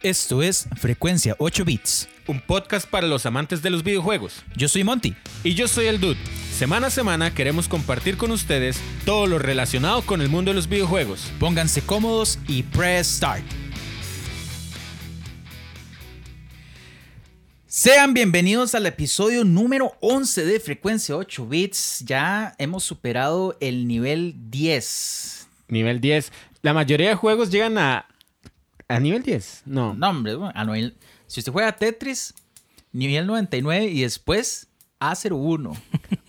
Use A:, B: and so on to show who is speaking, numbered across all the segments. A: Esto es Frecuencia 8 Bits.
B: Un podcast para los amantes de los videojuegos.
A: Yo soy Monty.
B: Y yo soy el Dude. Semana a semana queremos compartir con ustedes todo lo relacionado con el mundo de los videojuegos.
A: Pónganse cómodos y press start. Sean bienvenidos al episodio número 11 de Frecuencia 8 Bits. Ya hemos superado el nivel 10.
B: Nivel 10. La mayoría de juegos llegan a. ¿A nivel 10? No.
A: No, hombre, bueno, a nivel- si usted juega Tetris, nivel 99 y después A01.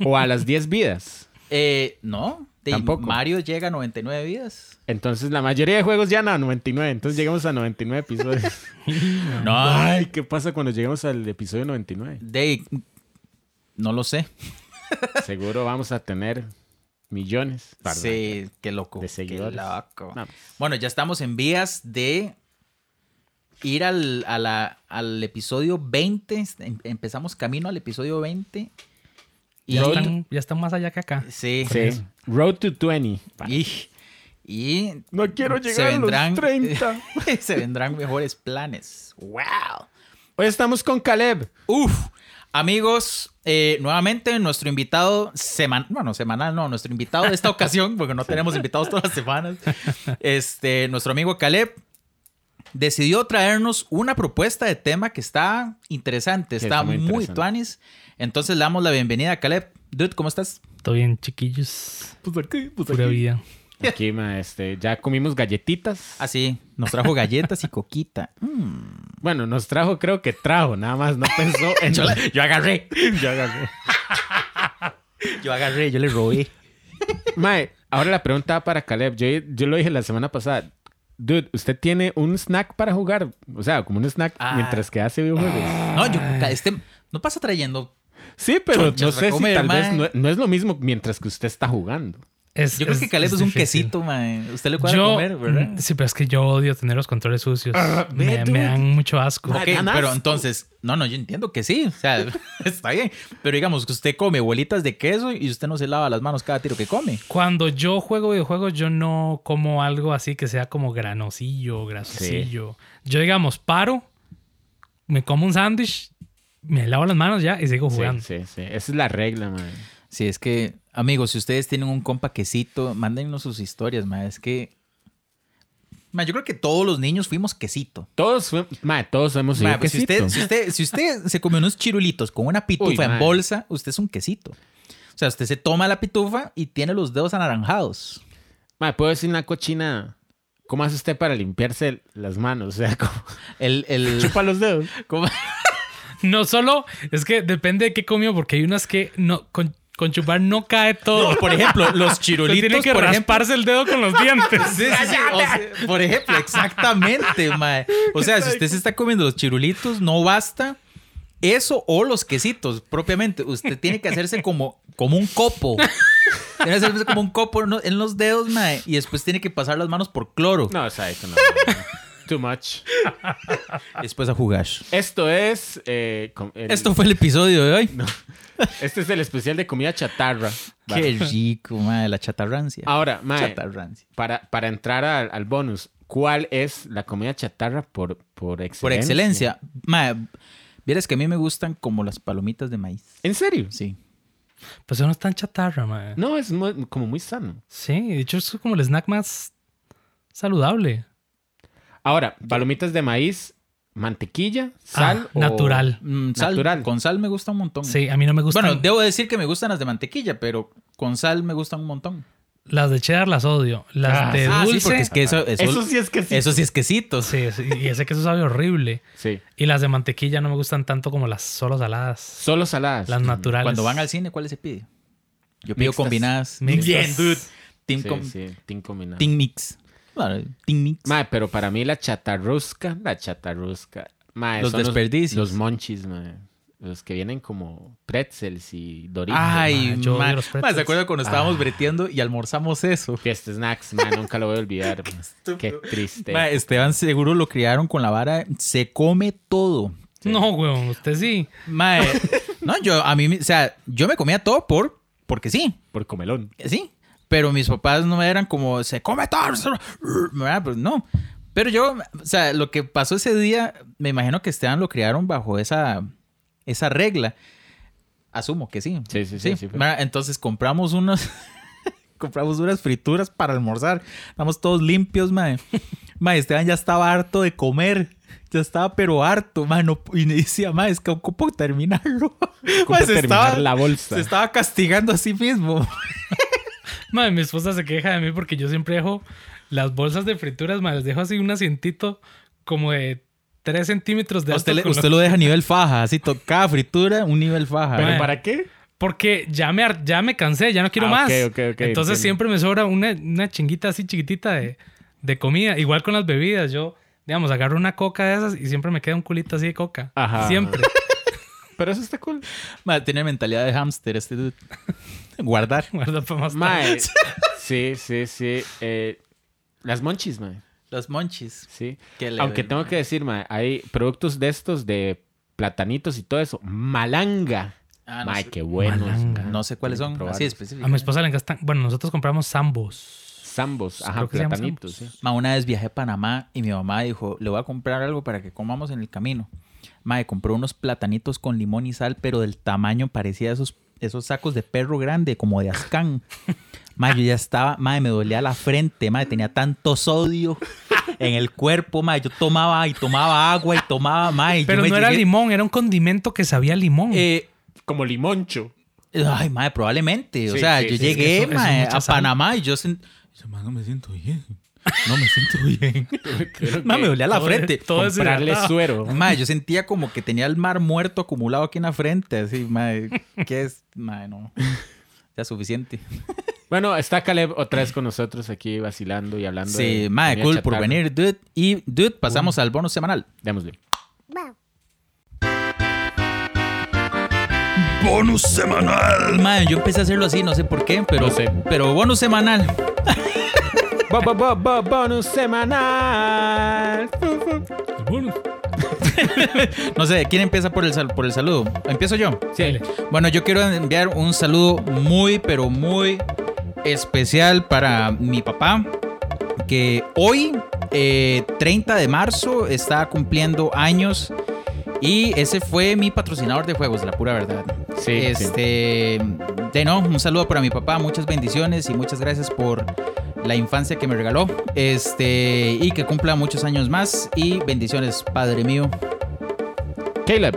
B: O a las 10 vidas.
A: Eh, no, de-
B: Tampoco.
A: Mario llega a 99 vidas.
B: Entonces, la mayoría de juegos ya no, a 99. Entonces, llegamos a 99 episodios.
A: No,
B: Ay, ¿qué pasa cuando lleguemos al episodio 99?
A: de, no lo sé.
B: Seguro vamos a tener millones perdón,
A: Sí, qué loco.
B: de seguidores.
A: Qué loco.
B: No.
A: Bueno, ya estamos en vías de ir al, a la- al episodio 20. Em- Empezamos camino al episodio 20. Y,
C: Ya están, ya están más allá que acá.
A: sí,
B: Sí. Road to 20.
A: Y, y
B: No quiero
A: Se vendrán- se vendrán mejores planes. ¡Wow!
B: Hoy estamos con Caleb.
A: Uf, amigos, eh, nuevamente nuestro invitado semanal, bueno, semanal no, nuestro invitado de esta ocasión, porque no tenemos invitados todas las semanas, este, nuestro amigo Caleb decidió traernos una propuesta de tema que está interesante,
B: Sí,
A: está,
B: está
A: muy,
B: muy interesante.
A: tuanis. Entonces le damos la bienvenida a Caleb. Dude, ¿cómo estás?
C: Todo bien, chiquillos.
A: Pues aquí, pues
C: Pura vida.
B: Aquí, ma, este, ya comimos galletitas.
A: Así, nos trajo galletas y coquita.
B: Bueno, nos trajo, creo que trajo, nada más no pensó en.
A: Yo, la- yo agarré,
B: Yo agarré.
A: yo agarré, yo le robé.
B: Mae, ahora la pregunta va para Caleb. Yo, yo lo dije la semana pasada. Dude, usted tiene un snack para jugar. O sea, como un snack
A: Ah.
B: mientras que hace videojuegos.
A: No, yo, este, no pasa trayendo
B: Sí, pero
A: Chonchas
B: no
A: para
B: sé si
A: comer,
B: tal
A: mae.
B: vez no, no es lo mismo mientras que usted está jugando.
C: Es-
A: Yo creo que Caleb es, un
C: difícil.
A: quesito, man. Usted le cuadra
C: Yo,
A: comer, ¿verdad?
C: mm, sí, pero es que yo odio tener los controles sucios.
A: Ah,
B: ve,
C: me,
B: dude.
C: me dan mucho asco.
A: Ok,
B: Bananas.
A: pero entonces, no, no, yo entiendo que sí, o sea, está bien. Pero digamos que usted come bolitas de queso y usted no se lava las manos cada tiro que come.
C: Cuando yo juego videojuegos, yo no como algo así que sea como granosillo, grasosillo. Yo, digamos, paro, me como un sándwich, me lavo las manos ya y sigo
B: Sí,
C: jugando.
B: sí, sí. Esa es la regla, mae.
A: Sí, es que, amigos, si ustedes tienen un compa quesito, mándennos sus historias, man. Es que, man, yo creo que todos los niños fuimos quesito.
B: Todos, fue- mae, todos hemos sido
A: Man, pues, si, usted,
B: quesito.
A: si, usted, si usted se come unos chirulitos con una pitufa en
B: man.
A: bolsa, usted es un quesito. O sea, usted se toma la pitufa y tiene los dedos anaranjados.
B: Mae, puedo decir una cochina. ¿Cómo hace usted para limpiarse las manos? O sea, ¿cómo?
A: El, el,
B: chupa los dedos.
A: ¿cómo?
C: No solo, es que depende de qué comió, porque hay unas que no, con, con chupar no cae todo.
A: No, por ejemplo, los
C: Pero tiene
A: chirulitos,
C: que
A: por ejemplo.
C: rasparse el dedo con los dientes.
A: Sí, sí, sí, o sea, por ejemplo, exactamente, mae. O sea, si usted se está comiendo los chirulitos, no basta eso o los quesitos propiamente. Usted tiene que hacerse como, como un copo. Tiene que hacerse como un copo en los- en los dedos, mae. Y después tiene que pasar las manos por cloro.
B: No, o sea, eso no. Too much.
A: Y después a jugar.
B: Esto es. eh, com- el-
A: Esto fue el episodio de hoy.
B: Este es el especial de comida chatarra.
A: Qué rico, mae, la chatarrancia.
B: Ahora, Ah, mae,
A: chatarrancia.
B: para, para entrar al, al bonus, ¿cuál es la comida chatarra por, por excelencia?
A: Por excelencia, mae, vieras que a mí me gustan como las palomitas de maíz.
B: ¿En serio?
A: Sí.
C: Pues eso no es tan chatarra, man.
B: No, es muy- como muy sano.
C: Sí, de hecho es como el snack más saludable.
B: Ahora, palomitas de maíz, mantequilla, sal.
C: Ah, natural.
A: Mm, sal,
B: Natural.
A: Con sal me gusta un montón.
C: Sí, a mí no me gustan.
A: Bueno, debo decir que me gustan las de mantequilla, pero con sal me gustan un montón.
C: Las de cheddar las odio. Las
B: Ah,
C: de
A: Ah, sí,
C: dulce.
A: porque es que eso, eso,
B: Eso sí es que sí.
A: eso sí es quesito.
C: Sí, sí, y ese queso sabe horrible.
B: Sí.
C: Y las de mantequilla no me gustan tanto como las solo saladas.
B: Solo saladas. Mm.
C: Las naturales.
A: Cuando van al cine, ¿cuáles se pide? Yo pido
B: Mixtas.
A: combinadas.
C: Mixtas.
A: Bien, dude. Team,
B: Sí,
A: com-
B: sí, team combinado.
A: team mix. Bueno, team mix.
B: Mae, pero para mí la chatarrusca, la chatarrusca. Mae,
A: Los
B: son
A: desperdicios.
B: Los, monchis, mae. Los que vienen como pretzels y doritos.
A: Ay,
C: ma, yo odio
A: ma-
C: los
A: ma,
C: pretzels. Ah.
A: ¿se acuerda cuando estábamos breteando y almorzamos eso?
B: Fiesta snacks, mae, nunca lo voy a olvidar. mae. Qué triste.
A: Ma, Esteban seguro lo criaron con la vara. Se come todo.
C: No, weón, usted sí.
A: Mae, no, yo a mí, me- o sea, yo me comía todo por, porque sí.
B: Por comelón.
A: Sí, pero mis papás no eran como, se come todo. ¿verdad? Pues no. Pero yo, o sea, lo que pasó ese día, me imagino que Esteban lo criaron bajo esa, esa regla. Asumo que sí.
B: Sí, sí, sí, sí, fue.
A: Ma, Entonces compramos unos. compramos unas frituras para almorzar. Estamos todos limpios, mae. Mae, Esteban ya estaba harto de comer. Ya estaba, pero harto, mano. Y me decía, mae, es que ocupo terminarlo. Mae, se,
B: terminar
A: estaba,
B: la bolsa.
A: se estaba castigando a sí mismo.
C: Madre, mi esposa se queja de mí porque yo siempre dejo las bolsas de frituras, madre, las dejo así un asientito como de 3 centímetros de alto.
A: Usted, le-
C: con lo-
A: usted lo deja a nivel faja, así to- cada fritura, un nivel faja.
B: ¿Pero
A: Mae.
B: para qué?
C: Porque ya me, ar- ya me cansé, ya no quiero
B: Ah,
C: más.
B: ok, ok, ok,
C: Entonces
B: entiendo.
C: siempre me sobra una, una chinguita así chiquitita de, de comida. Igual con las bebidas. Yo, digamos, agarro una coca de esas y siempre me queda un culito así de coca.
B: Ajá.
C: Siempre.
B: Pero eso está cool.
A: Mae, tiene mentalidad de hámster este dude. Guardar.
C: Guarda para más tarde.
B: Mae. sí, sí, sí. Eh, las monchis, mae.
A: Los monchis.
B: Sí.
A: Qué level,
B: Aunque tengo
A: mae.
B: que decir, mae, hay productos de estos de platanitos y todo eso. Malanga.
A: Ah, no
B: mae,
A: sé.
B: qué buenos.
C: Malanga.
A: No sé cuáles son,
B: Probarlos.
A: así pues.
C: A mi
A: específicamente.
C: esposa le encantan. Bueno, nosotros compramos zambos.
B: Zambos. Ajá,
C: Creo que se llama
B: platanitos.
C: zambos.
A: Ma, una vez viajé a Panamá y mi mamá dijo, le voy a comprar algo para que comamos en el camino. Mae, compró unos platanitos con limón y sal, pero del tamaño parecía esos, esos sacos de perro grande, como de ascán. Mae, yo ya estaba, mae, me dolía la frente, mae, tenía tanto sodio en el cuerpo, mae, yo tomaba y tomaba agua y tomaba, mae. yo
C: Pero
A: me
C: no era
A: llegué-
C: limón, era un condimento que sabía a limón.
A: Eh,
B: sí. Como limoncho.
A: Ay, madre, probablemente. o
B: Sí,
A: sea,
B: sí,
A: yo
B: sí,
A: llegué
C: es que eso- eso es
A: mae,
C: mucha
A: a
C: sal.
A: Panamá y yo sen- yo, "Ma, no me siento bien. No me siento bien.
B: Creo
A: Ma,
B: que
A: me dolía la
C: todo-
A: frente.
C: todo ese-
B: Comprarle
C: Ah.
B: suero.
A: Mae, yo sentía como que tenía el mar muerto acumulado aquí en la frente. Así, madre, ¿qué es? Madre, no. Ya es suficiente.
B: Bueno, está Caleb otra vez con nosotros aquí vacilando y hablando.
A: Sí,
B: de
A: madre,
B: comida
A: cool por
B: chatarra.
A: venir, dude. Y, dude, pasamos al bono semanal.
B: Démosle.
A: ¡Bonus semanal! Madre, yo empecé a hacerlo así, no sé por qué, pero,
B: No sé.
A: pero bonus semanal.
B: Bo- bo- bo- bo- bonus semanal.
C: Bueno,
A: No sé, ¿quién empieza por el, sal- por el saludo? ¿Empiezo yo?
B: Sí.
A: Bueno, yo quiero enviar un saludo muy, pero muy especial para mi papá, que hoy, eh, 30 de marzo, está cumpliendo años y ese fue mi patrocinador de juegos, la pura verdad.
B: Sí, sí.
A: este, de no, un saludo para mi papá, muchas bendiciones y muchas gracias por la infancia que me regaló, este, y que cumpla muchos años más y bendiciones, padre mío.
B: Caleb.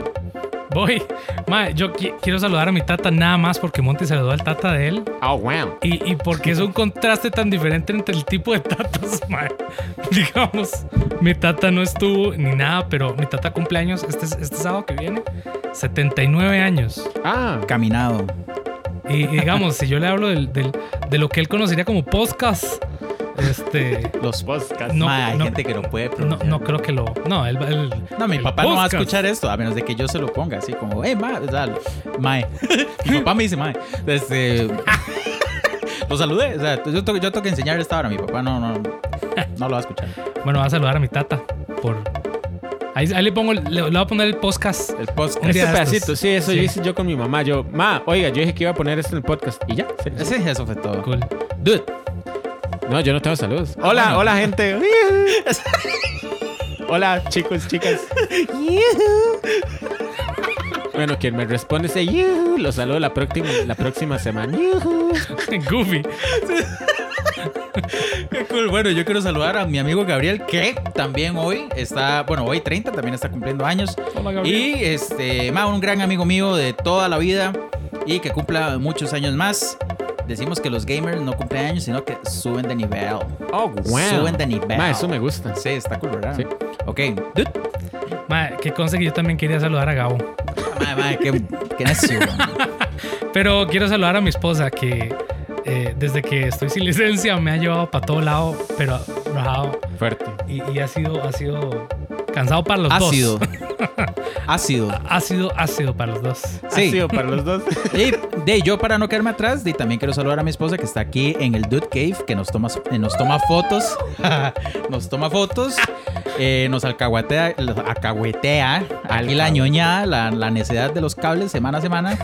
C: Voy. Mae, yo qui- quiero saludar a mi tata nada más porque Monty saludó al tata de él.
B: Oh, wow.
C: Y, y porque es un contraste tan diferente entre el tipo de tatas, mae. Digamos, mi tata no estuvo ni nada, pero mi tata cumpleaños este, este sábado que viene, 79 años.
B: Ah,
A: Caminado.
C: Y, y digamos, si yo le hablo del- del- de lo que él conocería como podcast, este,
A: Los
B: podcast.
C: No,
A: Ma, hay
C: no,
A: gente que no puede
C: no,
A: pronunciar.
C: no creo que lo... No, él... él-
A: No, mi
C: el
A: papá no va a
C: podcast.
A: escuchar esto, a menos de que yo se lo ponga así como, eh, ma, o sea, mae. mi papá me dice mae. Este, lo saludé. O sea, yo tengo, yo tengo que enseñar esta hora a mi papá, no, no, no lo va a escuchar.
C: Bueno, va a saludar a mi tata por... Ahí, ahí le pongo, el- le, le voy a poner el podcast.
A: El podcast.
C: Un
B: Este
C: día de estos.
B: pedacito, sí, eso
C: Sí.
B: yo hice yo con mi mamá. Yo, ma, oiga, yo dije que iba a poner esto en el podcast y ya. se hizo.
A: Sí, eso fue todo.
C: Cool.
A: Dude,
B: No, yo no tengo saludos. Hola,
A: Ah, bueno.
B: hola, gente. hola, chicos, chicas. bueno, quien me responde es "Yuhu". Lo saludo la próxima, la próxima semana. Yuhu.
C: Goofy.
A: qué cool. Bueno, yo quiero saludar a mi amigo Gabriel, que también hoy está, bueno, hoy 30, también está cumpliendo años.
C: Hola,
A: Y este, ma, un gran amigo mío de toda la vida y que cumpla muchos años más. Decimos que los gamers no cumplen años, sino que suben de nivel.
B: Oh, wow.
A: Suben de nivel.
B: Ma, eso me gusta.
A: Sí, está cool, ¿verdad?
B: Sí.
A: Ok. Dude.
C: Mae, que conste que yo también quería saludar a Gabo.
A: Madre, madre, qué, qué necio.
C: Pero quiero saludar a mi esposa que eh, desde que estoy sin licencia me ha llevado para todo lado, pero rajado.
B: Fuerte.
C: Y, y ha sido, ha sido cansado para los
A: Ácido.
C: dos.
A: Ácido.
C: Ha sido ácido para los dos.
A: Sí.
B: Ha sido para los dos.
A: Y de, yo para no quedarme atrás, de, también quiero saludar a mi esposa que está aquí en el Dude Cave, que nos toma, eh, nos toma fotos, nos toma fotos, eh, nos alcahuetea, los- acahuetea aquí la
B: Alcahuetea.
A: ñoñada, la, la necesidad de los cables semana a semana.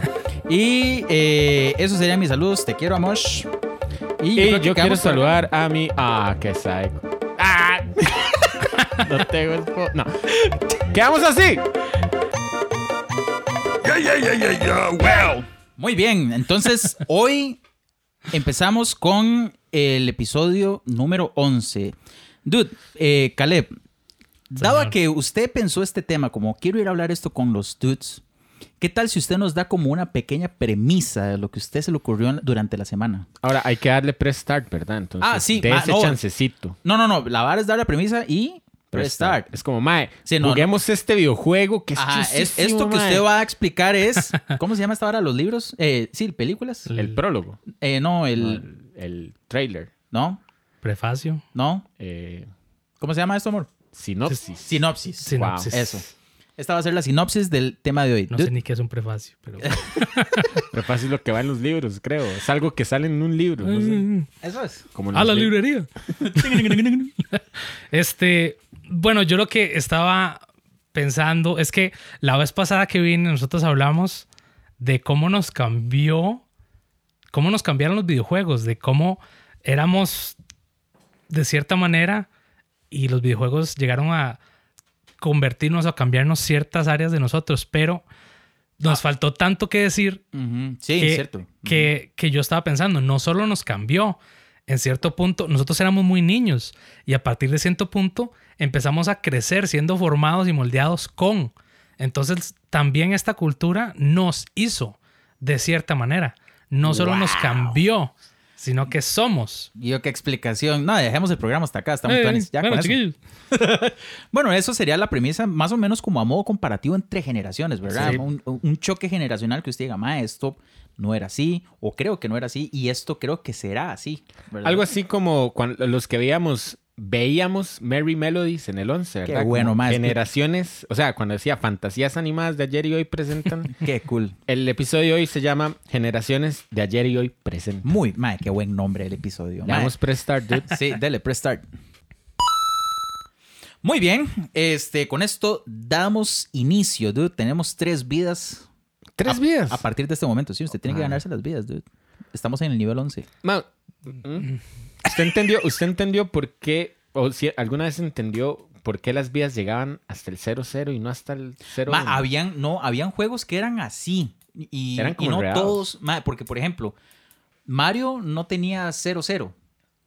A: Y eh, esos serían mis saludos, te quiero, Amosh.
B: Y yo,
A: creo que quedamos
B: quiero
A: por acá.
B: saludar a mi. Ah, qué psycho. Ah. No tengo el po- No. Quedamos así.
A: Muy bien, entonces hoy empezamos con el episodio número 11. Dude, eh, Caleb, dado
C: Señor.
A: a que usted pensó este tema como quiero ir a hablar esto con los dudes, ¿qué tal si usted nos da como una pequeña premisa de lo que a usted se le ocurrió en- durante la semana?
B: Ahora hay que darle prestart, ¿verdad? Entonces,
A: Ah, sí,
B: De
A: ma-
B: ese
A: no.
B: chancecito.
A: No, no, no, la vara es dar la premisa y prestar.
B: Es como, mae,
A: Sí, no,
B: juguemos este videojuego que es
A: Ajá, es,
B: chistosísimo,
A: esto que
B: mae.
A: usted va a explicar es, ¿cómo se llama esta vara? ¿Los libros? Eh, sí, películas.
B: El prólogo.
A: Eh, no,
B: No,
A: el...
B: El, el trailer.
A: No,
C: Prefacio.
A: no.
B: eh,
A: ¿Cómo se llama esto, amor?
B: sinopsis.
A: Sinopsis.
C: Sinopsis.
A: Wow. Eso. Esta va a ser la sinopsis del tema de hoy.
C: No
A: Dude,
C: sé ni qué es un prefacio, pero.
B: Pero fácil lo que va en los libros, creo. Es algo que sale en un libro. no
A: Mm.
B: sé.
A: Eso es.
B: Como en
C: A
B: los
C: la
B: libros.
C: librería. este, bueno, yo lo que estaba pensando es que la vez pasada que vine, nosotros hablamos de cómo nos cambió, cómo nos cambiaron los videojuegos, de cómo éramos de cierta manera y los videojuegos llegaron a convertirnos o cambiarnos ciertas áreas de nosotros, pero nos faltó tanto que decir
A: Ujú, Sí,
C: que,
A: cierto.
C: que, que yo estaba pensando, no solo nos cambió, en cierto punto, nosotros éramos muy niños y a partir de cierto punto empezamos a crecer siendo formados y moldeados con. Entonces, también esta cultura nos hizo de cierta manera. No solo nos
A: Wow.
C: cambió, sino que somos.
A: Ujú. Yo qué explicación. No, dejemos el programa hasta acá. Estamos
C: Eh,
A: tuanis. Ya
C: bueno,
A: con eso.
C: chiquillos.
A: Bueno, eso sería la premisa, más o menos como a modo comparativo entre generaciones, ¿verdad?
C: Sí.
A: Un, un choque generacional que usted diga, ma, esto no era así, o creo que no era así, y esto creo que será así. ¿verdad?
B: Algo así como cuando, los que veíamos, veíamos Merry Melodies en el 11, ¿verdad?
A: Qué bueno,
B: Como
A: mae.
B: Generaciones, o sea, cuando decía fantasías animadas de ayer y hoy presentan.
A: Qué cool.
B: el episodio de hoy se llama Generaciones de ayer y hoy presentan.
A: Muy, ma, qué buen nombre el episodio.
B: Le
A: ma.
B: damos prestart, dude.
A: Sí, dale, press start. Muy bien, este, con esto damos inicio, dude. Tenemos tres vidas
B: Tres
A: A-
B: vidas.
A: a partir de este momento. Sí, usted tiene
B: Ah.
A: que ganarse las vidas, dude. Estamos en el nivel 11.
B: Ma- ¿Mm? ¿Usted entendió, usted entendió por qué, o si alguna vez entendió por qué las vidas llegaban hasta el 00 y no hasta el 0?
A: Ma, habían, no, habían juegos que eran así. Y,
B: Eran
A: y
B: como
A: no
B: enredados.
A: todos, ma, porque por ejemplo, Mario no tenía 0-0.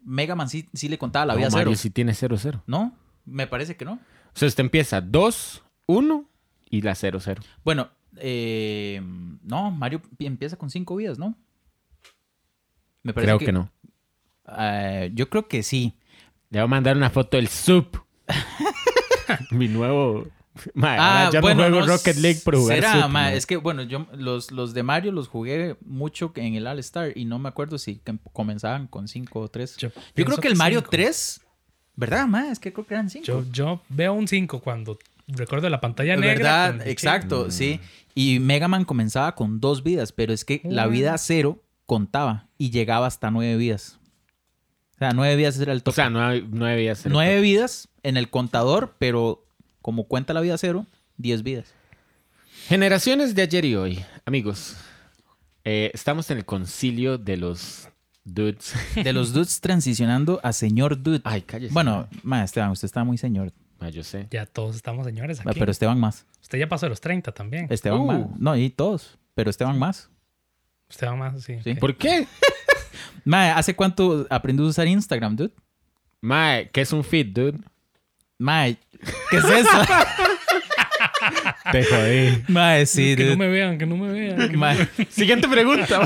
A: Mega Man sí, sí le contaba la vida
B: no,
A: 0.
B: Mario sí tiene 00.
A: ¿No? Me parece que no.
B: O sea, usted empieza 2, 1 y la 00.
A: Bueno, eh, no, Mario pi- empieza con cinco vidas, ¿no? Me
B: Creo que, no.
A: Eh, yo creo que sí.
B: Le voy a mandar una foto del sub. Mi nuevo. Ma, Ah, ahora ya no juego
A: Ah, no
B: Rocket League por jugar
A: será,
B: Sup,
A: ma,
B: ma.
A: Es que, bueno, yo los, los de Mario los jugué mucho en el All-Star y no me acuerdo si com- comenzaban con 5 o 3.
C: Yo
A: Yo,
C: pienso
A: creo que
C: que
A: el Mario
C: cinco.
A: 3, ¿verdad, ma? Es que creo que eran 5.
C: Yo, yo veo un 5 cuando recuerdo la pantalla negra.
A: ¿Verdad?
C: con el
A: Exacto,
B: Mm.
A: sí. Y Mega Man comenzaba con dos vidas, pero es que la
C: Mm.
A: vida cero contaba y llegaba hasta nueve vidas. O sea, nueve vidas era el
B: O
A: tope.
B: sea, pues 9, vidas.
A: nueve vidas en el contador, pero como cuenta la vida cero, diez vidas.
B: Generaciones de ayer y hoy, amigos. eh, estamos en el concilio de los dudes.
A: De los dudes transicionando a señor dude.
B: Ay, cállese.
A: bueno, ma, Esteban, usted está muy señor.
B: Ma, yo sé.
C: Ya todos estamos señores
A: Ma,
C: aquí.
A: Pero Esteban más.
C: Usted ya pasó los 30 también.
A: Esteban
B: Uh.
A: más. No, y todos. Pero Esteban más.
C: Usted va más, sí.
A: Sí.
C: ok.
B: ¿Por qué?
A: Ma, ¿hace cuánto aprendió a usar Instagram, dude?
B: Mae, ¿qué es un feed, dude?
A: Ma, ¿qué es eso?
B: Te jodí.
A: ma, sí,
C: que
A: dude.
C: no me vean, que no me vean. que no
A: Ma-
B: Siguiente pregunta.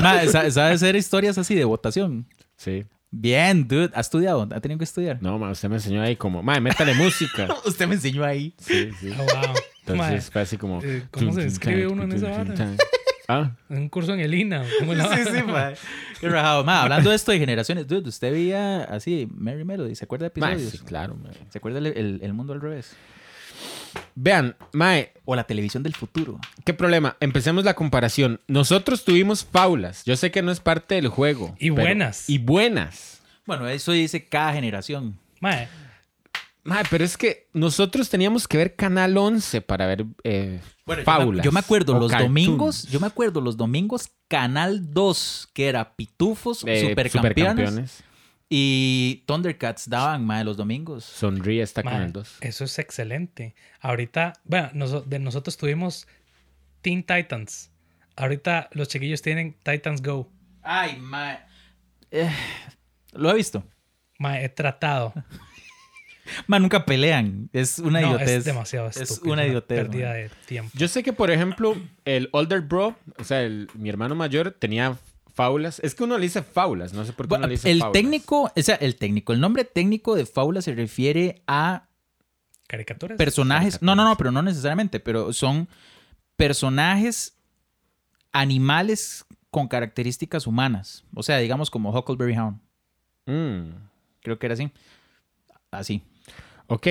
A: Ma, sa- sabe hacer historias así de votación.
B: Sí.
A: Bien, dude. ¿Ha estudiado? ¿Ha tenido que estudiar?
B: No, ma, usted me enseñó ahí como, mae, métale música.
A: Usted me enseñó ahí.
B: Sí, sí.
C: Ah, wow. Mae,
B: Entonces fue así como.
C: eh, ¿cómo se describe uno en esa vara?
B: Ah,
C: Un curso en el INA. ¿cómo es la
A: Sí,
C: vara?
A: sí, ma. Qué rajado. Ma, hablando de esto de generaciones, dude, usted veía así Mary Melody. ¿Se acuerda de
B: mae,
A: episodios?
B: sí, claro, mae.
A: ¿Se acuerda el, el- el mundo al revés?
B: Vean, mae,
A: O la televisión del futuro.
B: ¿qué problema? Empecemos la comparación. Nosotros tuvimos faulas. Yo sé que no es parte del juego.
C: Y buenas.
B: Y buenas.
A: Bueno, eso dice cada generación.
C: Mae,
B: Mae, pero es que nosotros teníamos que ver Canal 11 para ver eh,
A: Bueno, yo me-
B: fábulas.
A: Yo me acuerdo
B: o
A: los
B: cartoons.
A: domingos, yo me acuerdo los domingos Canal 2, que era Pitufos,
B: Eh,
A: Supercampeones,
B: supercampeones.
A: Y Thundercats daban, mae, los domingos.
B: Sonríe está con
C: Mae,
B: el 2.
C: Eso es excelente. Ahorita, bueno, noso- de nosotros tuvimos Teen Titans. Ahorita los chiquillos tienen Titans Go.
A: Ay, mae. Eh, lo he visto.
C: Mae, he tratado.
A: Mae, nunca pelean. Es una
C: No,
A: idiotez.
C: es demasiado
A: Es
C: estúpido.
A: una idiotez,
C: Pérdida
A: mae.
C: de tiempo.
B: Yo sé que, por ejemplo, el older bro, o sea, el- mi hermano mayor tenía fábulas. Es que uno le dice fábulas, no sé por qué
A: Bueno,
B: uno le dice
A: el
B: fábulas.
A: técnico, o sea, el técnico, el nombre técnico de Faula se refiere a
C: ¿Caricaturas?
A: personajes. No, no, no, pero no necesariamente, pero son personajes animales con características humanas. O sea, digamos como Huckleberry Hound.
B: Mm.
A: Creo que era así. Así.
B: Ok,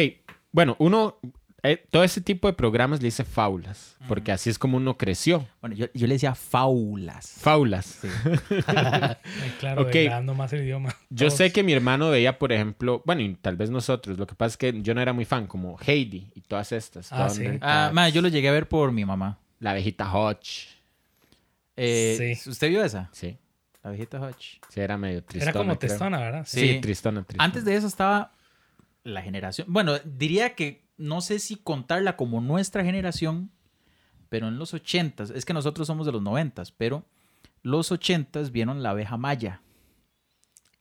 B: bueno, uno, eh, todo ese tipo de programas le dice fábulas, porque así es como uno creció.
A: Bueno, yo, yo le decía faulas.
B: Fábulas.
C: Ay, claro,
B: Ok.
C: degradando más el idioma.
B: Yo
C: Todos.
B: sé que mi hermano veía, por ejemplo, bueno, y tal vez nosotros, lo que pasa es que yo no era muy fan, como Heidi y todas estas.
C: Ah, sí.
B: Thundercats,
A: Ah, ma, yo lo llegué a ver por mi mamá.
B: La abejita Hodge.
A: Eh,
C: Sí.
A: ¿Usted vio esa?
B: Sí,
A: La viejita Hodge.
B: sí, era medio tristona.
C: Era como
B: creo.
C: testona, ¿verdad?
A: Sí.
B: Sí, tristona, tristona.
A: Antes de eso estaba la generación. Bueno, diría que no sé si contarla como nuestra generación, pero en los ochentas, es que nosotros somos de los noventas, pero los ochentas vieron la abeja maya,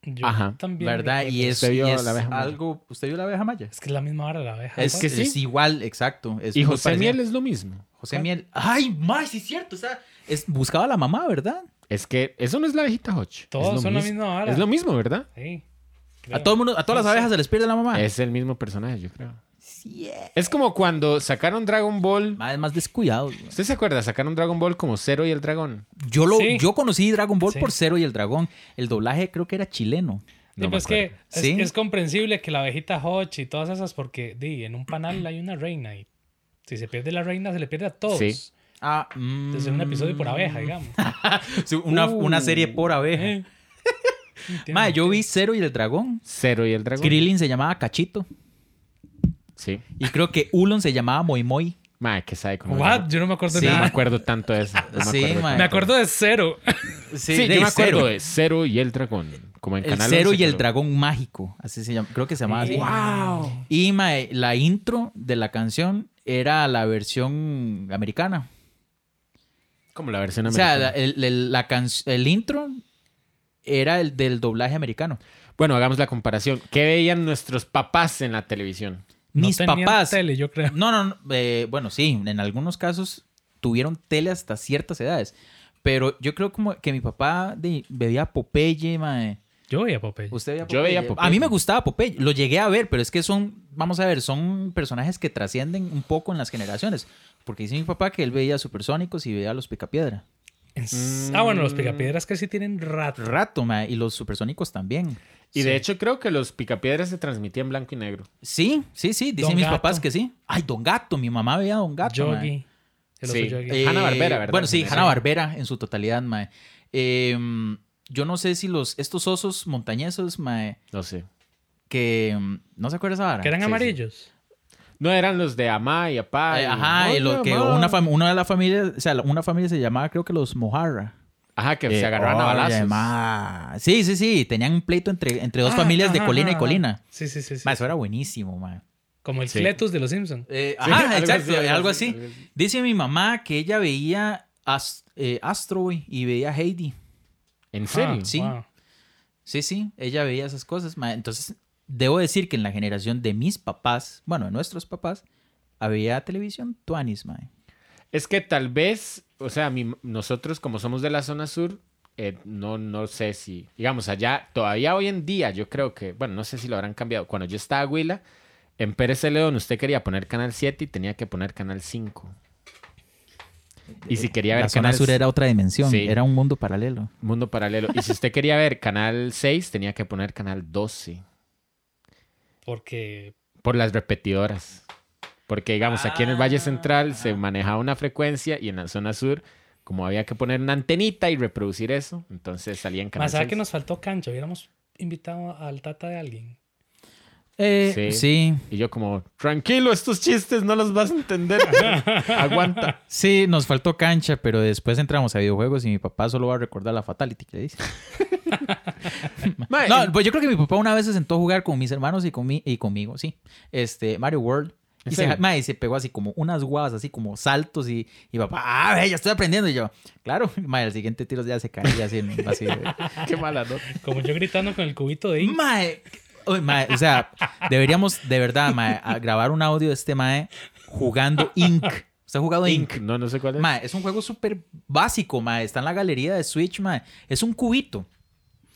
C: Yo
B: Ajá,
C: también.
A: ¿verdad?
C: recuerdo.
A: Y es,
B: ¿Usted vio
A: y es
B: la abeja maya? Ah,
A: algo. ¿Usted vio la abeja maya?
C: Es que es la misma hora de la abeja.
A: Es,
B: que sí.
A: es igual, exacto. es
B: Y
A: muy
B: José
A: parecido.
B: Miel es lo mismo.
A: José Miel. Ay, más, sí es cierto. O sea, es, buscaba a la mamá, ¿verdad?
B: Es que eso no es la abejita Hodge.
C: Todos
B: es lo
C: son la
B: mismo.
C: misma vara.
B: Es lo mismo, ¿verdad?
C: Sí.
A: A todo el mundo, a todas las
C: Sí, sí.
A: abejas se les pierde la mamá.
B: Es el mismo personaje, yo creo.
A: Sí, eh.
B: Es como cuando sacaron Dragon Ball.
A: Más, más descuidado. güey.
B: ¿Usted se acuerda? Sacaron Dragon Ball como Cero y el Dragón.
A: Yo, lo,
C: Sí.
A: yo conocí Dragon Ball
C: Sí.
A: por Cero y el Dragón. El doblaje creo que era chileno.
B: No me
C: pues que
B: acuerdo.
C: es,
A: Sí.
C: es comprensible que la abejita Hodge y todas esas, porque di, en un panal hay una reina y si se pierde la reina, se le pierde a todos.
B: Sí.
A: Ah,
C: Entonces es un episodio por abeja, digamos.
A: Sí, una,
B: Uh.
A: una serie por abeja.
C: Eh. Entiendo.
A: Mae, yo vi Cero y el Dragón.
B: Cero y el Dragón.
A: Krillin se llamaba Cachito.
B: Sí.
A: Y creo que Ulon se llamaba Moi Moi.
B: Mae, que sabe cómo.
C: What? Yo no me acuerdo
A: Sí.
C: de
B: No me
C: nada.
B: acuerdo tanto de eso. No me
A: Sí,
B: acuerdo
A: mae.
B: tanto.
C: Me acuerdo de cero.
B: Sí, yo me acuerdo de Cero y el Dragón. Como en
A: El
B: Canal
A: Cero
B: 11,
A: y el
B: pero-
A: Dragón Mágico. Así se llama. Creo que se llamaba así.
B: ¡Wow!
A: Y mae, la intro de la canción era la versión americana.
B: Como la versión
A: O sea,
B: americana.
A: la- eh, el, el- la can- el intro era el del doblaje americano.
B: Bueno, hagamos la comparación. ¿Qué veían nuestros papás en la televisión?
C: No
A: Mis
C: tenían
A: papás.
C: tele, yo creo.
A: No, no, no, eh, bueno, sí, en algunos casos tuvieron tele hasta ciertas edades. Pero yo creo como que mi papá de- bebía Popeye, mae.
C: Yo veía Popeye.
A: Usted veía
B: Yo veía Popeye.
A: A mí me gustaba Popeye. Lo llegué a ver, pero es que son, vamos a ver, son personajes que trascienden un poco en las generaciones. Porque dice mi papá que él veía Supersónicos y veía los Picapiedra.
C: Es-
A: Mm.
C: Ah, bueno, los picapiedras que sí tienen rato.
A: Rato, mae, y los Supersónicos también.
B: Y
C: Sí.
B: de hecho creo que los picapiedras se transmitían en blanco y negro.
A: Sí, sí, sí, dicen
C: Don
A: mis
C: Gato.
A: papás que sí. Ay, Don Gato, mi mamá veía a Don Gato. mae.
C: Yogi. El oso
B: Sí.
C: Yogi.
B: Eh, Hanna-Barbera, ¿verdad?
A: Bueno, sí,
B: Sí.
A: Hanna-Barbera en su totalidad, mae. Eh, yo no sé si los, estos osos montañesos, mae,
B: No sé.
A: que mm, no se acuerda esa vara.
C: que eran
B: sí, sí.
C: amarillos.
B: No eran los de Amá y Apá.
A: Eh,
B: y-
A: ajá, y lo
B: Hola,
A: que
B: Amá.
A: una, fam- una de las familias, o sea, la- una familia se llamaba creo que los Mojarra.
B: Ajá, que
A: Eh,
B: se agarraban a
A: oh,
B: balazos.
A: llama- Sí, sí, sí, tenían un pleito entre, entre dos
C: Ah,
A: familias de
C: ajá,
A: colina y
C: ajá,
A: colina.
C: ajá. Sí, sí, sí. sí.
A: Mae, eso era buenísimo, mae.
C: Como el
B: Sí.
C: Cletus de los Simpsons.
A: Eh,
B: Sí,
A: ajá,
B: algo
A: exacto,
B: así, algo
A: algo
B: así,
A: así.
B: algo así.
A: Dice mi mamá que ella veía As- eh, Astro Boy y veía Heidi.
B: ¿En serio?
C: Ah,
A: sí. Sí, sí, ella veía esas cosas. ma. Entonces, debo decir que en la generación de mis papás, bueno, de nuestros papás, había televisión Tuanis, mae.
B: Es que tal vez, o sea, mi- nosotros como somos de la zona sur, eh, no, no sé si, digamos, allá, todavía hoy en día, yo creo que, bueno, no sé si lo habrán cambiado. Cuando yo estaba Huila, en Pérez León usted quería poner Canal 7 y tenía que poner Canal 5. Y si quería ver
A: La zona
B: Canal
A: sur era otra dimensión,
B: Sí.
A: era un mundo paralelo.
B: Mundo Paralelo. Y si usted quería ver Canal 6, tenía que poner Canal 12.
C: Porque
B: Por las repetidoras. Porque, digamos, aquí en el Valle Central
C: Ah,
B: se manejaba una frecuencia y en la zona sur, como había que poner una antenita y reproducir eso, entonces salía en Canal
C: más allá que
B: 6.
C: nos faltó cancha, hubiéramos invitado al tata de alguien.
A: Eh,
B: Sí.
A: sí.
B: Y yo como, tranquilo, estos chistes no los vas a entender. Aguanta.
A: Sí, nos faltó cancha, pero después entramos a videojuegos y mi papá solo va a recordar la fatality que le dice.
B: Mae,
A: No, pues yo creo que mi papá una vez se sentó a jugar con mis hermanos y, con mi- y conmigo, sí. Este, Mario World.
B: ¿En
A: Y se,
B: serio?
A: mae, y se pegó así como unas guavas, así como saltos y, y papá, ah, ve, ya estoy aprendiendo. Y yo, claro, mae, el siguiente tiro ya se caía así. en- así de-
B: qué mala nota.
C: Como yo gritando con el cubito de ink.
A: Mae, uy, mae, o sea, deberíamos de verdad, mae, a- grabar un audio de este mae jugando Inc. ¿Usted ha jugado Inc?
B: Inc. No, no sé cuál es.
A: Mae, es un juego súper básico, mae. Está en la galería de Switch, mae. Es un cubito,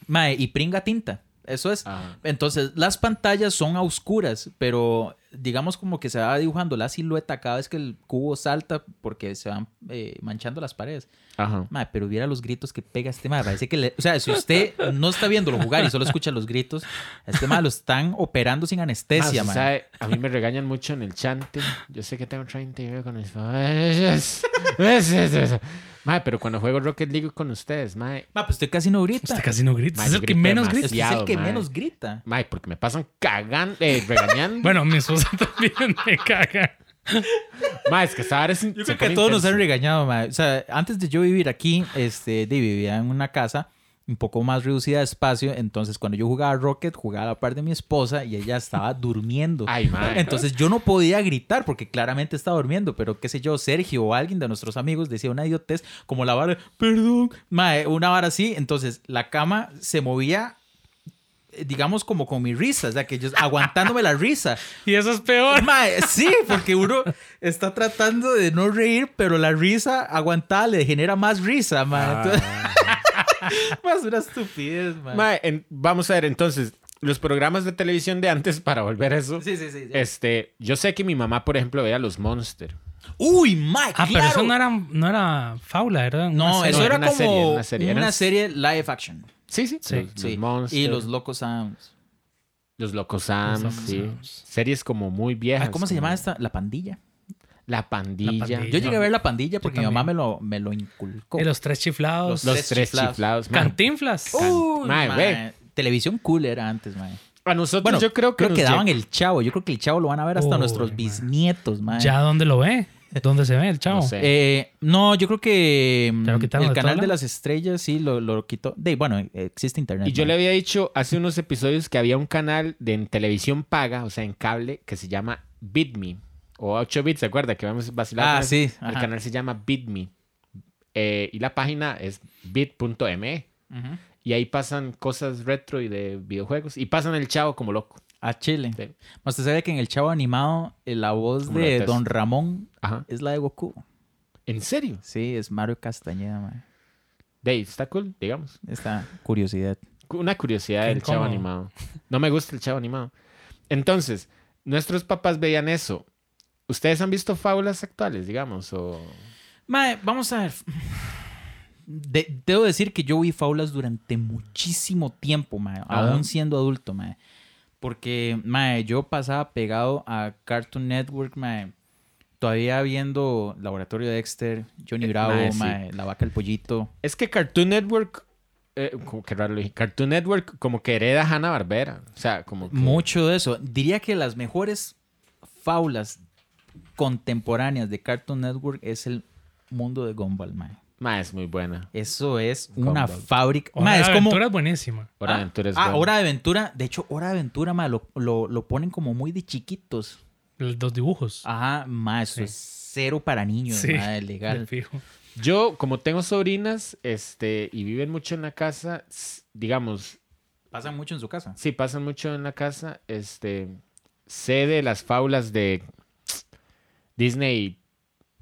A: mae, y pringa tinta. Eso
C: Ah.
A: es.
B: Ajá.
A: Entonces, las pantallas son a oscuras, pero digamos como que se va dibujando la silueta cada vez que el cubo salta porque se van eh, manchando las paredes.
B: Ajá.
A: Mae, pero viera los gritos que pega este mae. Parece que, le- o sea, si usted no está viéndolo jugar y solo escucha los gritos, a este mae lo están operando sin anestesia,
B: Ah,
A: mae.
B: ¿sabe? A mí me regañan mucho en el chante. Yo sé que tengo 30 y veo con mis papás. Mae, pero cuando juego Rocket League con ustedes, mae,
A: Mae, pues usted casi no grita.
C: Usted Este casi no grita.
B: Mae,
C: Es
B: yo
C: el que
B: grito
C: menos
B: demasiado.
C: grita.
A: Usted es el que
B: mae.
A: menos grita.
B: mae, porque me pasan cagando, eh, regañando.
C: Bueno, mi esposa también me caga.
B: mae, es que esta vara es-
A: Yo
B: se
A: creo que
B: pone
A: todos nos
B: intenso.
A: han regañado, mae. O sea, antes de yo vivir aquí, este, de- vivía en una casa un poco más reducida de espacio. Entonces, cuando yo jugaba Rocket, jugaba a la par de mi esposa y ella estaba durmiendo.
B: Ay, mae.
A: Entonces, yo no podía gritar porque claramente estaba durmiendo. Pero, qué sé yo, Sergio o alguien de nuestros amigos decía una idiotez como la vara, perdón, mae, una vara así. Entonces, la cama se movía eh, digamos como con mi risa, o sea que yo aguantándome la risa,
C: Y eso es peor.
A: Mae, sí, porque uno está tratando de no reír, pero la risa aguantada le genera más risa, mae. Entonces- más una estupidez, mae.
B: Mae, en- vamos a ver, entonces, los programas de televisión de antes, para volver a eso.
A: Sí, sí, sí. sí.
B: Este, yo sé que mi mamá, por ejemplo, veía los Monster.
A: Uy, mae,
C: Ah, pero
A: claro.
C: eso no era, no era faula, era una
A: No,
C: serie.
A: eso era,
B: una
A: como
B: serie,
A: una, serie,
B: eran-
A: live action.
B: Sí, sí.
C: Sí,
B: los, los
A: Sí.
B: Monster.
A: y los Locos Sounds.
B: Los Locos Sam,
C: Locos
B: sí.
C: Sams.
B: Series como muy viejas.
A: Ah, ¿Cómo se
B: como
A: llamaba esta? La Pandilla.
B: La pandilla.
C: La Pandilla.
A: Yo llegué a ver La Pandilla porque mi mamá
C: también.
A: me lo, me lo inculcó.
C: Y los tres
A: Los
C: chiflados.
A: Uh,
B: Los tres
A: tres chiflados.
B: chiflados. man.
C: Cantinflas.
A: Uy,
B: Mae,
A: mae.
B: güey.
A: Televisión cool era antes, mae.
B: A nosotros
A: Bueno,
B: yo creo que, nos
A: daban
B: lleg-
A: el chavo. Yo creo que el chavo lo van a ver hasta
C: Uy,
A: nuestros
C: mae.
A: bisnietos, mae.
C: ¿Ya dónde lo ve? ¿Dónde se ve el
B: No
C: chavo?
B: sé.
A: Eh, no, yo creo que mm,
C: ¿Ya lo quitaron
A: el
C: de todo
A: canal de
C: lado?
A: las estrellas sí lo, lo quitó. De, bueno, existe internet.
B: Y yo
A: ¿no?
B: le había dicho hace unos episodios que había un canal de en televisión paga, o sea, en cable, que se llama Beat Me. O 8 bits, ¿se acuerda? Que vamos vacilando.
A: Ah, sí,
B: El
A: ajá.
B: canal se llama Beat Me. Eh, y la página es bit.me.
A: Ujú.
B: Y ahí pasan cosas retro y de videojuegos. Y pasan el chavo como loco.
A: A Chile.
B: Sí. pues.
A: Más Usted sabe que en el chavo animado eh, la voz
B: Como la
A: de
B: test.
A: Don Ramón
B: Ajá.
A: es la de Goku.
B: ¿En serio?
A: Sí, es Mario Castañeda, mae.
B: Dave, está cool, digamos.
A: Esta curiosidad.
B: Cu- Una curiosidad
C: Qué
B: del chavo
C: incómodo.
B: animado. No me gusta el chavo animado. Entonces, nuestros papás veían eso. ¿Ustedes han visto fábulas actuales, digamos? O...
A: Mae, vamos a ver. De- debo decir que yo vi faulas durante muchísimo tiempo, mae.
B: Ah.
A: Aún siendo adulto, mae. Porque, mae, yo pasaba pegado a Cartoon Network, mae. Todavía viendo Laboratorio Dexter, Johnny Bravo,
B: Eh, mae, sí.
A: mae, La Vaca el Pollito.
B: Es que Cartoon Network. eh, como que raro lo dije. Cartoon Network como que hereda Hanna Barbera. O sea, como que.
A: Mucho de eso. Diría que las mejores faulas contemporáneas de Cartoon Network es el mundo de Gumball, mae.
B: Ma, es muy buena.
A: Eso es una
B: Gumball.
A: fábrica.
C: Hora
A: mae,
C: de
A: es como
C: Aventura es buenísima.
B: Hora
A: ah,
B: de Aventura es
A: ah,
B: buena.
A: Hora de Aventura. De hecho, Hora de Aventura, ma, lo, lo- lo ponen como muy de chiquitos.
C: Los dibujos.
A: Ajá, ma, eso
C: Sí.
A: es cero para niños,
C: Sí,
A: ma,
C: de
A: legal.
C: fijo.
B: Yo, como tengo sobrinas este, y viven mucho en la casa, s- digamos,
A: Pasan mucho en su casa.
B: Sí, pasan mucho en la casa. Este. Sé de las fábulas de Disney.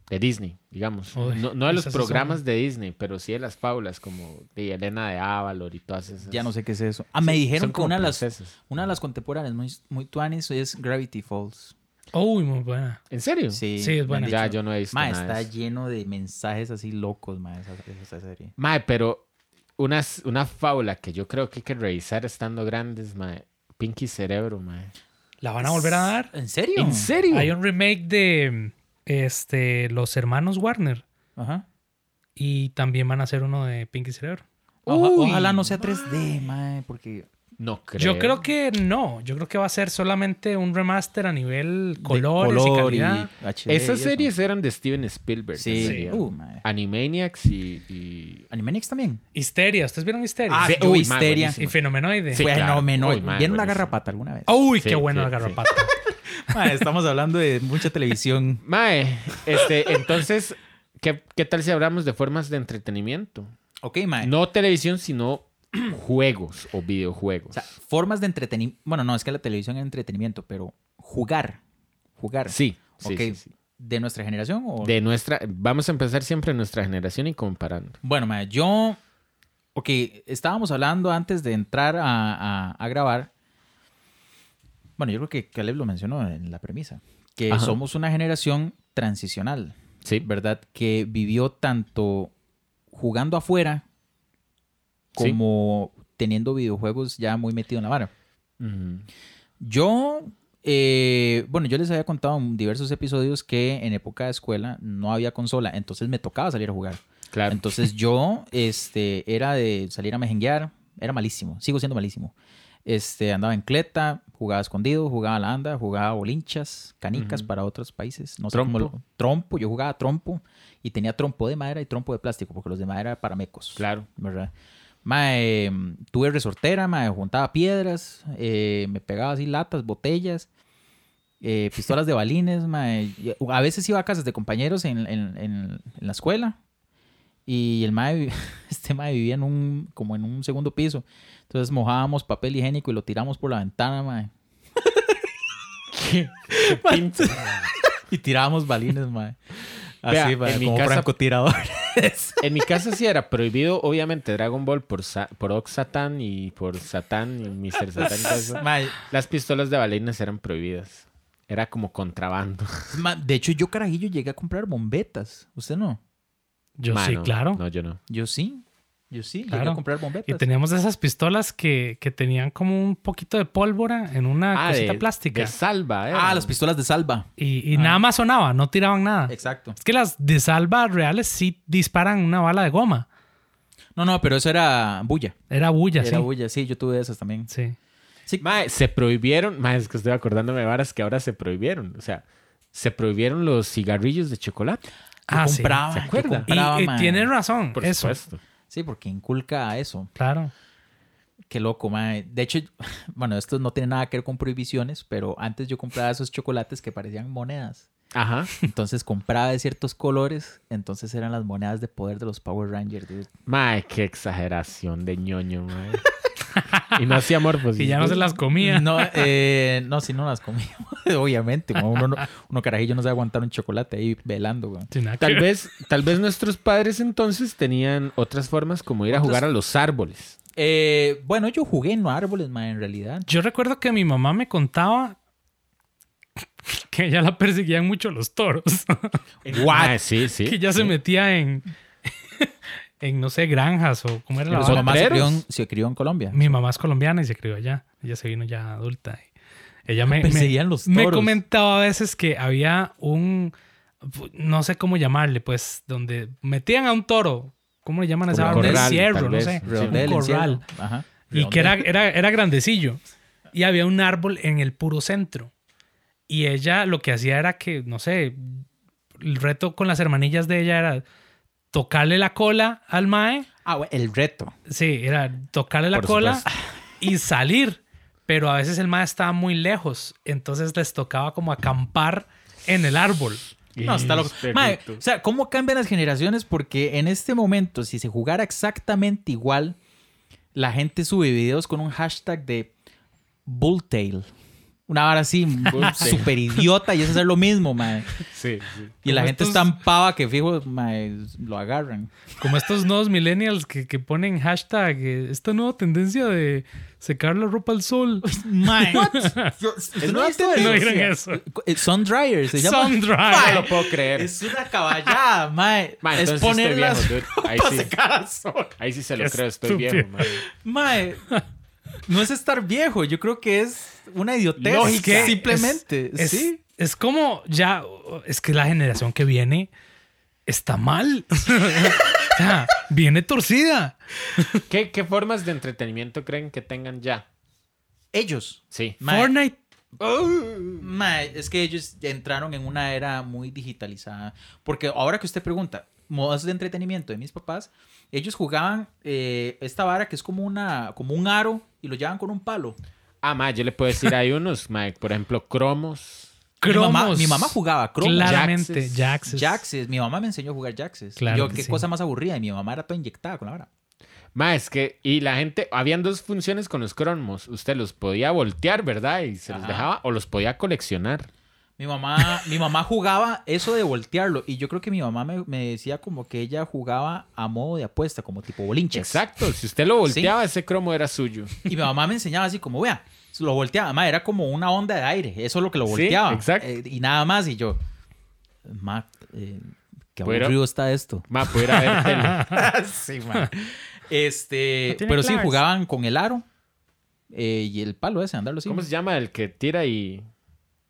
B: De Disney, digamos.
C: Uy,
B: no, no de los
C: esas sí son-
B: programas de Disney, pero sí de las fábulas como de Elena de Ávalor y todas esas.
A: Ya no sé qué es eso. Ah, me
B: Son
A: dijeron que
B: como
A: una de, las,
B: princesas.
A: una de las contemporáneas muy, muy tuanis es Gravity Falls.
C: Uy, muy buena.
B: ¿En serio?
A: Sí,
C: Sí, es
A: me han
C: buena.
A: dicho.
B: Ya, yo no he visto.
A: Ma,
B: nada de
A: está
B: eso.
A: lleno de mensajes así locos, ma, esa, esa serie.
B: Mae, pero una, una fábula que yo creo que hay que revisar estando grandes, mae. Pinky Cerebro, mae.
C: ¿La van a volver a dar?
A: ¿En serio?
B: ¿En serio?
C: Hay un remake de este, los hermanos Warner.
A: Ajá.
C: Y también van a hacer uno de Pinky Cerebro.
A: Oja-
B: Uy,
A: ojalá no sea 3D, ma, porque
B: No creo.
C: Yo creo que no. Yo creo que va a ser solamente un remaster a nivel colores y
A: color
C: calidad.
A: HD
B: Esas
A: y eso.
B: series eran de Steven Spielberg.
A: Sí.
B: en realidad.
A: Uh, mae.
B: Animaniacs y... y-
A: Animaniacs también.
C: Histeria. ¿Ustedes vieron Histeria?
A: Ah,
B: Sí,
A: yo
B: uy, mae,
A: Histeria.
B: buenísimo.
C: Y Fenomenoide.
B: Sí, claro.
A: Fenomenal.
B: Uy, mae,
A: ¿Vieron la
B: buenísimo.
A: garrapata alguna vez?
C: Uy,
B: Sí,
C: qué buena
B: sí,
C: la garrapata.
A: Mae, estamos hablando de mucha televisión.
B: Mae, este, entonces, ¿qué, qué tal si hablamos de formas de entretenimiento?
A: Ok, mae.
B: No televisión, sino juegos o videojuegos.
A: O sea, formas de entretenimiento. Bueno, no, es que la televisión es entretenimiento, pero jugar. Jugar.
B: sí, sí,
A: Ok.
B: sí, sí.
A: ¿De nuestra generación o...?
B: De nuestra, vamos a empezar siempre en nuestra generación y comparando.
A: Bueno, mae, yo... Ok, estábamos hablando antes de entrar a, a- a grabar. Bueno, yo creo que Caleb lo mencionó en la premisa. Que
B: Ajá.
A: somos una generación transicional,
B: Sí,
A: ¿verdad? Que vivió tanto jugando afuera
B: Sí.
A: como teniendo videojuegos ya muy metido en la vara.
B: Ujú.
A: Yo, eh, bueno, yo les había contado en diversos episodios que en época de escuela no había consola, entonces me tocaba salir a jugar.
B: claro.
A: Entonces yo, este, era de salir a mejenguear, era malísimo, sigo siendo malísimo. Este, andaba en cleta, jugaba escondido, jugaba a la anda, jugaba bolinchas, canicas
B: Ujú.
A: para otros países. No sé
B: Trompo.
A: cómo lo- trompo, yo jugaba trompo y tenía trompo de madera y trompo de plástico, porque los de madera eran para mecos.
B: claro.
A: ¿verdad? Mae, em, tuve resortera, mae, juntaba piedras, eh, me pegaba así latas, botellas, eh, pistolas de balines, mae. Y A veces iba a casas de compañeros en, en- en- en la escuela y el mae, vi- este mae vivía en un, como en un segundo piso. Entonces mojábamos papel higiénico y lo tiramos por la ventana, mae. Y tirábamos balines, mae.
B: Vea,
A: Así, mae,
B: en mi
A: como
B: casa-
A: francotiradores.
B: En mi casa sí era prohibido, obviamente, Dragon Ball por, Sa- por Ox Satan y por Satan y Mr. Satan. y todo eso.
A: Mae,
B: Las pistolas de balenas eran prohibidas. Era como contrabando.
A: ma- de hecho, yo carajillo llegué a comprar bombetas. ¿Usted no?
C: Yo
B: Ma,
C: sí,
B: no,
C: claro.
B: No, yo no.
A: Yo sí. Yo sí, llegué
C: Claro.
A: a comprar
C: Y
A: bombetas.
C: teníamos esas pistolas que, que tenían como un poquito de pólvora en una
B: Ah,
C: cosita
B: de-
C: plástica.
B: de salva, ¿eh?
A: Ah, las pistolas de salva.
C: Y, y
A: Ah.
C: nada más sonaba, no tiraban nada.
A: Exacto.
C: Es que las de salva reales sí disparan una bala de goma.
A: No, no, pero eso era bulla.
C: Era bulla,
A: Era
C: sí.
A: bulla, sí, yo tuve esas también.
C: Sí.
A: Sí.
B: Mae, se prohibieron, mae, es que estoy acordándome de varas que ahora se prohibieron. O sea, se prohibieron los cigarrillos de chocolate.
A: Yo
C: Ah, sí.
A: compraba,
B: ¿Se
A: yo
B: acuerda?
C: Y,
A: compraba,
C: y
A: man.
C: tienen razón.
B: Por
C: eso.
B: supuesto.
A: Sí, porque inculca a eso.
C: Claro.
A: Qué loco, mae. De hecho, bueno, esto no tiene nada que ver con prohibiciones, pero antes yo compraba esos chocolates que parecían monedas.
B: Ajá.
A: Entonces compraba de ciertos colores, entonces eran las monedas de poder de los Power Rangers. dude.
B: Mae, qué exageración de ñoño, mae. y no hacía pues, morfos.
C: Y ya no se las comía.
A: No, eh, no, si no las comíamos, obviamente. como Uno, no- uno carajillo no sabe aguantar un chocolate ahí velando, güey.
C: Sin nada que
B: Tal
C: ver.
B: vez, tal vez nuestros padres entonces tenían otras formas como ir a jugar a los árboles.
A: Eh, bueno, yo jugué en árboles, ma, en realidad.
C: Yo recuerdo que mi mamá me contaba que ya la perseguían mucho los toros.
B: Mae, sí, sí.
C: que ya se
B: sí.
C: metía en, en no sé, granjas o cómo era la
A: Pero
B: son
A: su
C: vara.
A: mamá se
B: potreros?
A: crió, en, se crió en Colombia.
C: Mi mamá es colombiana y se crió allá. Ella se vino ya adulta. Ella me, me,
A: Perseguían los
C: me
A: toros.
C: comentaba a veces que había un, no sé cómo llamarle, pues, donde metían a un toro. ¿Cómo le llaman a esa
B: Como
C: vara? Un
B: corral,
C: encierro,
B: tal
C: no
B: vez.
C: sé.
A: Redondel,
C: un corral.
A: encierro. Ajá.
C: Y que era,
A: Redondel.
C: era, era grandecillo. Y había un árbol en el puro centro. Y ella lo que hacía era que, no sé, el reto con las hermanillas de ella era tocarle la cola al mae.
A: Ah, güey, el reto.
C: Sí, era tocarle la
B: Por
C: cola y salir. Pero a veces el mae estaba muy lejos. Entonces les tocaba como acampar en el árbol.
A: No, está loco.
B: Perrito.
A: Mae, o sea, ¿cómo cambian las generaciones? Porque en este momento, si se jugara exactamente igual, la gente sube videos con un hashtag de Bulltail. Una vara así, súper idiota, y eso es lo mismo, mae.
B: Sí, sí.
A: Y la
C: Como
A: gente
C: estos-
A: está tan pava que fijo, mae, lo agarran.
C: Como estos nuevos millennials que, que ponen hashtag, eh, esta nueva tendencia de secar la ropa al sol.
A: Mae.
B: ¿Es
A: no
B: una
A: viste eso?
C: No vieron eso.
A: Eh, Sun dryer se llama.
C: Sun dryer.
A: Mae,
B: No lo puedo creer.
A: Es una caballada, mae.
B: Mae,
A: es
B: entonces
A: poner
B: estoy
A: las
B: viejo, dude. Ahí
A: ropas
B: sí.
A: de cara al sol.
B: Ahí sí se lo
C: Qué
B: creo, estoy
C: estúpido.
B: viejo, mae.
A: Mae, no es estar viejo. Yo creo que es una idiotez.
C: Lógica.
A: Simplemente,
C: Es,
A: sí.
C: es como ya, es que la generación que viene está mal. o sea, viene torcida.
B: ¿Qué, ¿Qué formas de entretenimiento creen que tengan ya?
A: ellos.
B: Sí.
A: Mae,
C: Fortnite.
A: mae, es que ellos entraron en una era muy digitalizada. Porque ahora que usted pregunta, modos de entretenimiento de mis papás, ellos jugaban eh, esta vara que es como, una, como un aro y lo llevan con un palo.
B: Ah, ma, yo le puedo decir, hay unos, ma, por ejemplo, cromos.
A: Mi, mamá,
C: Cromos.
A: mi mamá jugaba cromos.
C: Claramente,
B: Jaxes.
C: Jaxes.
A: Jaxes. Mi mamá me enseñó a jugar Jaxes.
C: Claro
A: Yo,
C: que
A: qué
C: sí.
A: cosa más aburrida. Y mi mamá era toda inyectada con la vara.
B: Ma, es que, y la gente, habían dos funciones con los cromos. Usted los podía voltear, ¿verdad? Y se los
A: Ajá.
B: dejaba, o los podía coleccionar.
A: Mi mamá, mi mamá jugaba eso de voltearlo. Y yo creo que mi mamá me, me decía como que ella jugaba a modo de apuesta, como tipo bolinches.
B: Exacto, si usted lo volteaba, ese cromo era suyo.
A: Y mi mamá me enseñaba así como, vea, lo volteaba. Además, era como una onda de aire. Eso es lo que lo
B: Sí,
A: volteaba.
B: exacto.
A: Eh, y nada más. Y yo, ma, eh, qué
B: Pero-
A: aburrido está esto.
B: Ma, pudiera ver tele.
A: sí, ma. Este,
C: tiene
A: pero sí,
C: claves.
A: jugaban con el aro eh, y el palo ese, andarlo así.
B: ¿Cómo se llama el que tira y.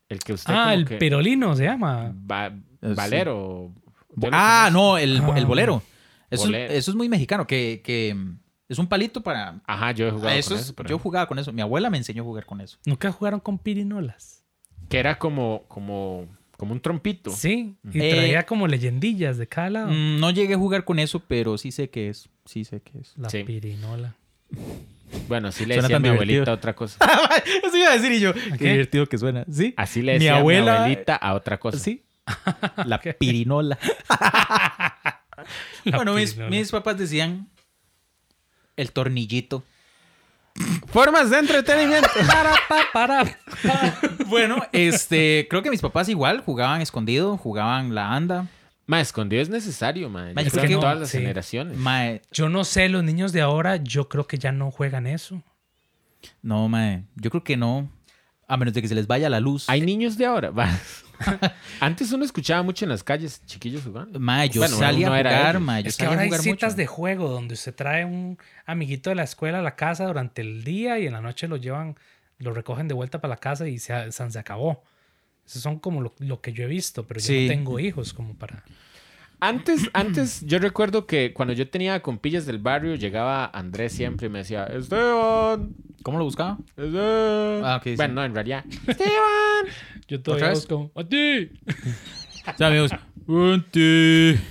B: El que usted.
C: Ah,
B: como
C: el
B: que-
C: perolino se llama.
B: Va-
A: Eh, sí.
B: Valero. Yo lo
A: Ah,
B: conozco.
A: no, el,
C: Ah.
A: el bolero. Eso, es-
B: Bolero.
A: eso es muy mexicano, que, que mm, es un palito para...
B: Ajá, yo he jugado
A: eso
B: con
A: es-
B: eso. por
A: yo
B: ejemplo.
A: jugaba con eso. Mi abuela me enseñó a jugar con eso.
C: Nunca jugaron con pirinolas.
B: Que era como, como, como un trompito.
C: Sí, y
A: Eh,
C: traía como leyendillas de cada
B: Ah.
C: lado.
A: Mm, No llegué a jugar con eso, pero sí sé que es. Sí sé que es.
C: La
B: sí.
C: pirinola.
B: Bueno, así le
A: Suena
B: decía a
A: tan
B: mi
A: divertido.
B: abuelita otra cosa.
A: eso iba a decir y yo.
C: qué? Ah,
A: Qué divertido que suena. Sí.
B: Así le
A: Mi
B: decía a
A: abuela-
B: mi abuelita a otra cosa.
A: Sí. La pirinola.
C: La
A: bueno, mis,
C: pirinola.
A: mis papás decían el tornillito.
B: Formas de entretenimiento.
C: Para, pa, para.
A: Bueno, este, creo que mis papás igual jugaban escondido, jugaban la anda.
B: ma, escondido es necesario, ma.
A: Ma,
B: Yo
A: yo
B: creo
A: creo
B: que
A: que
B: todas
C: no,
B: las
C: sí.
B: generaciones.
A: Mae,
C: Yo no sé, los niños de ahora, yo creo que ya no juegan eso.
A: no, mae, yo creo que no. A menos de que se les vaya la luz.
B: Hay niños de ahora. va. Antes uno escuchaba mucho en las calles chiquillos jugando.
A: Mae, yo
B: Bueno,
A: salía
B: uno
A: a
B: era
A: jugar,
B: ellos.
A: mae, Ah, yo
C: es que
A: salía
C: ahora
A: a
C: hay
A: jugar
C: citas
A: mucho.
C: de juego donde se trae un amiguito de la escuela a la casa durante el día y en la noche lo llevan, lo recogen de vuelta para la casa y se, se, se acabó. Esos son como lo, lo que yo he visto, pero yo
A: Sí.
C: no tengo hijos como para...
B: Antes, antes yo recuerdo que cuando yo tenía compillas del barrio, llegaba Andrés siempre y me decía, Esteban,
A: ¿Cómo lo buscaba?
B: Esteban.
A: Ah, ok, sí.
B: Bueno, no, en realidad. Esteban.
C: Yo
A: todavía
C: todavía
A: vez?
C: busco... ¡A ti!
A: O sea, amigos, Enti.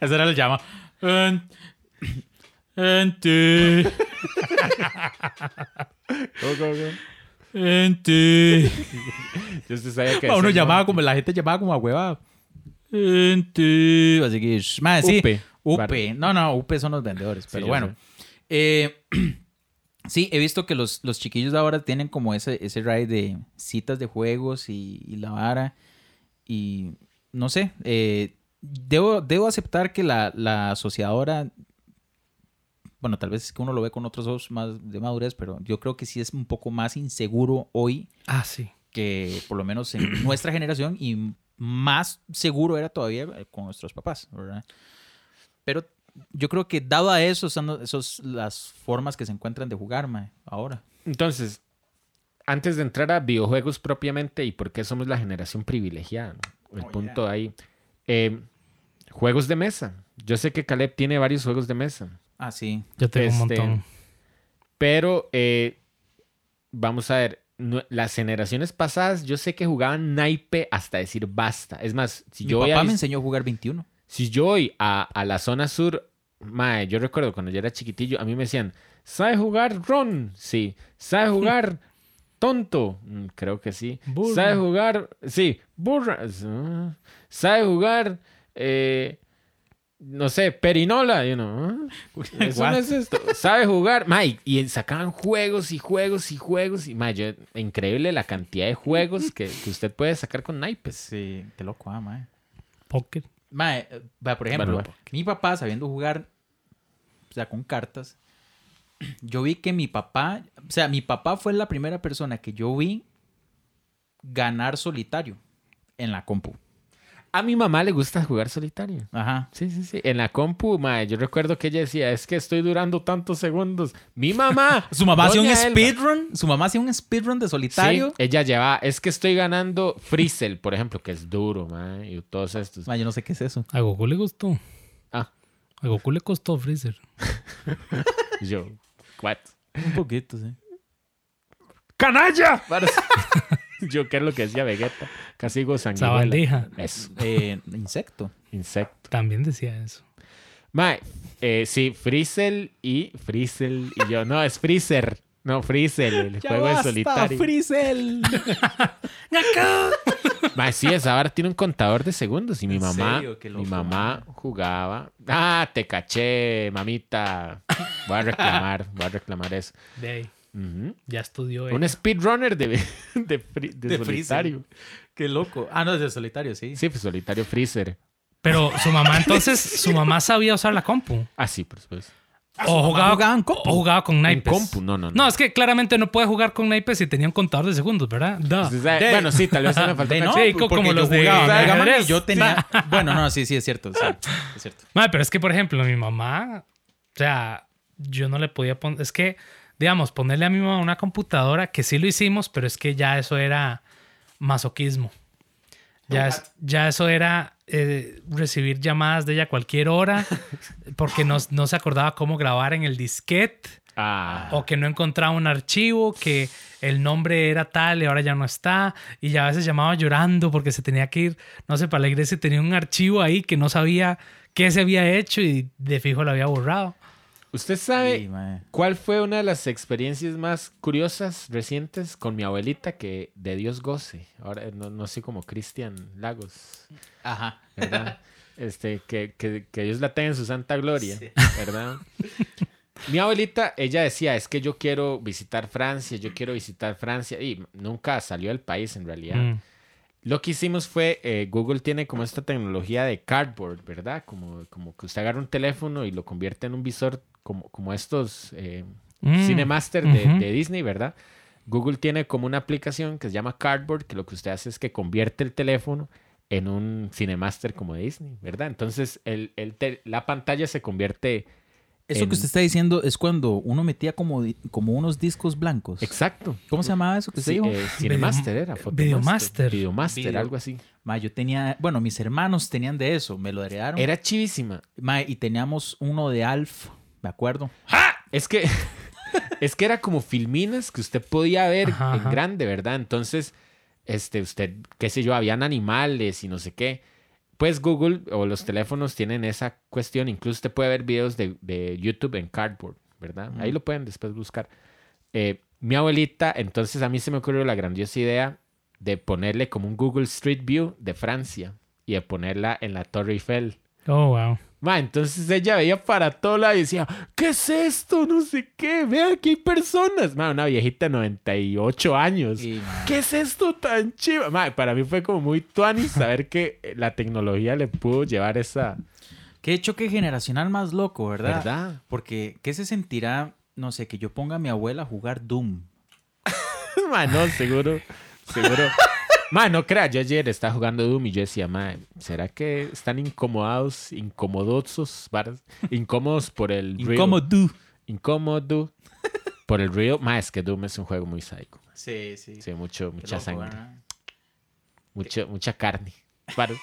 A: Esa era la llama. En- Enti. Enti.
B: Yo sí sabía que
A: Ma, uno
B: decía,
A: llamaba
B: ¿no?
A: como la gente llamaba como a hueva. Enti. Así que, sh- ma, sí.
B: Upe.
A: Upe. No, no, Upe son los vendedores, pero
B: yo
A: bueno. Eh, sí, he visto que los, los chiquillos de ahora tienen como ese, ese ride de citas de juegos y, y la vara. Y no sé. eh, debo, debo aceptar que la, la asociadora. Bueno, tal vez es que uno lo ve con otros ojos más de madurez, pero yo creo que sí es un poco más inseguro hoy
C: Ah, sí.
A: que por lo menos en nuestra generación y más seguro era todavía eh, con nuestros papás, ¿verdad? Pero yo creo que dado a eso, son esos, las formas que se encuentran de jugar, mae, ahora.
B: Entonces, antes de entrar a videojuegos propiamente y por qué somos la generación privilegiada, ¿no? el
A: Oh,
B: punto ahí. Eh, juegos de mesa. Yo sé que Caleb tiene varios juegos de mesa,
A: Ah, sí.
C: Yo tengo un
B: Este,
C: montón.
B: pero eh, vamos a ver. no- las generaciones pasadas, yo sé que jugaban naipe hasta decir basta. Es más, si
A: Mi
B: yo voy a
A: papá
B: vis-
A: me enseñó a jugar 21.
B: Si yo voy a, a la zona sur, mae, yo recuerdo cuando yo era chiquitillo, a mí me decían, ¿sabe jugar ron? Sí. ¿Sabe jugar tonto? Mm, Creo que sí.
C: Burra.
B: ¿Sabe jugar? Sí. Burra. Ah. ¿Sabe jugar? eh, no sé, perinola. Y uno, "Ah, Eso no
A: What?
B: es esto. ¿Sabe jugar? Mae, y sacaban juegos y juegos y juegos. Y mae, yo- increíble la cantidad de juegos que, que usted puede sacar con naipes.
A: Sí, qué loco, ah, mae.
C: Pocket.
A: Mae, eh, va, por ejemplo,
B: Bueno,
A: mi papá sabiendo jugar, o sea, con cartas, yo vi que mi papá, o sea, mi papá fue la primera persona que yo vi ganar solitario en la compu.
B: A mi mamá le gusta jugar solitario.
A: Ajá.
B: Sí, sí, sí. En la compu, mae, yo recuerdo que ella decía, es que estoy durando tantos segundos. Mi mamá.
A: Su mamá hacía un
B: doña Elba.
A: speedrun. Su mamá hacía un speedrun de
B: Sí,
A: solitario.
B: ella llevaba, es que estoy ganando Freezel, por ejemplo, que es duro, mae, y todos estos.
A: Ma, yo no sé qué es eso.
C: A Goku le gustó.
B: Ah,
C: A Goku le costó Freezer.
B: yo, what?
A: Un poquito, sí.
B: ¡Canalla! Yo qué es lo que decía Vegeta. Casigo sanguijuela.
C: Sabandija.
B: Eso.
A: Eh, insecto.
B: Insecto.
C: También decía eso.
B: Mae, eh, sí, Freezel y Freezel y yo. No, es Freezer. No, Freezel, el juego de solitario.
A: Frizel.
B: Mae, sí, esa vara tiene un contador de segundos y mi
A: ¿En
B: mamá,
A: serio? Qué
B: mi
A: loco,
B: mamá jugaba. Ah, te caché, mamita. Voy a reclamar, voy a reclamar eso.
C: De ahí.
B: Ujú.
C: Ya estudió.
B: Un speedrunner de, de, fri- de
A: De Freezer.
B: solitario.
A: Qué loco. Ah, no, es de solitario, sí.
B: Sí, pues solitario Freezer.
C: Pero su mamá entonces, su mamá sabía usar la compu.
B: Ah, sí, por supuesto.
C: O jugaba,
A: Ah, jugaba en compu.
C: o jugaba con
B: En
C: naipes.
B: compu, no, no, no.
C: No, es que claramente no puede jugar con naipes si tenía un contador de segundos, ¿verdad? Da.
B: Pues, o sea,
A: Ah, de-
B: bueno, sí, tal vez se me faltó
A: De
B: una
A: no,
C: Sí,
A: porque
C: como
A: yo
C: los de
A: jugaba Mega Man y
C: ajedrez.
A: yo tenía. Bueno, no, sí, sí, es cierto. sí, es cierto.
C: Madre, pero es que, por ejemplo, mi mamá, o sea, yo no le podía poner, es que, digamos, ponerle a mi mamá una computadora, que sí lo hicimos, pero es que ya eso era masoquismo. Ya, es- ya eso era eh, recibir llamadas de ella a cualquier hora, porque no, no se acordaba cómo grabar en el disquete,
B: Ah,
C: o que no encontraba un archivo, que el nombre era tal y ahora ya no está, y ya a veces llamaba llorando porque se tenía que ir, no sé, para la iglesia y tenía un archivo ahí que no sabía qué se había hecho y de fijo lo había borrado.
B: ¿Usted sabe
A: Sí, mae.
B: cuál fue una de las experiencias más curiosas recientes con mi abuelita que de Dios goce? Ahora no, no sé como Cristian Lagos,
A: Ajá.
B: ¿verdad? este, que, que- que Dios la tenga en su santa gloria, ¿verdad? Mi abuelita, ella decía, es que yo quiero visitar Francia, yo quiero visitar Francia, y nunca salió del país en realidad.
C: Mm.
B: Lo que hicimos fue, eh, Google tiene como esta tecnología de cardboard, ¿verdad? Como, como que usted agarra un teléfono y lo convierte en un visor como, como estos eh,
C: Mm.
B: Cinemaster de,
C: Ujú.
B: de Disney, ¿verdad? Google tiene como una aplicación que se llama Cardboard, que lo que usted hace es que convierte el teléfono en un Cinemaster como de Disney, ¿verdad? Entonces el, el te- la pantalla se convierte...
A: Eso
B: en-
A: que usted está diciendo es cuando uno metía como, di- como unos discos blancos.
B: Exacto.
A: ¿Cómo se llamaba eso que
C: Pues
A: usted
B: Sí,
A: dijo?
B: eh, Cinemaster era. Photomaster,
C: Videomaster.
B: Videomaster,
A: Video-
B: algo así.
A: Ma, yo tenía, bueno, mis hermanos tenían de eso, me lo heredaron.
B: Era chivísima.
A: Ma, y teníamos uno de Alf, me acuerdo.
B: Es que, es que era como filminas que usted podía ver
C: Ajá,
B: en
C: ajá.
B: grande, ¿verdad? Entonces, este, usted, qué sé yo, habían animales y no sé qué. Pues Google o los teléfonos tienen esa cuestión. Incluso usted puede ver videos de, de YouTube en Cardboard, ¿verdad? Ahí lo pueden después buscar. Eh, mi abuelita, entonces a mí se me ocurrió la grandiosa idea de ponerle como un Google Street View de Francia y de ponerla en la Torre Eiffel.
C: Oh, wow.
B: Ma, entonces ella veía para todo lado y decía, ¿qué es esto? No sé qué, vea que hay personas. Ma, una viejita de 98 años.
A: Y, ma,
B: Pues, ¿Qué es esto tan chiva? Ma, para mí fue como muy tuani saber que eh, la tecnología le pudo llevar esa...
A: qué choque generacional más loco, ¿verdad?
B: ¿Verdad?
A: Porque, ¿qué se sentirá, no sé, que yo ponga a mi abuela a jugar Doom?
B: Ma, no, seguro, seguro. Ma, no crea, yo ayer estaba jugando Doom y yo decía, ma, ¿será que están incomodados, incomodosos, var- incómodos por el ruido?
A: Incómodo.
B: Incómodo por el ruido. Ma, es que Doom es un juego muy sádico.
A: Sí, sí.
B: Sí, mucho,
A: Qué
B: mucha
A: loco,
B: sangre.
A: ¿verdad?
B: Mucha, mucha carne. Claro.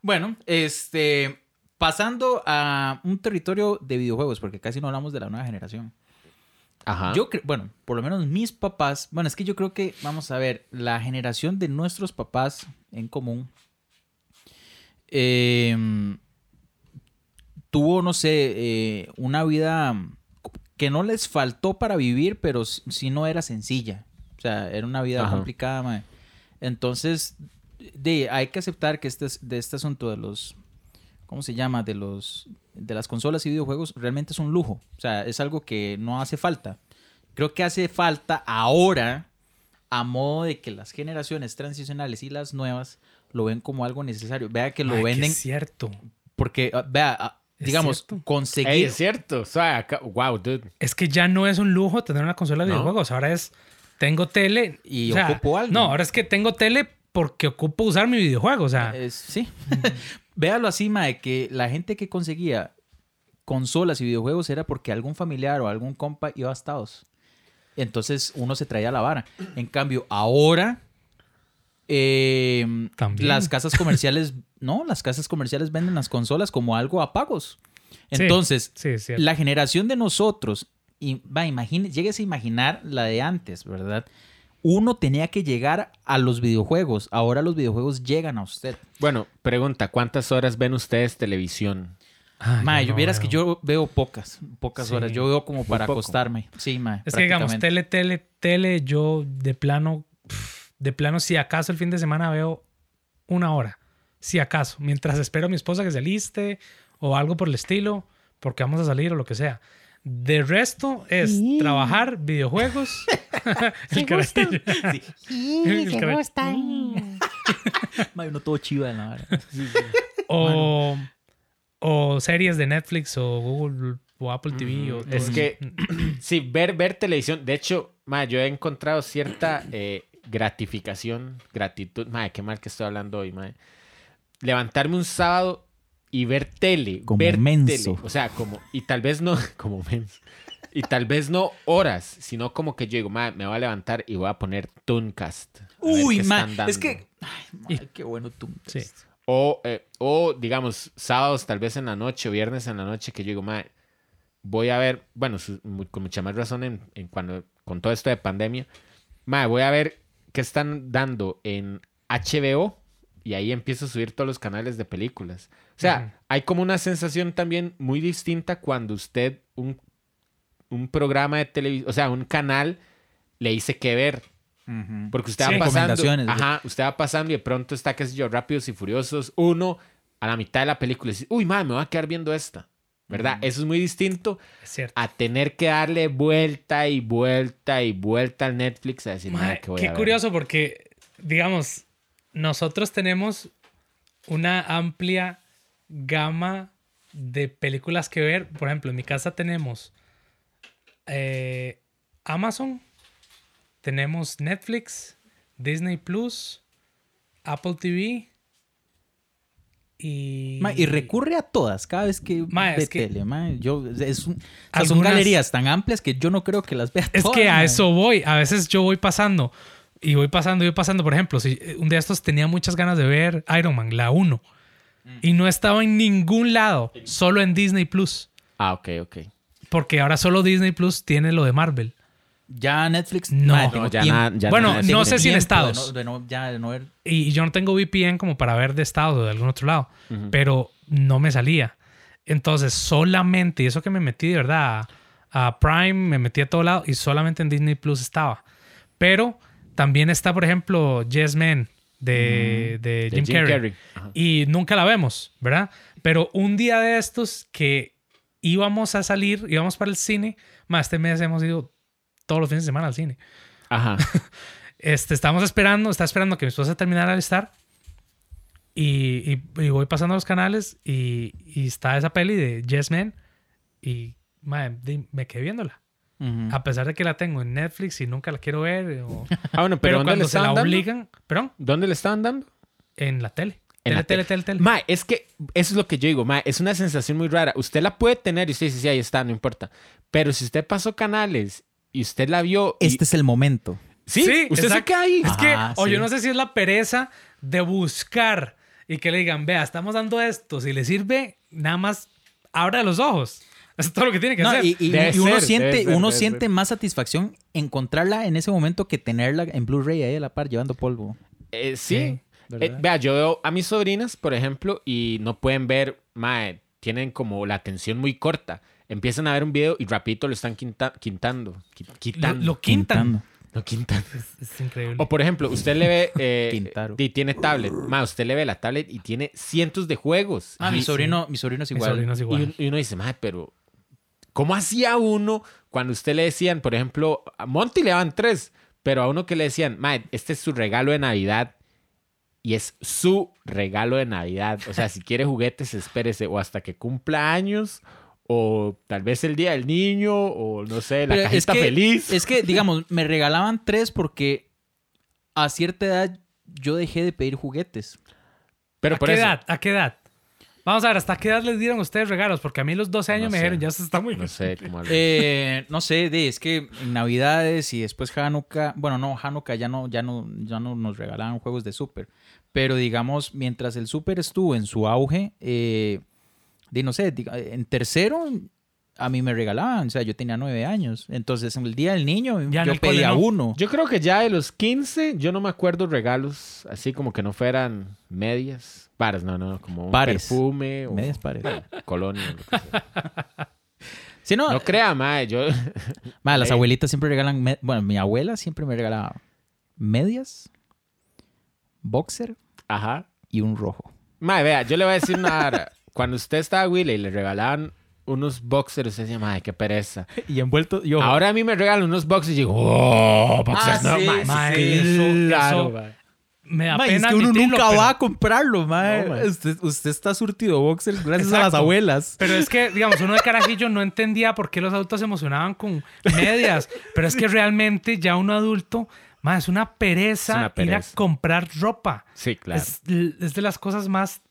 A: Bueno, este, pasando a un territorio de videojuegos, porque casi no hablamos de la nueva generación.
B: Ajá.
A: Yo creo, bueno, por lo menos mis papás, bueno, es que yo creo que, vamos a ver, la generación de nuestros papás en común eh, tuvo, no sé, eh, una vida que no les faltó para vivir, pero s- sí no era sencilla. O sea, era una vida
B: Ajá.
A: complicada, mae. Entonces, de, hay que aceptar que este, es- de este asunto de los ¿cómo se llama? De los de las consolas y videojuegos realmente es un lujo. O sea, es algo que no hace falta. Creo que hace falta ahora a modo de que las generaciones transicionales y las nuevas lo ven como algo necesario. Vea que lo
C: Ay, qué
A: venden
C: cierto.
A: porque ah, vea, ah,
C: Es
A: digamos,
C: cierto.
A: conseguir
B: Ey, es cierto. O sea, acá- wow, dude.
C: Es que ya no es un lujo tener una consola de
B: No.
C: videojuegos. Ahora es, tengo tele.
A: Y ocupo algo.
C: No, ahora es que tengo tele porque ocupo usar mi videojuego. O sea,
A: Es- sí. Véalo así, Mae, que la gente que conseguía consolas y videojuegos era porque algún familiar o algún compa iba a Estados. Entonces uno se traía la vara. En cambio, ahora eh,
C: También.
A: las casas comerciales, no, las casas comerciales venden las consolas como algo a pagos.
C: Sí.
A: Entonces,
C: sí, es cierto.
A: la generación de nosotros y, va, imagine, llegues a imaginar la de antes, ¿verdad? Uno tenía que llegar a los videojuegos. Ahora los videojuegos llegan a usted.
B: Bueno, pregunta, ¿cuántas horas ven ustedes televisión?
C: Ay,
A: Mae, yo
C: Ah, no
A: vieras que
C: veo.
A: yo veo pocas, pocas
C: Sí.
A: horas. Yo veo como para
B: poco.
A: acostarme. Sí, mae.
C: Es que digamos,
A: prácticamente.
C: tele, tele, tele, yo de plano, pf, de plano, si acaso el fin de semana veo una hora, si acaso, mientras espero a mi esposa que se aliste o algo por el estilo, porque vamos a salir o lo que sea. De resto es
D: Sí.
C: trabajar, videojuegos.
D: Sí, gusta.
C: carajillo.
D: Sí,
C: El
D: se
C: crack.
D: gusta.
A: Mae, uno todo chiva, la verdad.
C: o, o series de Netflix o Google o Apple TV. o
B: Ujú.
C: todo
B: Es
C: eso.
B: que- Sí, ver, ver televisión. De hecho, ma, yo he encontrado cierta eh, gratificación, gratitud. Ma, qué mal que estoy hablando hoy, ma. eh. Levantarme un sábado y ver tele.
A: Como
B: ver
A: menso.
B: tele. O sea, como, y tal vez no, como menso. Y tal vez no horas, sino como que yo digo, ma, me voy a levantar y voy a poner Tooncast. a ver
A: Uy,
B: qué
A: mae.
B: están
A: Es
B: dando.
A: que. Ay, mae, qué bueno tú.
C: Sí.
B: O, eh, o, digamos, sábados tal vez en la noche o viernes en la noche que yo digo, "Mae, voy a ver, bueno, su- mu- con mucha más razón en, en cuando, con todo esto de pandemia, "Mae, voy a ver qué están dando en HBO y ahí empiezo a subir todos los canales de películas. O sea, hay como una sensación también muy distinta cuando usted un, un programa de televisión, o sea, un canal le dice qué ver.
A: Ujú.
B: Porque usted
C: Sí.
B: va pasando.
A: Recomendaciones,
B: Ajá, usted va pasando y de pronto está, qué sé yo, Rápidos y Furiosos, uno a la mitad de la película y dice, uy, madre, me voy a quedar viendo esta. ¿Verdad? Eso es muy distinto
C: Es cierto.
B: a tener que darle vuelta y vuelta y vuelta al Netflix a decir,
C: Mae,
B: madre, qué voy
C: qué
B: a ver?".
C: curioso porque, digamos, nosotros tenemos una amplia gama de películas que ver. Por ejemplo, en mi casa tenemos eh, Amazon, tenemos Netflix, Disney Plus, Apple TV y...
A: Mae, y recurre a todas cada vez que
C: Mae,
A: ve
C: es que-
A: tele, mae. Yo, es un- o sea, Son
C: Algunas-
A: galerías tan amplias que yo no creo que las vea
C: Es
A: todas,
C: que a
A: mae.
C: eso voy. A veces yo voy pasando y voy pasando y voy pasando. Por ejemplo, si eh, un día estos tenía muchas ganas de ver Iron Man, la 1.
A: Mm.
C: Y no estaba en ningún lado, solo en Disney Plus.
B: Ah, ok, ok.
C: Porque ahora solo Disney Plus tiene lo de Marvel.
A: Ya Netflix
C: No.
A: mae, tengo
B: No, ya
A: tiempo-
B: nada- ya
C: Bueno,
B: nada de
C: no
A: tengo
B: Netflix.
C: sé si
A: tiempo
C: en
A: de
C: Estados.
A: no- de no- ya de no ver-
C: Y yo no tengo VPN como para ver de Estados o de algún otro lado.
B: Ujú.
C: Pero no me salía. Entonces, solamente, y eso que me metí de verdad a, a Prime, me metí a todo lado y solamente en Disney Plus estaba. Pero también está, por ejemplo, Yes Man de, de
B: De
C: Jim, Carrey.
B: Ajá.
C: Y nunca la vemos, ¿verdad? Pero un día de estos que íbamos a salir, íbamos para el cine, más este mes hemos ido todos los fines de semana al cine.
B: Ajá.
C: Este, estamos esperando, está esperando que mi esposa terminara de estar. Y, y- y voy pasando los canales y, y está esa peli de Yes Man. Y mae, di- me quedé viéndola.
A: Ujú.
C: A pesar de que la tengo en Netflix y nunca la quiero ver. o-
B: Ah, bueno, pero,
C: pero
B: ¿dónde le
C: cuando se la
B: estaban dando?
C: obligan, perdón,
B: ¿Dónde le estaban dando?
C: en la tele.
B: En
C: tele,
B: la
C: tele, tele, tele.
B: Mae, es que eso es lo que yo digo, mae, es una sensación muy rara. Usted la puede tener y usted dice, sí, ahí está, no importa. Pero si usted pasó canales y usted la vio... y-
A: Este es el momento.
B: Sí,
C: Sí,
B: usted se
C: exacto. Ah.
B: queda ahí.
C: Es que,
A: Ajá,
C: o yo
A: sí.
C: no sé si es la pereza de buscar y que le digan, vea, estamos dando esto. Si le sirve, nada más abra los ojos. Eso es todo lo que tiene que
A: No,
C: hacer.
A: y, y-
B: Debe
A: y uno
B: ser,
A: siente,
B: debe ser,
A: uno
B: debe
A: siente
B: ser.
A: más satisfacción encontrarla en ese momento que tenerla en Blu-ray ahí a la par llevando polvo.
B: Eh, sí.
C: Sí,
B: Eh,
C: ¿verdad?
B: vea, yo veo a mis sobrinas, por ejemplo, y no pueden ver, mae, tienen como la atención muy corta. Empiezan a ver un video y rapidito lo están quinta- quintando. qui-
C: Lo,
B: Quitando.
C: lo quintan.
A: Quintando.
C: pues
B: Lo quintan.
C: Es, es increíble.
B: O por ejemplo, usted le ve... eh,
A: Quintaro.
B: y tiene tablet. Mae, usted le ve la tablet y tiene cientos de juegos.
A: Ah,
B: Y-
A: mi sobrino, mi sobrino es
C: Mi
A: igual.
C: sobrino es igual.
B: Y, un- y uno dice, madre, pero ¿cómo hacía uno cuando a usted le decían, por ejemplo, a Monty le daban tres, pero a uno que le decían, madre, este es su regalo de Navidad y es su regalo de Navidad. O sea, si quiere juguetes, espérese o hasta que cumpla años o tal vez el día del niño o no sé, la
A: Pero
B: cajita
A: que,
B: feliz.
A: Es que, digamos, me regalaban tres porque a cierta edad yo dejé de pedir juguetes.
B: Pero
C: ¿A
B: por
C: qué
B: eso,
C: edad? ¿A qué edad? Vamos a ver, ¿hasta qué edad les dieron ustedes regalos? Porque a mí los 12 años
B: No
C: me
B: sé.
C: dijeron, ya se está muy...
B: no sé cómo hablar.
A: Eh, no sé, de- es que en Navidades y después Hanukkah, bueno, no, Hanukkah ya no, ya no, ya no nos regalaban juegos de Super. Pero digamos, mientras el Super estuvo en su auge, eh, de no sé, diga- en tercero a mí me regalaban. O sea, yo tenía nueve años. Entonces, en el día del niño,
C: Ya en
A: yo
C: el cole
A: pedía
C: no.
A: uno.
B: Yo creo que ya de los 15, yo no me acuerdo regalos así como que no fueran medias. Pares, no, no, no, como un
A: Pares.
B: perfume o
A: Medias pares.
B: colonia. lo que sea.
A: Sí, no,
B: No crea, mae, yo...
A: ma,
C: eh.
A: las
B: Ey.
A: abuelitas siempre regalan. me- Bueno, mi abuela siempre me regalaba medias, boxer
B: Ajá.
A: y un rojo.
B: Mae, vea, yo le voy a decir una vara. Cuando usted estaba a Willy y le regalaban unos boxers, usted decía, mae, qué pereza.
A: Y envuelto. Yo,
B: Ahora a mí me regalan unos boxers y digo, oh,
A: Ah,
B: boxers, no, mae,
C: mae,
B: qué
C: eso-
B: raro,
C: eso-
B: mae.
C: Me da
A: Ma, y
C: pena.
A: es que uno
C: admitirlo,
A: nunca
C: pero-
A: va a comprarlo, ma.
B: No, ma.
A: Usted, usted está surtido boxers gracias a las
C: Exacto.
A: abuelas.
C: Pero es que, digamos, uno de carajillo no entendía por qué los adultos se emocionaban con medias. Pero es que realmente ya uno adulto, más es una pereza,
B: Es una
C: ir a
B: pereza.
C: comprar ropa.
B: Sí, claro.
C: Es, es de las cosas más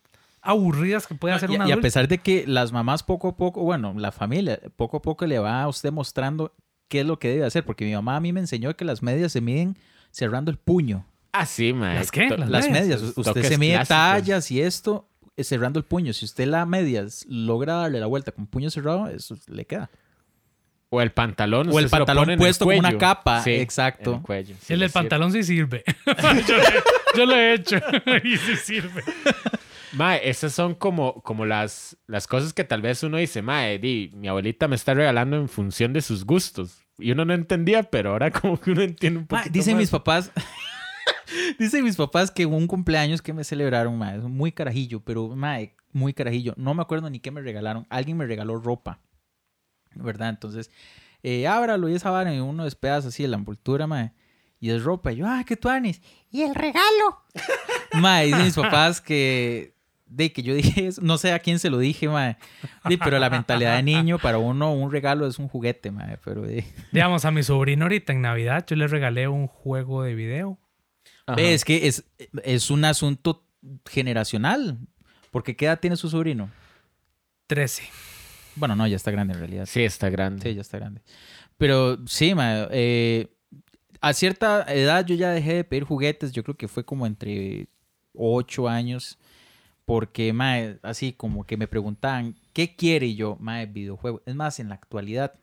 C: aburridas que puede hacer
A: Y,
C: un
A: y a
C: adulto.
A: pesar de que las mamás poco a poco, bueno, la familia poco a poco le va a usted mostrando qué es lo que debe hacer, porque mi mamá a mí me enseñó que las medias se miden cerrando el puño.
B: Ah, sí, mae.
C: ¿Las qué?
B: To-
C: Las
A: Las
C: medias,
A: medias,
B: los
A: usted
B: toques
A: se mide
B: clásicos.
A: tallas y esto eh, cerrando el puño. Si usted la medias logra darle la vuelta con puño cerrado, eso le queda.
B: O el pantalón.
A: O el
B: usted se lo
A: pantalón
B: pone en el
A: puesto con una
B: cuello.
A: capa,
B: Sí,
A: exacto.
B: en el cuello, sí,
C: el del
B: es cierto.
C: pantalón sí sirve. yo, lo- yo lo he hecho y sí sirve.
B: Mae, esas son como, como las, las cosas que tal vez uno dice, mae, di, mi abuelita me está regalando en función de sus gustos. Y uno no entendía, pero ahora como que uno entiende un
A: Ma,
B: poquito
A: Ah, dicen
B: más.
A: mis papás. dicen mis papás que un cumpleaños que me celebraron, ma, es muy carajillo, pero ma, muy carajillo. No me acuerdo ni qué me regalaron. Alguien me regaló ropa. ¿Verdad? Entonces, eh, ábralo y esa vara y uno despedaza así de la envoltura, ma. Y es ropa. Y yo, ah, qué tuanis.
D: Y el regalo.
A: Ma, dicen mis papás que. De que yo dije eso, no sé a quién se lo dije, ma. Di, pero la mentalidad de niño, para uno, un regalo es un juguete, ma. Pero, di.
C: Digamos, a mi sobrino ahorita en Navidad yo le regalé un juego de video.
B: Ajá.
A: Ve, Es que es, es un asunto generacional. Porque ¿qué edad tiene su sobrino?
C: 13.
A: Bueno, no, ya está grande en realidad.
B: Sí, está grande.
A: Sí, ya está grande. Pero sí, ma, eh, a cierta edad yo ya dejé de pedir juguetes. Yo creo que fue como entre 8 años. Porque, ma, así como que me preguntaban, ¿qué quiere? Y yo, ma, videojuego. Es más, en la actualidad,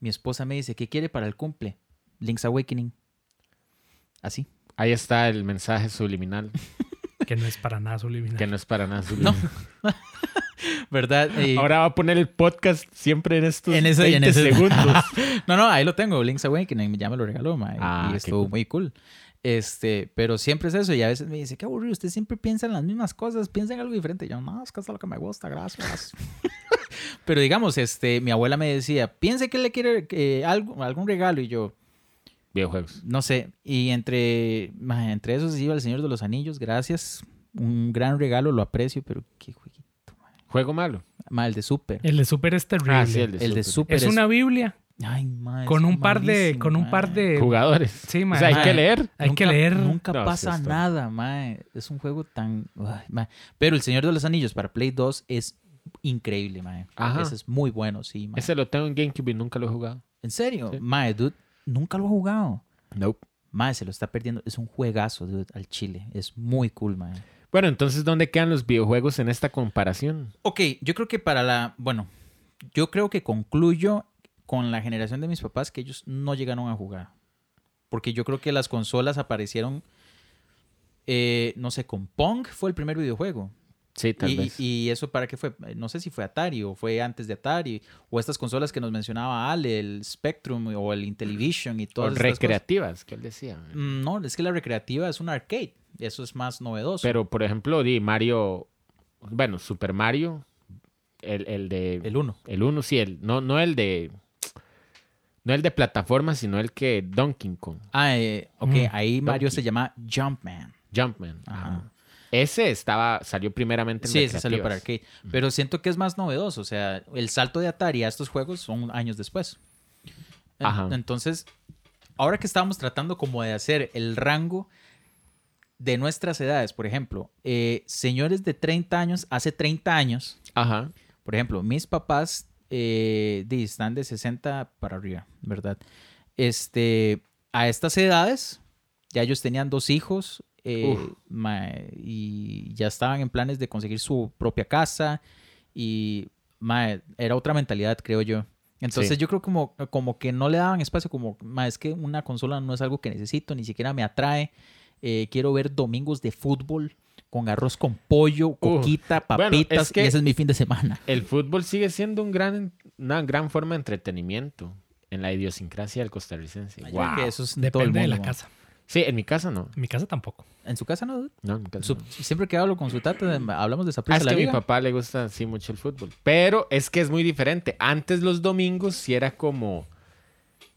A: mi esposa me dice, ¿qué quiere para el cumple? Link's Awakening. Así.
B: Ahí está el mensaje subliminal,
C: Que no es para nada subliminal.
B: que no es para nada subliminal.
A: ¿Verdad? Eh,
B: Ahora va a poner el podcast siempre en estos
A: En ese-
B: 20
A: en ese-
B: segundos.
A: No, no, ahí lo tengo, Link's Awakening, ya me lo regaló, ma, y-
B: Ah,
A: y
B: qué
A: estuvo
B: cool.
A: muy cool. Este, pero siempre es eso, y a veces me dice, qué aburrido, usted siempre piensa en las mismas cosas, piensa en algo diferente. Y yo, no, es que eso es lo que me gusta, gracias. pero digamos, este, mi abuela me decía, piense que le quiere eh, algo, algún regalo, y yo,
B: Videojuegos.
A: no sé. Y entre, ma, entre esos iba el Señor de los Anillos, gracias, un gran regalo, lo aprecio, pero qué jueguito.
B: Juego malo.
A: Mal de súper.
C: El de Super es terrible.
B: Ah, sí, el de,
A: El de súper
B: Super.
C: es una Biblia
A: Ay, ma, es
C: con un par de
A: malísimo,
C: con un
A: ma.
C: par de
B: Jugadores.
C: Sí,
B: o
C: mae.
B: sea, hay que
A: Mae.
B: leer.
C: Hay que leer.
A: Nunca
B: No, sí
A: pasa
B: está.
A: nada, mae. Es un juego tan. ay, mae. Pero El Señor de los Anillos para Play 2 es increíble, mae.
B: Ajá.
A: Ese es muy bueno, sí, mae.
B: Ese lo tengo en GameCube y nunca lo he jugado.
A: En serio,
B: Sí.
A: mae, dude, nunca lo ha jugado.
B: Nope.
A: Mae, se lo está perdiendo. Es un juegazo, dude, al chile. Es muy cool, mae.
B: Bueno, entonces, ¿dónde quedan los videojuegos en esta comparación?
A: Ok, yo creo que para la. Bueno, yo creo que concluyo con la generación de mis papás que ellos no llegaron a jugar. Porque yo creo que las consolas aparecieron. eh, no sé, con Pong fue el primer videojuego.
B: Sí, tal
A: Y,
B: vez.
A: y eso para qué fue, no sé si fue Atari o fue antes de Atari, o estas consolas que nos mencionaba Ale, el Spectrum o el Intellivision y
B: O
A: todas estas cosas.
B: recreativas, que él decía.
A: Mm, No, es que la recreativa es un arcade, eso es más novedoso.
B: Pero, por ejemplo, di Mario. Bueno, Super Mario. El, el de.
A: el 1.
B: El 1, sí, el. No, no el de. No el de plataforma, sino el que. Donkey Kong.
A: Ah, eh, ok,
C: Mm,
A: ahí Mario
B: Donkey.
A: se llama Jumpman.
B: Jumpman.
A: Ajá.
B: Ese estaba. Salió primeramente en
A: Sí, ese salió para
B: recreativas.
A: arcade. Pero siento que es más novedoso, o sea, el salto de Atari a estos juegos son años después. En-
B: Ajá.
A: Entonces, ahora que estábamos tratando como de hacer el rango de nuestras edades, por ejemplo, eh, señores de 30 años, hace 30 años,
B: Ajá.
A: por ejemplo, mis papás eh, di, están de 60 para arriba, ¿verdad? Este, a estas edades, ya ellos tenían dos hijos eh,
B: Uf.
A: ma- y ya estaban en planes de conseguir su propia casa y mae, era otra mentalidad, creo yo. Entonces
B: Sí.
A: yo creo como, como que no le daban espacio, como, mae, es que una consola no es algo que necesito, ni siquiera me atrae. Eh, quiero ver domingos de fútbol con arroz con pollo, coquita,
B: bueno,
A: papitas,
B: es que-
A: y ese es mi fin de semana.
B: El fútbol sigue siendo un gran, una gran forma de entretenimiento en la idiosincrasia del costarricense.
A: Yo creo
B: Wow.
A: que eso es en todo el
C: Depende de la
A: mundo, mae.
C: casa.
B: Sí, en mi casa no.
C: En mi casa tampoco.
A: En su casa no.
B: No, en mi casa
A: Su-
B: no.
A: siempre que hablo con su tata, de- hablamos de esa
B: Ah,
A: prisa
B: es
A: Pues la
B: que a mi
A: vida.
B: papá le gusta así mucho el fútbol. Pero es que es muy diferente. Antes los domingos sí era como.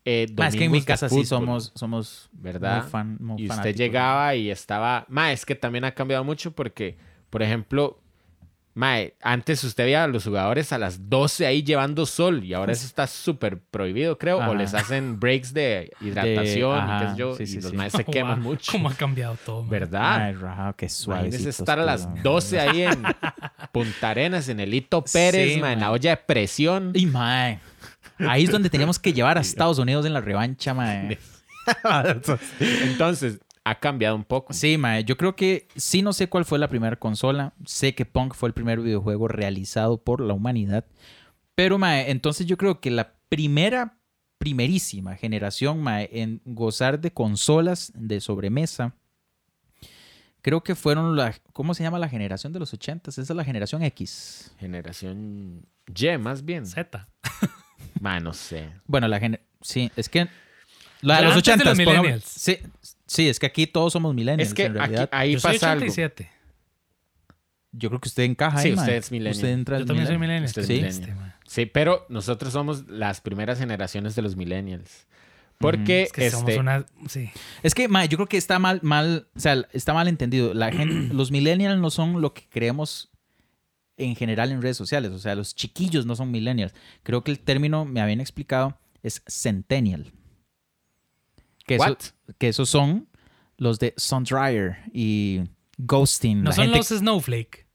B: Eh,
A: Ma, Ah, es que en mi
B: domingos de
A: casa sí
B: fútbol,
A: somos, somos
B: ¿Verdad?
A: muy fan- muy
B: y usted
A: fanáticos.
B: llegaba y estaba. Ma, es que también ha cambiado mucho porque, por ejemplo. Mae, antes usted veía a los jugadores a las 12 ahí llevando sol y ahora eso está súper prohibido, creo.
A: Ajá.
B: O les hacen breaks de hidratación y qué
A: ajá,
B: sé yo,
A: sí,
B: y
A: sí,
B: los
A: sí.
B: maes se
C: Guau,
B: queman mucho.
C: ¿Cómo ha cambiado todo? man.
B: ¿Verdad?
A: Ay, rajado, qué suave.
B: Imagínese estar a las 12 ahí en Punta Arenas, en el Hito
A: Sí,
B: Pérez, ma,
A: man.
B: en la olla de presión.
A: Y mae. Ahí es donde teníamos que llevar a Estados Unidos en la revancha, mae.
B: Entonces, ha cambiado un poco.
A: Sí, mae. Yo creo que sí, no sé cuál fue la primera consola. Sé que Punk fue el primer videojuego realizado por la humanidad. Pero, mae, entonces yo creo que la primera, primerísima generación, mae, en gozar de consolas de sobremesa. Creo que fueron la. ¿Cómo se llama la generación de los 80s? Esa es la generación X.
B: Generación Y, más bien.
C: Z.
B: Ma, no sé.
A: Bueno, la gente. Sí, es que. La de
C: Pero
A: los
C: antes
A: 80
C: de los millennials.
A: Sí, sí, es que aquí todos somos millennials.
B: Es que
A: en
B: aquí-
A: realidad.
B: ahí
C: Yo soy
B: pasa algo.
C: 87.
A: Yo creo que usted encaja
B: Sí,
A: ahí. mae.
B: usted es millennial.
A: Usted entra
C: Yo
A: al
C: también soy
A: millennial.
C: millennial.
B: Usted
A: es
C: qué
B: millennial.
C: triste, man.
B: Sí, pero nosotros somos las primeras generaciones de los millennials.
A: Mm,
B: Porque
C: Es que somos
B: este,
C: una... Sí.
A: Es que, mae, yo creo que está mal, mal, o sea, está mal entendido. La gente, los millennials no son lo que creemos en general en redes sociales. O sea, los chiquillos no son millennials. Creo que el término, me habían explicado, es centennial. Que, eso-
B: What?
A: que esos son los de Sun Dryer y Ghosting.
C: No
A: la
C: son
A: gente,
C: los Snowflake.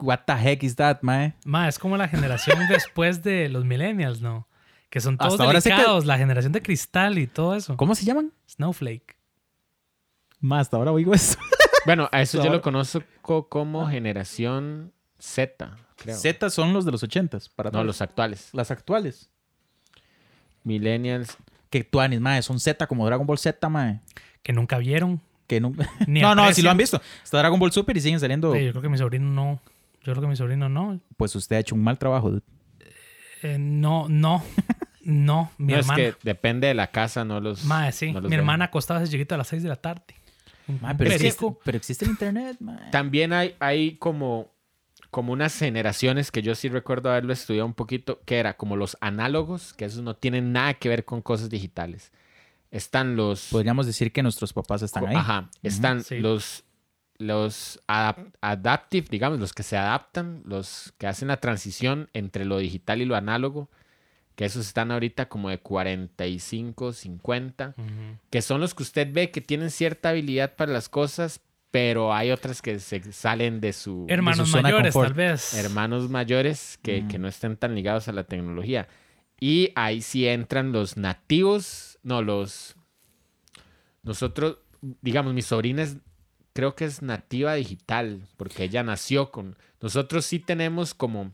A: What the heck is that, mae?
C: Ma, es como la generación después de los millennials, ¿no? Que son todos
A: Hasta ahora sé que-
C: delicados, la generación de cristal y todo eso.
A: ¿Cómo se llaman?
C: Snowflake.
A: Más, hasta ahora oigo eso.
B: bueno, a eso yo
A: Ahora- Ah.
B: lo conozco como generación Z, creo.
A: Z son los de los ochentas, para
B: No,
A: todos.
B: los actuales.
A: las actuales.
B: Millennials.
A: Que tuanis, mae, son Z como Dragon Ball Z, mae.
C: Que nunca vieron.
A: Que no,
C: Ni
A: no, no, si
C: aprecian.
A: lo han visto. Está Dragon Ball Super y siguen saliendo.
C: Sí, yo creo que mi sobrino no. Yo creo que mi sobrino no.
A: Pues usted ha hecho un mal trabajo. dude.
C: Eh, no, no. No, mi
B: no,
C: hermana.
B: es que depende de la casa, no los.
C: Ma, sí.
B: no
C: Mi
B: los ven.
C: hermana acostaba ese chiquito a las 6 de la tarde. Un
A: Mae, Ah, pero, existe,
C: perico.
A: pero existe el internet, mae.
B: También hay, hay como, como unas generaciones que yo sí recuerdo haberlo estudiado un poquito, que era como los análogos, que esos no tienen nada que ver con cosas digitales. Están los...
A: Podríamos decir que nuestros papás Pues, están ahí.
B: Ajá, están
C: sí.
B: los, los adap- adaptive, digamos, los que se adaptan, los que hacen la transición entre lo digital y lo análogo, que esos están ahorita como de 45, 50
C: Ujú.
B: que son los que usted ve que tienen cierta habilidad para las cosas, pero hay otras que se salen de su
C: Hermanos
A: zona de
C: mayores,
A: confort.
C: tal vez.
B: hermanos mayores que,
C: Mm.
B: que no estén tan ligados a la tecnología. Y ahí sí entran los nativos, no los nosotros, digamos, mi sobrina es creo que es nativa digital, porque ella nació con nosotros sí tenemos como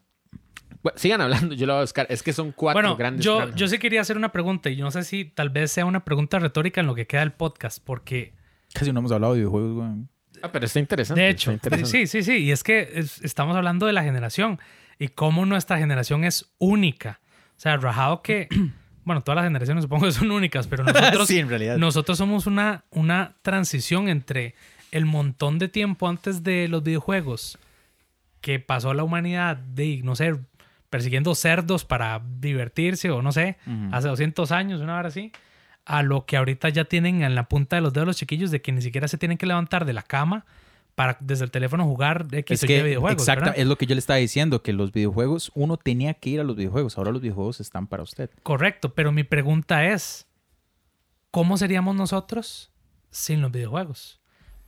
B: Bueno, sigan hablando, yo lo voy a buscar. Es que son cuatro
C: bueno,
B: grandes.
C: yo,
B: franjas.
C: yo sí quería hacer una pregunta y yo no sé si tal vez sea una pregunta retórica en lo que queda del podcast, porque
A: Casi no hemos hablado de videojuegos, güey.
B: Ah, pero está interesante.
C: de
B: está
C: hecho,
B: interesante.
C: sí, sí, sí, y es que es- estamos hablando de la generación y cómo nuestra generación es única. O sea, rajado que, bueno, todas las generaciones supongo que son únicas, pero nosotros,
A: sí, en realidad.
C: nosotros somos una, una transición entre el montón de tiempo antes de los videojuegos que pasó la humanidad de, no sé, persiguiendo cerdos para divertirse o no sé,
A: Ujú.
C: hace 200 años, una hora así, a lo que ahorita ya tienen en la punta de los dedos los chiquillos de que ni siquiera se tienen que levantar de la cama para desde el teléfono jugar
A: Es
C: X o Y
A: que,
C: videojuegos.
A: exacta-
C: ¿verdad?
A: es lo que yo le estaba diciendo, que los videojuegos, uno tenía que ir a los videojuegos, ahora los videojuegos están para usted.
C: Correcto, pero mi pregunta es, ¿cómo seríamos nosotros sin los videojuegos?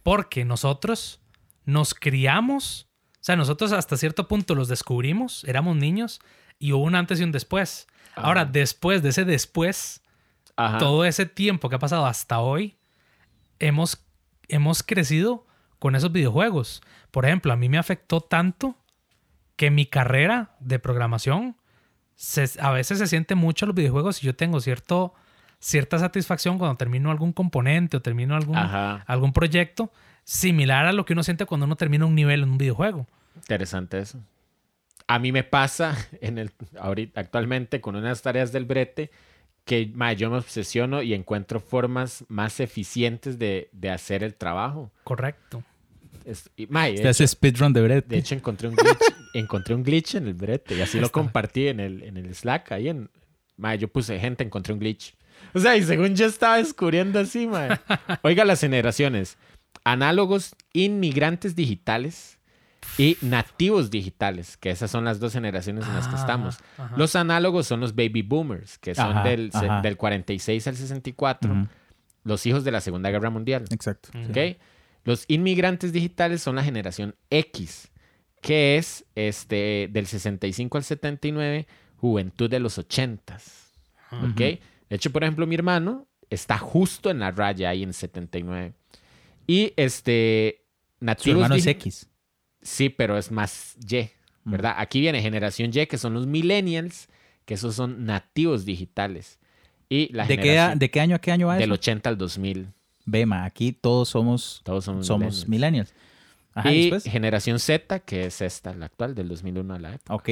C: Porque nosotros nos criamos, o sea, nosotros hasta cierto punto los descubrimos, éramos niños y hubo un antes y un después. Ahora,
B: Ajá.
C: después de ese después,
B: Ajá.
C: todo ese tiempo que ha pasado hasta hoy, hemos, hemos crecido con esos videojuegos. Por ejemplo, a mí me afectó tanto que mi carrera de programación se- a veces se siente mucho a los videojuegos y yo tengo cierto, cierta satisfacción cuando termino algún componente o termino algún,
B: Ajá.
C: algún proyecto similar a lo que uno siente cuando uno termina un nivel en un videojuego.
B: Interesante eso. A mí me pasa en el, ahorita, actualmente con unas tareas del brete que mae, yo me obsesiono y encuentro formas más eficientes de, de hacer el trabajo.
C: Correcto.
B: Es- y, mae,
A: Te hace speedrun de
B: de
A: brete.
B: hecho, encontré un glitch, encontré un glitch en el brete y así lo compartí en el, en el Slack. Ahí en. Mae, yo puse gente, encontré un glitch. O sea, y según yo estaba descubriendo así, mae. Oiga, las generaciones: análogos, inmigrantes digitales y nativos digitales, que esas son las dos generaciones Pues en las que
C: Ah,
B: estamos.
C: ajá.
B: Los análogos son los baby boomers, que son
A: Ajá,
B: del, se-
A: ajá.
B: del 46 al 64,
A: Ujú,
B: los hijos de la Segunda Guerra Mundial.
A: Exacto.
C: Mm.
B: ¿ok? Los inmigrantes digitales son la generación X, que es este, del 65 al 79, juventud de los 80s. ¿ok?
C: Ujú.
B: De hecho, por ejemplo, mi hermano está justo en la raya ahí en 79. Y este,
A: Su
B: nativos
A: hermano es
B: digi-
A: X. Mm.
B: Sí, pero es más Y, ¿verdad? Aquí viene generación Y, que son los millennials, que esos son nativos digitales. Y la
A: ¿De qué, a-
B: generación
A: ¿De qué año a qué año va
B: del
A: eso?
B: 80 al 2000.
A: Vema, aquí todos somos,
B: Todos somos,
A: somos millennials. Ajá,
B: y
A: y después.
B: generación Z, que es esta, la actual, del 2001 a la época.
A: Ok.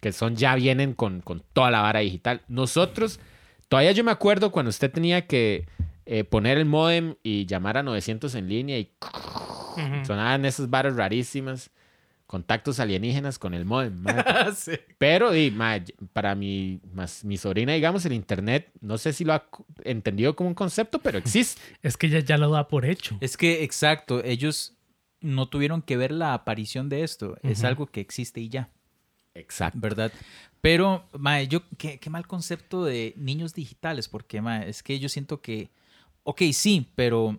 B: Que son, ya vienen con, con toda la vara digital. Nosotros, todavía yo me acuerdo cuando usted tenía que eh, poner el modem y llamar a 900 en línea y
C: Ujú.
B: sonaban esas varas rarísimas. Contactos alienígenas con el modem. madre.
A: Ah,
B: Pero di, ma, para mi, mas- mi sobrina, digamos, el internet, no sé si lo ha cu- entendido como un concepto, pero existe.
C: Es que ella ya lo da por hecho.
A: Es que, exacto, ellos no tuvieron que ver la aparición de esto. Es
C: Ujú.
A: algo que existe y ya,
B: Exacto.
A: ¿verdad? Pero, mae, yo, qué, qué mal concepto de niños digitales, porque, mae, es que yo siento que, ok, sí, pero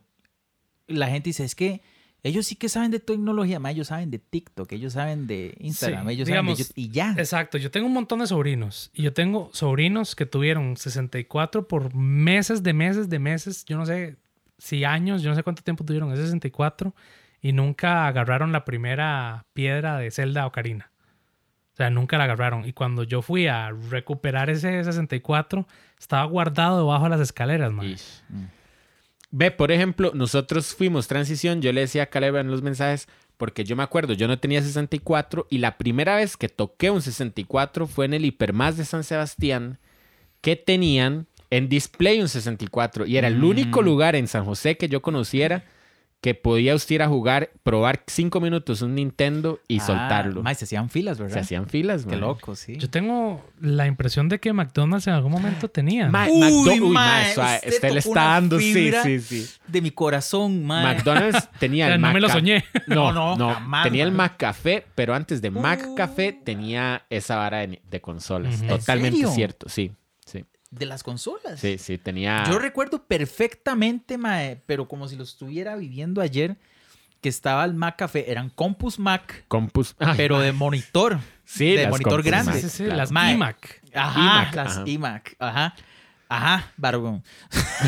A: la gente dice, es que ellos sí que saben de tecnología, mae, ellos saben de TikTok, ellos saben de Instagram,
C: Sí,
A: ellos saben
C: digamos,
A: de YouTube, y ya.
C: Exacto, yo tengo un montón de sobrinos y yo tengo sobrinos que tuvieron 64 por meses de meses de meses, yo no sé si años, yo no sé cuánto tiempo tuvieron ese 64 y nunca agarraron la primera piedra de Zelda o Karina. O sea, nunca la agarraron. Y cuando yo fui a recuperar ese 64, estaba guardado debajo de las escaleras, man.
B: Ish. Ve, por ejemplo, nosotros fuimos transición, yo le decía a Caleb en los mensajes, porque yo me acuerdo, yo no tenía 64 y la primera vez que toqué un 64 fue en el Hipermás de San Sebastián, que tenían en display un 64 y era el
A: Mm.
B: único lugar en San José que yo conociera que podía usted ir a jugar, probar cinco minutos un Nintendo y
A: Ah,
B: soltarlo.
A: Mae, se hacían filas, ¿verdad?
B: Se hacían filas,
A: Qué
B: man.
A: loco, sí.
C: Yo tengo la impresión de que McDonald's en algún momento tenía.
B: Ma-
A: Uy,
B: McDo- uy,
A: mae,
B: mae, suave,
A: usted
B: usted le
A: tocó
B: está
A: una
B: dando, sí,
A: fibra.
B: sí, sí.
A: De mi corazón, mae.
B: McDonald's
C: O
B: tenía
C: sea,
B: el
C: no me lo
B: Mac-
C: soñé.
B: No,
A: No,
B: no,
A: no, jamás,
B: tenía el
A: man.
B: Mac Café, pero antes de Mac
A: Uh.
B: Café tenía esa vara de, de consolas.
C: Ujú. ¿En
B: Totalmente
A: serio?
B: cierto, sí, sí,
A: De las consolas.
B: sí, sí, tenía...
A: Yo recuerdo perfectamente, mae, pero como si lo estuviera viviendo ayer, que estaba el Mac Café. Eran Compus Mac,
B: Compus... Ay,
A: pero de monitor.
B: sí,
A: de
B: las
A: monitor
B: Compus
A: grande.
B: Mac,
C: Sí, sí, sí,
B: claro.
C: las
A: Ma-
C: iMac.
A: Ajá,
B: iMac,
A: las
B: ajá.
A: iMac. Ajá. Ajá, barbón.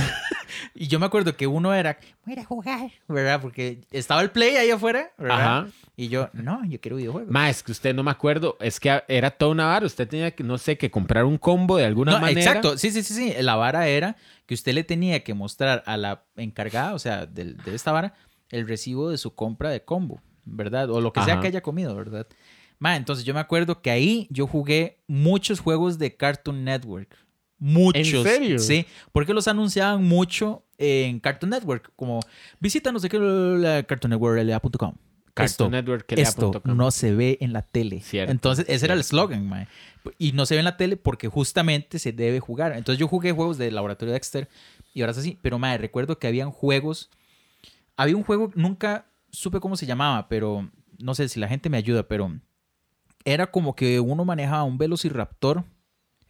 A: y yo me acuerdo que uno era, voy a ir a jugar, ¿verdad? Porque estaba el Play ahí afuera, ¿verdad?
B: Ajá.
A: Y yo, no, yo quiero videojuegos.
B: Ma, es que usted no me acuerdo, es que era toda una vara, usted tenía que, no sé, que comprar un combo de alguna
A: No,
B: manera.
A: exacto, sí, sí, sí, sí. La vara era que usted le tenía que mostrar a la encargada, o sea, del- de, esta vara, el recibo de su compra de combo, ¿verdad? O lo que sea
B: Ajá.
A: que haya comido, ¿verdad? Ma, entonces yo me acuerdo que ahí yo jugué muchos juegos de Cartoon Network. Muchos.
B: ¿En serio?
A: Sí, porque los anunciaban mucho en Cartoon Network, como visita no sé qué, bla, bla, bla, cartoonnetworkla.com. Esto,
B: Cartoon Network, que le
A: esto
B: apuntó-
A: no se ve en la tele.
B: Cierto,
A: Entonces, ese era el
B: cierto.
A: slogan, mae. Y no se ve en la tele porque justamente se debe jugar. Entonces, yo jugué juegos de Laboratorio Dexter y ahora es así. Pero, mae, recuerdo que habían juegos. Había un juego, nunca supe cómo se llamaba, pero no sé si la gente me ayuda, pero era como que uno manejaba un velociraptor.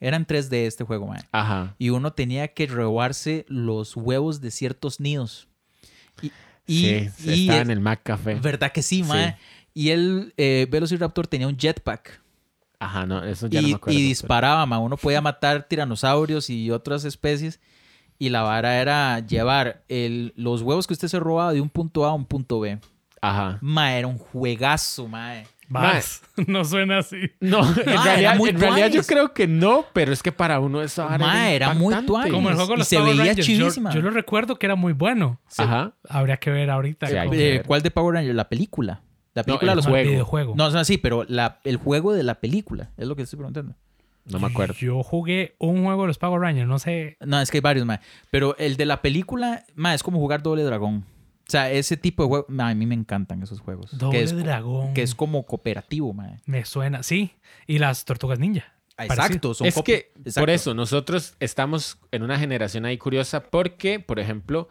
A: Era en 3D este juego, mae.
B: Ajá.
A: Y uno tenía que robarse los huevos de ciertos nidos. Y, y,
B: sí, sí,
A: y-
B: estaba en el Mac Café.
A: ¿Verdad que sí,
B: Sí.
A: mae? Y el eh, Velociraptor tenía un jetpack
B: Ajá, no, eso ya no
A: y,
B: me acuerdo.
A: y
B: pero-
A: disparaba, mae. Uno podía matar tiranosaurios y otras especies. Y la vara era llevar el- los huevos que usted se robaba de un punto A a un punto B.
B: Ajá.
A: Mae, era un juegazo, mae.
C: Vars. No suena así.
B: No, en,
A: Ah, era
B: realidad,
A: muy
B: en realidad yo
A: tuanis.
B: creo que no, pero es que para uno eso ahora
A: Ma, era muy
B: impactante.
A: tuanis.
C: Como el juego de
A: Y
C: los
A: se
C: Power
A: veía
C: Rangers. Yo-
A: chivísima.
C: Yo, lo recuerdo que era muy bueno.
B: Ajá.
C: Habría que ver ahorita.
B: Sí, hay
C: cómo-
B: que-
A: Eh,
B: ver.
A: ¿Cuál de Power Rangers? La película. La película
B: el
A: de los
C: no, el
B: juego.
C: videojuego.
A: No, o sea, sí, pero la- el juego de la película. Es lo que estoy preguntando.
B: No me acuerdo.
C: Yo jugué un juego de los Power Rangers, no sé.
A: No, es que hay varios, ma. Pero el de la película, ma, es como jugar doble dragón. O sea, ese tipo de juego. ma, a mí me encantan esos juegos. Que
C: Doble
A: es-
C: Dragón.
A: Que es como cooperativo, ma.
C: Me suena, sí. Y las Tortugas Ninja.
A: Ah,
C: Parecido.
A: Exacto, son
B: es
A: cop-
B: que
A: exacto.
B: por eso nosotros estamos en una generación ahí curiosa porque, por ejemplo,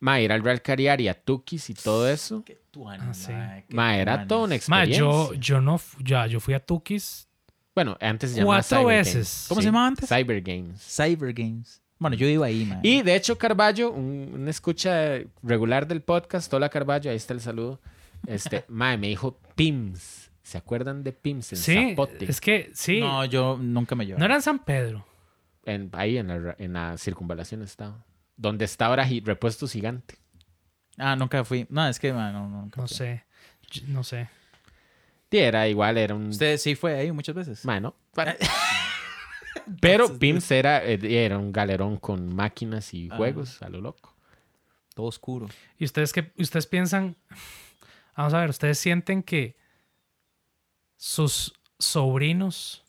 B: ma, ir al Real Cariari, a Tukis y todo eso,
A: Qué tuanis,
C: Ah, sí.
A: ma, qué
B: ma, era
A: tuanis.
B: toda una
C: Ma,
B: experiencia.
C: yo, yo no, fu- ya, yo fui a Tukis.
B: Bueno, antes se llamaba
C: Cuatro
B: Cyber
C: veces.
B: Games.
A: ¿Cómo se llamaba antes?
B: Cyber Games.
A: Cyber Games. Bueno, yo iba ahí, ma.
B: Y de hecho, Carballo, un, una escucha regular del podcast, hola Carballo, ahí está el saludo. Este, mae, me dijo Pims. ¿Se acuerdan de Pims en
C: Sí,
B: Zapote?
C: es que sí. No,
A: No, yo nunca me llevé.
C: era en San Pedro.
B: En- ahí en la, ra- en la circunvalación estaba. Donde está ahora Gi- Repuestos Gigante.
A: Ah, nunca fui. No, es que, ma, no, no, nunca
C: No
A: fui.
C: sé. Yo- No sé.
B: Sí, era igual, era un.
A: Usted sí fue ahí muchas veces.
B: Mae, ¿no? Para- Pero Pims era, eh, era un galerón con máquinas y
A: Ah.
B: juegos, a lo loco.
A: Todo oscuro.
C: ¿Y ustedes qué? ¿Ustedes piensan? Vamos a ver, ¿ustedes sienten que sus sobrinos,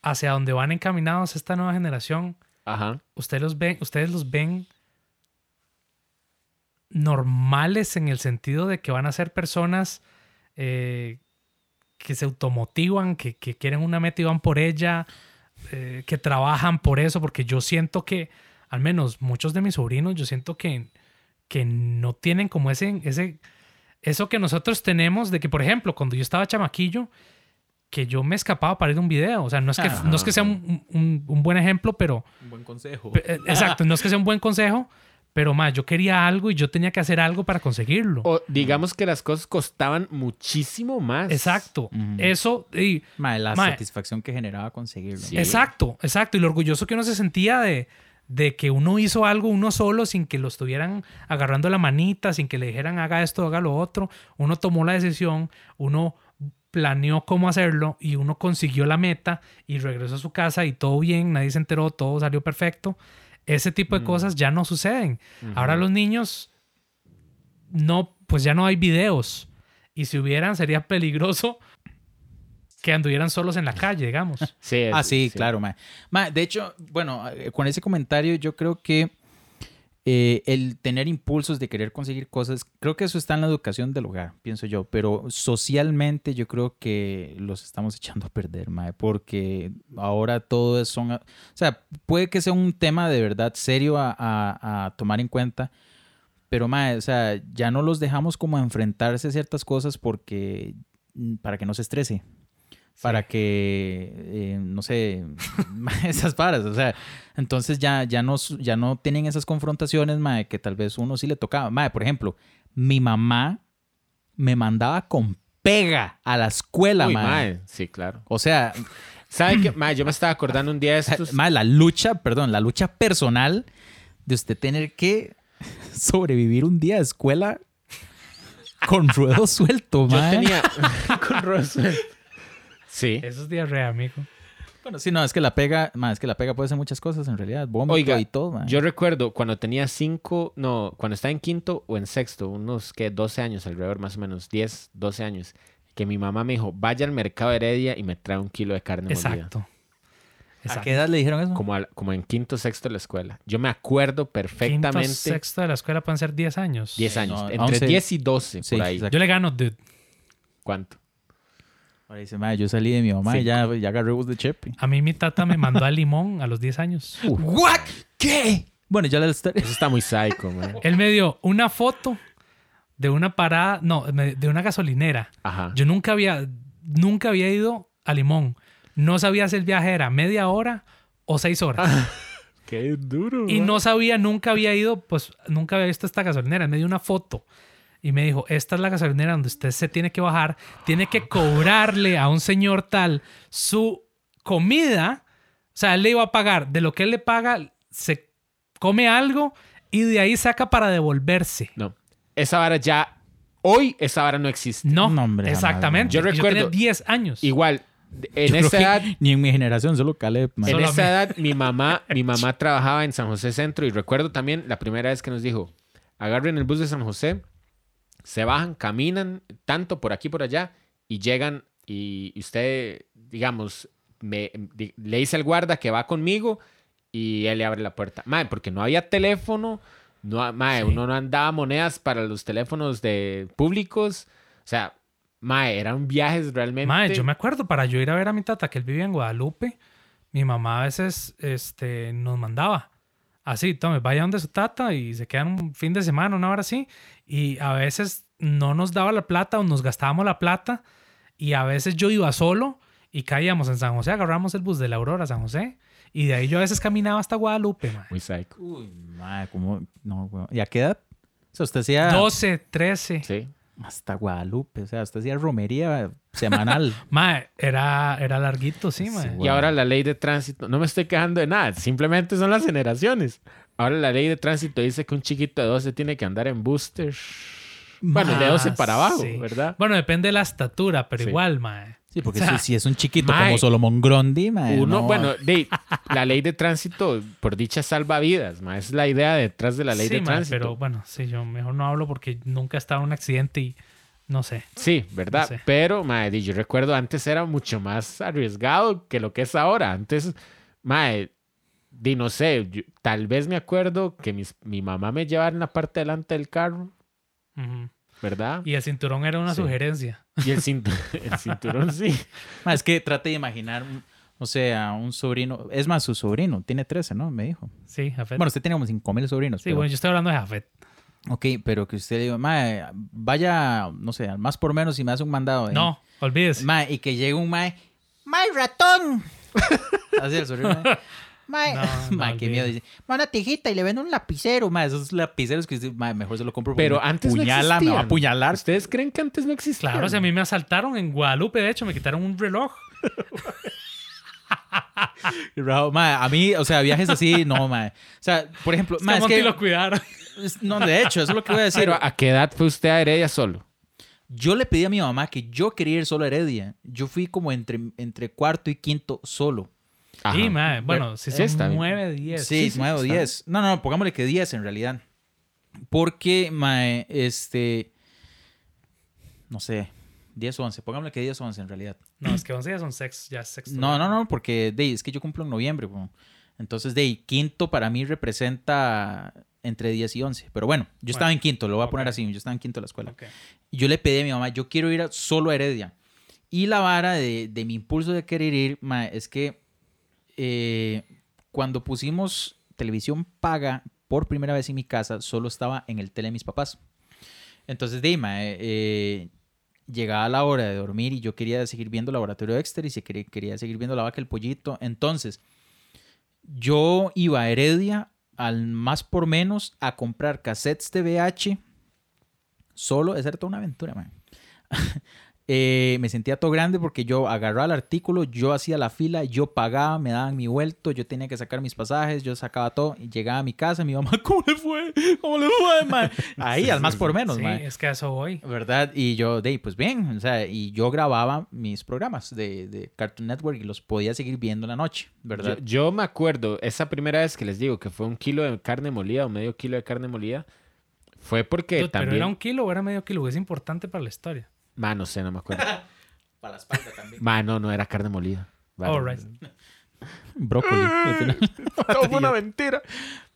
C: hacia donde van encaminados esta nueva generación,
B: Ajá.
C: ustedes los ven, ustedes los ven normales en el sentido de que van a ser personas eh, que se automotivan, que, que quieren una meta y van por ella, eh, que trabajan por eso, porque yo siento que, al menos muchos de mis sobrinos, yo siento que, que no tienen como ese, ese, eso que nosotros tenemos de que, por ejemplo, cuando yo estaba chamaquillo, que yo me escapaba para ir a un video. O sea, no es que,
A: Ajá.
C: no es que sea un- un- un buen ejemplo, pero
A: Un buen consejo.
C: Pe- eh, Exacto, no es que sea un buen consejo, pero más, yo quería algo y yo tenía que hacer algo para conseguirlo.
B: O digamos que las cosas costaban muchísimo más.
C: Exacto,
A: Ujú.
C: eso, y-
A: Ma, la
C: Ma,
A: satisfacción que generaba conseguirlo.
B: Sí.
C: exacto, exacto, y lo orgulloso que uno se sentía de, de que uno hizo algo uno solo sin que lo estuvieran agarrando la manita, sin que le dijeran haga esto, haga lo otro, uno tomó la decisión, uno planeó cómo hacerlo y uno consiguió la meta y regresó a su casa y todo bien, nadie se enteró, todo salió perfecto. Ese tipo de
B: Mm.
C: cosas ya no suceden.
B: Ujú.
C: Ahora los niños no, pues ya no hay videos. Y si hubieran, sería peligroso que anduvieran solos en la calle, digamos.
B: Sí, es-
A: Ah, sí, claro, ma. Ma, de hecho, bueno, eh, con ese comentario yo creo que eh, el tener impulsos de querer conseguir cosas, creo que eso está en la educación del hogar, pienso yo, pero socialmente yo creo que los estamos echando a perder, ma, porque ahora todo es son, o sea, puede que sea un tema de verdad serio a, a- a tomar en cuenta. Pero, ma, o sea, ya no los dejamos como enfrentarse a ciertas cosas porque, mm, para que no se estrese para que, eh, no sé, esas varas, o sea, entonces ya, ya, no, su- ya no tienen esas confrontaciones, mae, que tal vez uno sí le tocaba. Mae, por ejemplo, mi mamá me mandaba con pega a la escuela,
B: Uy,
A: mae.
B: mae, Sí, claro.
A: O sea,
B: ¿Sabe qué? Mae, yo me estaba acordando un día de estos.
A: mae, la lucha, perdón, la lucha personal de usted tener que sobrevivir un día de escuela con ruedo suelto,
B: yo
A: mae.
B: tenía. con Roswell. Sí.
C: Eso es diarrea, amigo.
A: Bueno, sí, no, es que la pega, mae, es que la pega puede ser muchas cosas en realidad, vómito
B: Oiga,
A: y todo, mae.
B: Yo recuerdo cuando tenía cinco, no, cuando estaba en quinto o en sexto, unos que 12 años alrededor, más o menos, 10, 12 años, que mi mamá me dijo, vaya al mercado Heredia y me trae un kilo de carne molida.
C: Exacto.
A: ¿A
C: Exacto.
A: qué edad le dijeron eso?
B: Como, al- como en quinto sexto de la escuela. Yo me acuerdo
C: Quinto,
B: perfectamente.
C: sexto de la escuela pueden ser 10 años.
B: 10 años.
A: No,
B: entre
A: 11.
B: 10 y 12,
A: Sí,
B: por ahí.
A: exacto.
C: Yo le gano, dude.
B: ¿Cuánto?
A: Ahora dice, "Mae, yo salí de mi mamá y
B: Sí.
A: ya, ya agarré bus de Chepe.
C: A mí mi tata me mandó a Limón a los 10 años.
A: ¿What? ¿Qué? Bueno, ya la estaré.
B: Eso está muy psycho, man.
C: Él me dio una foto de una parada, no, me- de una gasolinera.
B: Ajá.
C: Yo nunca había, nunca había ido a Limón. No sabía si el viaje era media hora o seis horas.
B: Qué duro.
C: Y no sabía, nunca había ido, pues nunca había visto esta gasolinera. Me dio una foto y me dijo, esta es la gasolinera donde usted se tiene que bajar, tiene que cobrarle a un señor tal su comida. O sea, él le iba a pagar, de lo que él le paga, se come algo y de ahí saca para devolverse.
B: No. Esa vara ya Hoy esa vara no existe.
C: No,
A: No, hombre, jamás,
C: exactamente.
B: Yo
C: Y
B: recuerdo-
C: tenía 10 años.
B: Igual, en
A: Yo creo
B: esa
A: que
B: edad
A: Ni en mi generación, solo Caleb, mae.
B: En
C: Solo a
B: esa
C: mí.
B: edad, mi mamá, mi mamá trabajaba en San José Centro y recuerdo también la primera vez que nos dijo, agarren el bus de San José, se bajan, caminan tanto por aquí, por allá y llegan y usted, digamos, me, di- le dice al guarda que va conmigo y él le abre la puerta. Madre, porque no había teléfono, no, ha- mae,
C: Sí.
B: uno no andaba monedas para los teléfonos de públicos, o sea, madre, eran viajes realmente.
C: Mae, yo me acuerdo, para yo ir a ver a mi tata, que él vivía en Guadalupe, mi mamá a veces este, nos mandaba. Así, tome, vaya donde su tata y se quedan un fin de semana, una hora así. Y a veces no nos daba la plata o nos gastábamos la plata. Y a veces yo iba solo y caíamos en San José, agarramos el bus de la Aurora a San José. Y de ahí yo a veces caminaba hasta Guadalupe, mae.
B: Muy psycho.
A: Uy, mae, como. No, weón. ¿Y a qué edad? O sea, usted hacía.
C: 12, 13.
B: Ah. Sí.
A: Hasta Guadalupe. O sea, usted hacía romería semanal.
C: Mae, era, era larguito, sí, mae.
A: Sí,
B: Y
A: Bueno.
B: ahora la ley de tránsito, no me estoy quejando de nada, simplemente son las generaciones. Ahora la ley de tránsito dice que un chiquito de 12 tiene que andar en booster. Bueno, de
C: Ah,
B: 12 para abajo,
C: sí.
B: ¿verdad?
C: Bueno, depende de la estatura, pero
B: Sí.
C: igual, mae.
A: Sí, porque
C: O sea,
A: si, si es un chiquito
B: mae.
A: como Solomon Grondi, mae,
B: Uno,
A: no.
B: bueno, de- la ley de tránsito, por dicha, salva vidas, ma, es la idea detrás de la ley
C: sí,
B: de
C: mae,
B: tránsito.
C: pero bueno, sí, yo mejor no hablo porque nunca he estado en un accidente y no sé.
B: Sí, ¿verdad?
C: No sé.
B: Pero, mae, di, yo recuerdo antes era mucho más arriesgado que lo que es ahora. Antes, mae, di, no sé, yo- tal vez me acuerdo que mis- mi mamá me llevaba en la parte delante del carro,
C: Ujú.
B: ¿verdad?
C: Y el cinturón era una
B: Sí.
C: sugerencia.
B: Y el, cintu- el cinturón sí.
A: Mae, es que trate de imaginar, o sea, un sobrino. Es más, su sobrino tiene 13, ¿no? Me dijo.
C: Sí, Jafet.
A: Bueno, usted tiene como 5 mil sobrinos.
C: sí,
A: pero-
C: bueno, yo estoy hablando de Jafet.
A: Ok, pero que usted diga, mae, vaya, no sé, al más por menos y me hace un mandado. ¿eh?
C: No, olvídese.
A: Mae, y que llegue un mae, mae ratón. Así el sonido. mae. Mae,
C: No, no,
A: mae, qué miedo.
C: olvídalo.
A: Dice, mae, una tijita y le vendo un lapicero, mae. Esos lapiceros que dice, mae, mejor se lo compro. porque
B: Pero
A: me
B: antes no
A: apuñala, me va a
B: existían.
A: apuñalar.
B: ¿Ustedes creen que antes no existía?
C: claro, si a mí me asaltaron en Guadalupe, de hecho, me quitaron un reloj.
A: Y Raúl, mae, a mí, o sea, viajes así, no, mae. O sea, por ejemplo,
C: Es que
A: mae,
C: a
A: es
C: Monty
A: que-
C: lo cuidaron.
A: es- no, de hecho, eso es lo que voy a decir.
B: Pero, ah. ¿a qué edad fue usted a Heredia solo?
A: Yo le pedí a mi mamá que yo quería ir solo a Heredia. Yo fui como entre, entre cuarto y quinto solo.
B: Ajá.
C: Sí, mae. Bueno, si
B: Sí,
C: son
B: está bien.
C: 9, 10.
A: Sí,
B: sí,
A: 9 o
B: está
A: 10. No, no, pongámosle que 10 en realidad. Porque, mae, este. No sé, 10 o 11. Pongámosle que 10 o 11 en realidad.
C: No, es que 11 ya son sex, ya es sexto.
A: No, no, no, porque de, es que yo cumplo en noviembre. weón. Entonces, de quinto para mí representa entre 10 y 11. Pero bueno, yo estaba en quinto, lo voy a poner
C: ok.
A: así. Yo estaba en quinto de la escuela.
C: Ok.
A: Y yo le pedí a mi mamá, yo quiero ir a- solo a Heredia. Y la vara de, de mi impulso de querer ir, ma, es que eh, cuando pusimos televisión paga por primera vez en mi casa, solo estaba en el tele de mis papás. Entonces, Dima, eh, llegaba la hora de dormir y yo quería seguir viendo Laboratorio Dexter y se quería, quería seguir viendo La Vaca y el Pollito. Entonces, yo iba a Heredia al más por menos a comprar cassettes de VH solo, esa era toda una aventura, man. Eh, me sentía todo grande porque yo agarraba el artículo, yo hacía la fila, yo pagaba, me daban mi vuelto, yo tenía que sacar mis pasajes, yo sacaba todo y llegaba a mi casa, mi mamá, ¿cómo le fue? ¿Cómo le fue, man? Ahí, al más por menos,
C: Sí,
A: man.
C: es que a eso voy.
A: ¿Verdad? Y yo, de, ahí, pues bien, o sea, y yo grababa mis programas de, de Cartoon Network y los podía seguir viendo en la noche,
B: Yo,
A: ¿verdad?
B: yo me acuerdo, esa primera vez que les digo que fue un kilo de carne molida o medio kilo de carne molida, fue porque
C: Dude,
B: también...
C: Pero era un kilo o era medio kilo, que es importante para la historia.
B: Ma, no sé, no me acuerdo.
A: Para la espalda también.
B: Ma, no, no era carne molida. Vale.
C: All right.
A: Brócoli. al final.
B: Todo fue una mentira.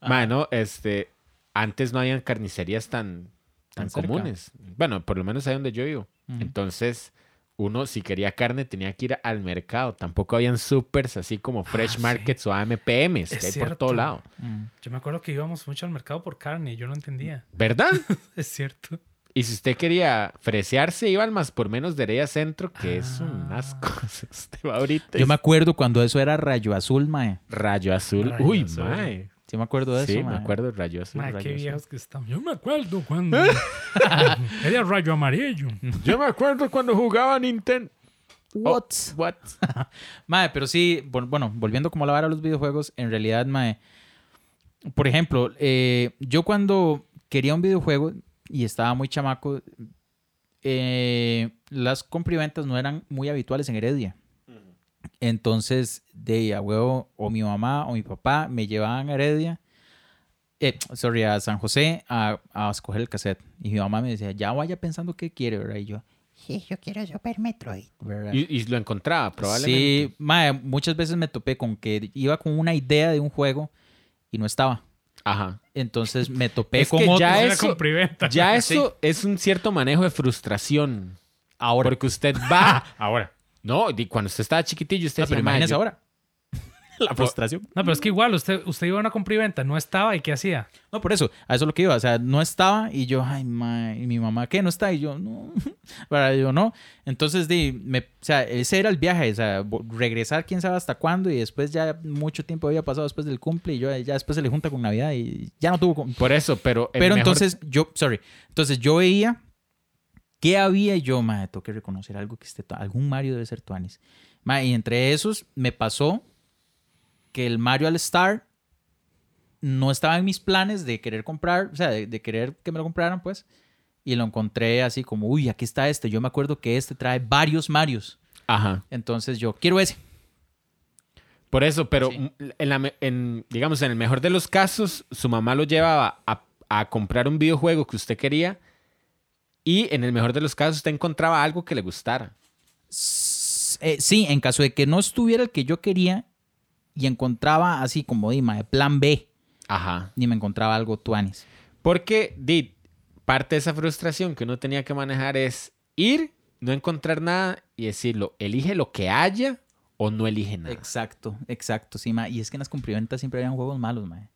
B: Mano, este, antes no habían carnicerías tan,
A: Tan
B: tan,
A: cerca.
B: comunes. Bueno, por lo menos ahí donde yo vivo.
A: Ujú.
B: Entonces, uno si quería carne tenía que ir al mercado. Tampoco habían supers así como Fresh
C: sí.
B: Markets o AMPMs,
C: Es
B: que hay por
C: cierto.
B: todo lado.
A: Mm.
C: Yo me acuerdo que íbamos mucho al mercado por carne y yo no entendía.
B: ¿Verdad?
C: Es cierto.
B: y si usted quería fresearse, iba al más por menos de Heredia Centro, que es un
C: Ah.
B: asco. Usted va ahorita. y-
A: Yo me acuerdo cuando eso era Rayo Azul, mae.
B: Rayo azul.
C: Rayo
B: Uy,
C: Azul.
B: mae.
A: Sí me acuerdo de eso,
B: Sí, me
A: mae.
B: acuerdo, rayo azul.
C: Madre,
B: Rayo
C: qué
B: Azul.
C: viejos que estamos. Yo me acuerdo cuando era rayo amarillo.
B: Yo me acuerdo cuando jugaba Nintendo.
A: What?
B: What?
A: Mae, pero sí, vol- bueno, volviendo como a la vara a los videojuegos, en realidad, mae. Por ejemplo, eh, yo cuando quería un videojuego y estaba muy chamaco, eh, las compriventas no eran muy habituales en Heredia. Entonces, de ahí a huevo, o mi mamá o mi papá me llevaban a Heredia, eh, sorry, a San José a, a escoger el cassette. Y mi mamá me decía, ya vaya pensando qué quiere, ¿verdad? Y yo,
D: Sí, yo quiero Super Metroid.
A: ¿verdad?
B: Y, y lo encontraba, probablemente.
A: Sí, mae, muchas veces me topé con que iba con una idea de un juego y no estaba.
B: Ajá.
A: Entonces me topé
B: Es
A: con
B: que
A: otro.
B: ya
C: Era
B: eso-
C: compriventa.
B: Ya eso es un cierto manejo de frustración.
A: ahora.
B: Porque usted va.
C: Ahora.
B: no, y cuando usted estaba chiquitillo, usted
A: Ah, pero
B: decía, "Mae,
A: imagínese
B: yo-
A: ahora. La frustración.
C: No, pero es que igual, usted, usted iba a una compriventa, no estaba y ¿qué hacía?
A: No, por eso, a eso es lo que iba. O sea, no estaba y yo, ay, mae, y mi mamá, ¿qué? No está. Y yo, no. Para yo, no. Entonces, di, me, o sea, ese era el viaje. O sea, vo- regresar quién sabe hasta cuándo. Y después ya mucho tiempo había pasado después del cumple. Y yo, eh, ya después se le junta con Navidad y ya no tuvo. con-
B: Por eso, pero. el
A: Pero
B: mejor-
A: entonces yo, sorry, entonces yo veía qué había y yo, madre, tengo que reconocer algo que esté, algún Mario debe ser Tuanis. Ma, y entre esos me pasó que el Mario All Star no estaba en mis planes de querer comprar, o sea, de, de querer que me lo compraran, pues. Y lo encontré así como, uy, aquí está este. Yo me acuerdo que este trae varios Marios.
B: Ajá.
A: Entonces yo quiero ese.
B: Por eso, pero
A: Sí.
B: en la me- en, digamos, en el mejor de los casos, su mamá lo llevaba a, a comprar un videojuego que usted quería y en el mejor de los casos usted encontraba algo que le gustara.
A: S- eh, sí, en caso de que no estuviera el que yo quería y encontraba así como, dime, plan B.
B: Ajá.
A: ni me encontraba algo tuanis.
B: Porque, Did, parte de esa frustración que uno tenía que manejar es ir, no encontrar nada y decirlo, elige lo que haya o no elige nada.
A: Exacto, exacto, sí, ma. Y es que en las compriventas siempre habían juegos malos, ma.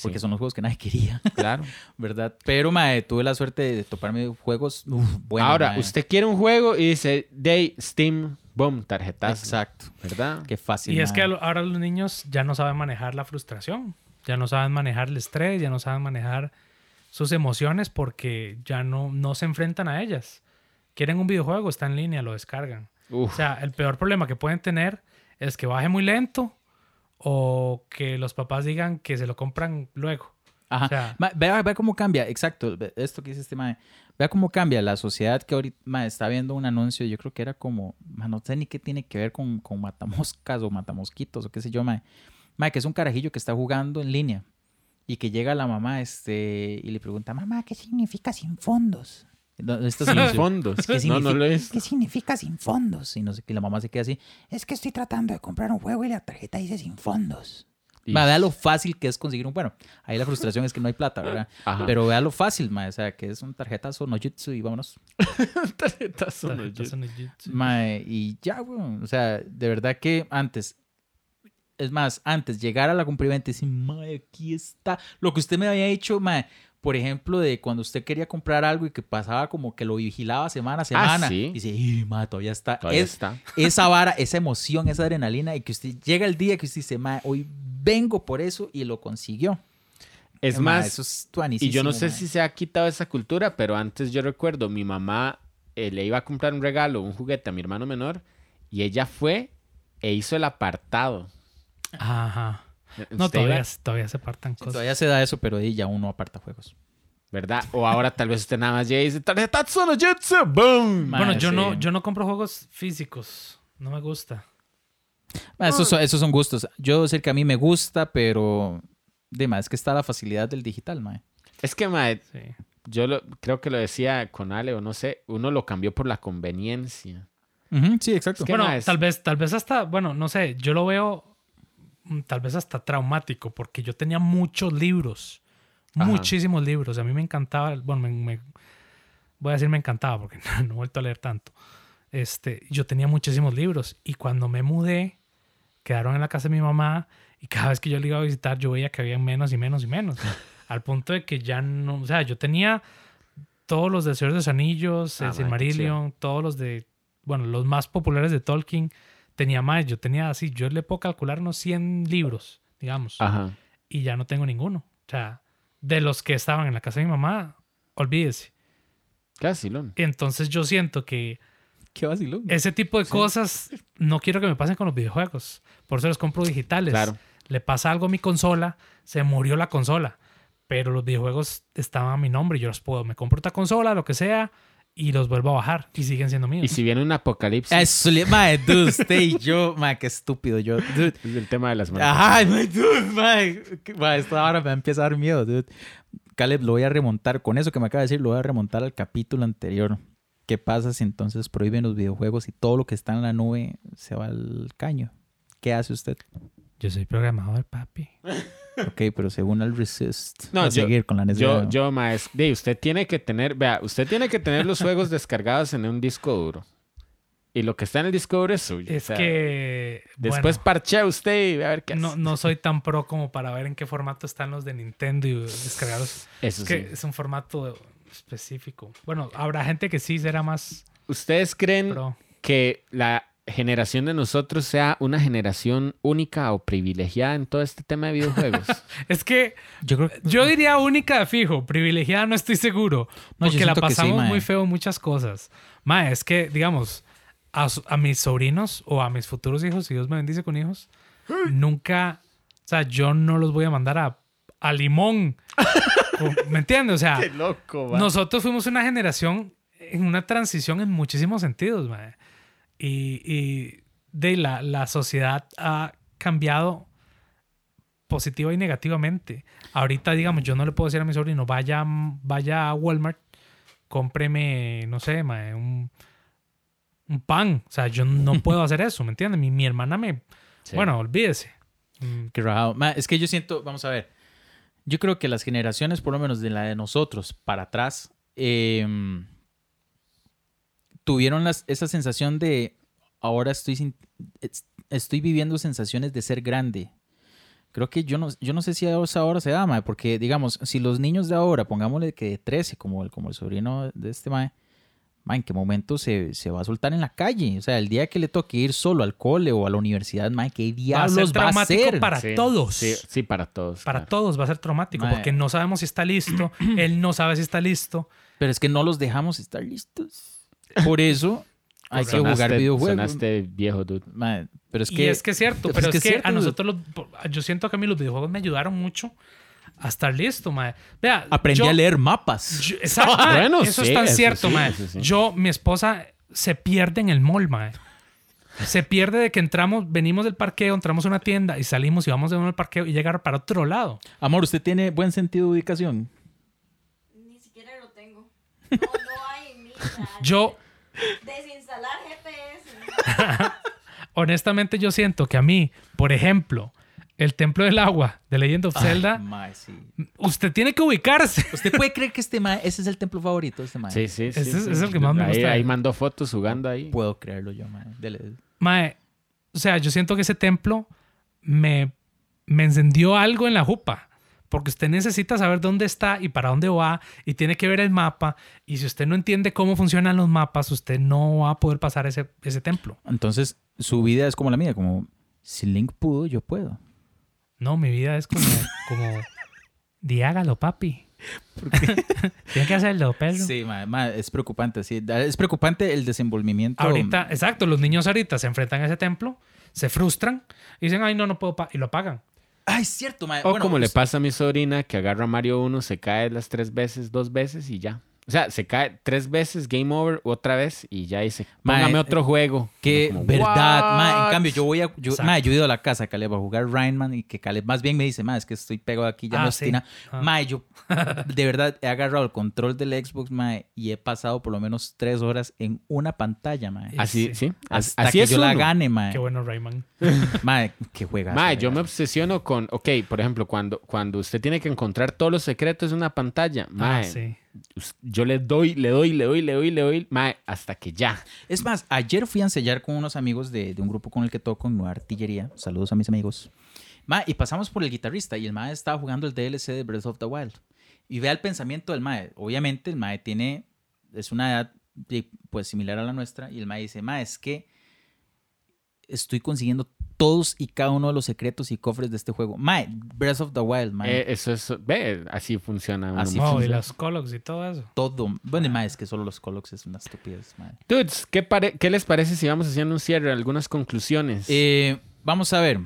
A: Porque
B: Sí,
A: son los juegos que nadie quería,
B: claro.
A: ¿verdad? Pero, ma, tuve la suerte de toparme juegos uf, buenos.
B: Ahora,
A: ma.
B: usted quiere un juego y dice, Day, Steam, boom, tarjetazo.
A: Exacto.
B: ¿Verdad?
A: Qué fácil.
C: y es
A: ma.
C: que a lo- ahora los niños ya no saben manejar la frustración, ya no saben manejar el estrés, ya no saben manejar sus emociones porque ya no, no se enfrentan a ellas. Quieren un videojuego, está en línea, lo descargan. O
B: Uf.
C: sea, el peor problema que pueden tener es que baje muy lento o que los papás digan que se lo compran luego.
A: Ajá.
C: o sea-
A: Ma, vea, vea cómo cambia, exacto. ve- Esto que dice este ma. Vea cómo cambia la sociedad que ahorita ma, está viendo un anuncio. Yo creo que era como, ma, no sé ni qué tiene que ver con, con matamoscas o matamosquitos o qué sé yo, ma. Ma, que es un carajillo que está jugando en línea y que llega la mamá este, y le pregunta, mamá,
D: Mamá, ¿qué significa sin fondos?
A: No, esto es
B: Sin
A: anuncio.
B: fondos.
A: que
B: no, no
A: significa-
B: lo es.
D: ¿Qué significa sin fondos?
A: Y no sé qué, y la mamá se queda así.
D: Es que estoy tratando de comprar un juego y la tarjeta dice sin fondos.
A: Ma, vea lo fácil que es conseguir un. Bueno, ahí la frustración es que no hay plata, ¿verdad?
B: Ajá.
A: Pero vea lo fácil, ma. O sea, que es un tarjetazo, no jutsu y vámonos.
B: Tarjetazo, no, yo-
C: Entonces, no-
A: Mae, y ya, weón. O sea, de verdad que antes. Es más, antes llegar a la compriventa y decir, mae, aquí está. Lo que usted me había hecho, mae, por ejemplo, de cuando usted quería comprar algo y que pasaba como que lo vigilaba semana a semana.
B: Ah, sí.
A: Y dice, "Ih, mae, todavía está.
B: Todavía
A: Es-
B: está.
A: esa vara, esa emoción, esa adrenalina. Y que usted llega el día que usted dice, mae, hoy vengo por eso y lo consiguió.
B: Es
A: Mae,
B: más,
A: eso es
B: y yo no sé
A: tuanicísimo,
B: si
A: mae.
B: se ha quitado esa cultura, pero antes yo recuerdo, mi mamá eh, le iba a comprar un regalo, un juguete a mi hermano menor, y ella fue e hizo el apartado.
C: Ajá. No,
B: Usted
C: todavía,
B: iba-
C: todavía se partan cosas.
A: Todavía se da eso, pero ahí ya uno aparta juegos.
B: ¿Verdad? O ahora tal vez usted nada más llega y dice, tarjetazo, no jutsu, boom.
A: Ma-
C: Bueno,
A: Ah,
C: yo
A: sí.
C: no, yo no compro juegos físicos. No me gusta.
A: Ah, Esos son, esos son gustos. Yo debo decir que a mí me gusta, pero. De más, es que está la facilidad del digital, mae.
B: Es que, mae,
C: Sí.
B: yo lo- creo que lo decía con Ale o no sé, uno lo cambió por la conveniencia.
A: Ujú, sí, exacto.
B: ¿Qué
C: Bueno,
B: más?
C: tal vez, tal vez hasta, bueno, no sé, yo lo veo mm, tal vez hasta traumático, porque yo tenía muchos libros,
B: Ajá.
C: muchísimos libros. A mí me encantaba, bueno, me, me- voy a decir me encantaba porque no, he vuelto a leer tanto. Este, yo tenía muchísimos libros y cuando me mudé, quedaron en la casa de mi mamá y cada vez que yo le iba a visitar, yo veía que había menos y menos y menos. al punto de que ya no, o sea, yo tenía todos los de Señor de los Anillos,
B: Ah,
C: el
B: madre, qué
C: Silmarillion, todos los de, bueno, los más populares de Tolkien. Tenía más, yo tenía así, yo le puedo calcular unos 100 libros, digamos,
B: Ajá.
C: y ya no tengo ninguno. O sea, de los que estaban en la casa de mi mamá, olvídese.
B: Casi, Lon.
C: Entonces yo siento que
A: Qué vacilón.
C: ese tipo de cosas no quiero que me pasen con los videojuegos. Por eso los compro digitales.
B: Claro.
C: Le pasa algo a mi consola, se murió la consola. Pero los videojuegos estaban a mi nombre y yo los puedo. Me compro otra consola, lo que sea, y los vuelvo a bajar y siguen siendo míos.
B: Y si viene un apocalipsis, es
A: Eso, le- mae, dude, usted y yo, mae, qué estúpido yo, dude.
B: el tema de las manos.
A: Ajá, mae, dude, mae. que- mae, esta hora me empieza a dar miedo, dude. Caleb, lo voy a remontar, con eso que me acaba de decir, lo voy a remontar al capítulo anterior. ¿Qué pasa si entonces prohíben los videojuegos y todo lo que está en la nube se va al caño? ¿Qué hace usted?
C: Yo soy programador, papi.
A: Ok, pero según el Resist,
B: No,
A: va a
B: yo-
A: seguir con la necesidad.
B: Yo, yo, maestro, usted tiene que tener, vea, usted tiene que tener los juegos descargados en un disco duro. Y lo que está en el disco duro es suyo.
C: Es
B: o sea,
C: que.
B: Después
C: bueno,
B: parchea usted y ve a ver qué hace.
C: no, no soy tan pro como para ver en qué formato están los de Nintendo y descargarlos.
B: Eso
C: Es
B: sí.
C: que es un formato específico. Bueno, habrá gente que sí será más
B: ¿Ustedes creen
C: pro.
B: que la generación de nosotros sea una generación única o privilegiada en todo este tema de videojuegos?
C: Es que
A: Yo creo que-
C: yo diría única fijo, privilegiada no estoy seguro.
A: No, yo
C: porque la
A: siento que sí,
C: pasamos
A: mae.
C: muy feo en muchas cosas. Ma, es que, digamos, a, su- a mis sobrinos o a mis futuros hijos, si Dios me bendice con hijos, nunca, o sea, yo no los voy a mandar a, a limón. O- ¿Me entiendes? O sea,
B: loco,
C: nosotros fuimos una generación en una transición en muchísimos sentidos, mae. Y, y de la, la sociedad ha cambiado positiva y negativamente. Ahorita, digamos, yo no le puedo decir a mi sobrino, vaya, vaya a Walmart, cómpreme, no sé, mae, un, un pan. O sea, yo no puedo hacer eso, ¿me entiendes? Mi, mi hermana me... Bueno, olvídese. Mm,
A: Qué rajado. Ma, es que yo siento, vamos a ver, yo creo que las generaciones, por lo menos de la de nosotros, para atrás, em, tuvieron las, esa sensación de, ahora estoy, sin- es- estoy viviendo sensaciones de ser grande. Creo que yo no, yo no sé si a esa hora se da, ma, porque digamos, si los niños de ahora, pongámosle que de 13, como el, como el sobrino de este mae, ma, ¿en qué momento se, se va a soltar en la calle? O sea, el día que le toque ir solo al cole o a la universidad, mae, ¿qué
C: Va a
A: diablos
C: ser
A: va a
C: traumático
A: ser?
C: para todos.
B: Sí, sí, para todos.
C: Para
B: claro.
C: todos va a ser traumático
A: Mae.
C: porque no sabemos si está listo, él no sabe si está listo.
A: Pero es que no los dejamos estar listos. Por eso hay que
B: Sonaste-
A: jugar videojuegos.
B: Sonaste viejo, dude.
A: Mae, pero es
C: y
A: que,
C: es que es cierto,
A: pues
C: pero
A: es
C: es
A: que
C: que,
A: es cierto,
C: a
A: dude.
C: nosotros, los- yo siento que a mí los videojuegos me ayudaron mucho a estar listo, mae. Vea,
A: aprendí
C: yo-
A: a leer mapas.
C: yo- exacto,
B: Bueno,
C: eso
B: sí,
C: es tan
B: eso
C: cierto,
B: sí,
C: mae.
B: eso sí.
C: Yo, mi esposa se pierde en el mall, mae. Se pierde de que entramos, venimos del parqueo, entramos a una tienda y salimos y vamos de nuevo al parqueo y llegar para otro lado.
A: Amor, usted tiene buen sentido de ubicación.
E: Ni siquiera lo tengo. No, no hay en mí. la-
C: Yo,
E: Desinstalar GPS.
C: honestamente, yo siento que a mí, por ejemplo, el Templo del Agua de Legend
B: Ah,
C: of Ah, Zelda,
A: Ay, mae, sí.
C: usted tiene que ubicarse.
A: ¿Usted puede creer que este mae, ese es el templo favorito de este mae?
B: Sí, sí, sí.
C: Ese es-
B: sí.
C: es el que más me
B: Ahí-
C: gusta.
B: Ahí mandó fotos jugando ahí.
A: Puedo creerlo yo, mae. Dele.
C: Mae, o sea, yo siento que ese templo me, me encendió algo en la jupa. Porque usted necesita saber dónde está y para dónde va y tiene que ver el mapa. Y si usted no entiende cómo funcionan los mapas, usted no va a poder pasar ese, ese templo.
A: Entonces, su vida es como la mía, como si Link pudo, yo puedo.
C: No, mi vida es como... como Diágalo, papi. tiene que hacerlo, perro.
A: Sí, mae, mae, es preocupante, sí. Da- Es preocupante el desenvolvimiento.
C: Ahorita, exacto, los niños ahorita se enfrentan a ese templo, se frustran y dicen, ay, no, no puedo, pa-", y lo apagan.
A: Ay, es cierto, mae.
B: O
A: Eh, Bueno, pues,
B: como le
A: usted-
B: pasa a mi sobrina que agarra a Mario 1, se cae las tres veces, dos veces y ya. O sea, se cae tres veces, game over, otra vez y ya dice,
A: Mae, eh,
B: póngame otro juego.
A: Qué
B: Como,
A: verdad, ma. En
B: "What?".
A: cambio, yo voy a. Yo,
C: Exacto.
A: ma, yo he ido a la casa de Caleb a jugar Rayman y que Caleb más bien me dice, ma, es que estoy pegado aquí, ya
C: Ah,
A: me
C: sí.
A: obstina.
C: Ah.
A: Ma, yo de verdad he agarrado el control del Xbox, ma, y he pasado por lo menos tres horas en una pantalla, ma.
C: Y-
B: Así, sí. As-
A: Hasta
B: así
A: que
B: es
A: yo la
B: uno.
A: gane, ma.
C: Qué bueno, Rayman.
A: Ma, que juega.
B: Mae, yo me obsesiono con, ok, por ejemplo, cuando, cuando usted tiene que encontrar todos los secretos de una pantalla, mae,
C: Ah, sí.
B: us- yo le doy, le doy, le doy, le doy, le doy, mae, hasta que ya.
A: Es más, ayer fui a enseñar con unos amigos de, de un grupo con el que toco en Nueva Artillería. Saludos a mis amigos. Ma, y pasamos por el guitarrista y el mae estaba jugando el DLC de Breath of the Wild. Y vea el pensamiento del mae. Obviamente el mae tiene, es una edad de- pues similar a la nuestra y el mae dice, mae, es que estoy consiguiendo todos y cada uno de los secretos y cofres de este juego. Mae, Breath of the Wild, mae.
B: Eh, eso es, ve, así funciona. uno.
A: Así
C: No, y
A: funciona.
C: los colos y todo eso.
A: todo. Bueno, y mae, es que solo los colocs es una estupidez, mae.
B: Dudes, ¿qué, pare- ¿qué les parece si vamos haciendo un cierre, algunas conclusiones?
A: Eh, vamos a ver,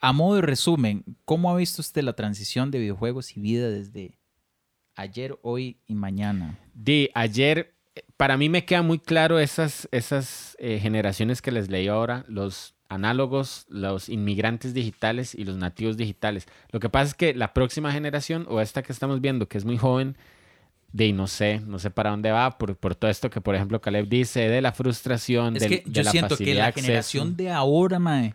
A: a modo de resumen, ¿cómo ha visto usted la transición de videojuegos y vida desde ayer, hoy y mañana?
B: Di, ayer, eh, para mí me queda muy claro esas, esas eh, generaciones que les leí ahora, los análogos, los inmigrantes digitales y los nativos digitales. Lo que pasa es que la próxima generación o esta que estamos viendo, que es muy joven, de ahí no sé, no sé para dónde va, por, por todo esto que, por ejemplo, Caleb dice, de la frustración,
A: Es
B: del-
A: que
B: de
A: yo
B: la
A: siento que
B: facilidad de
A: la
B: acceso.
A: generación de ahora, mae,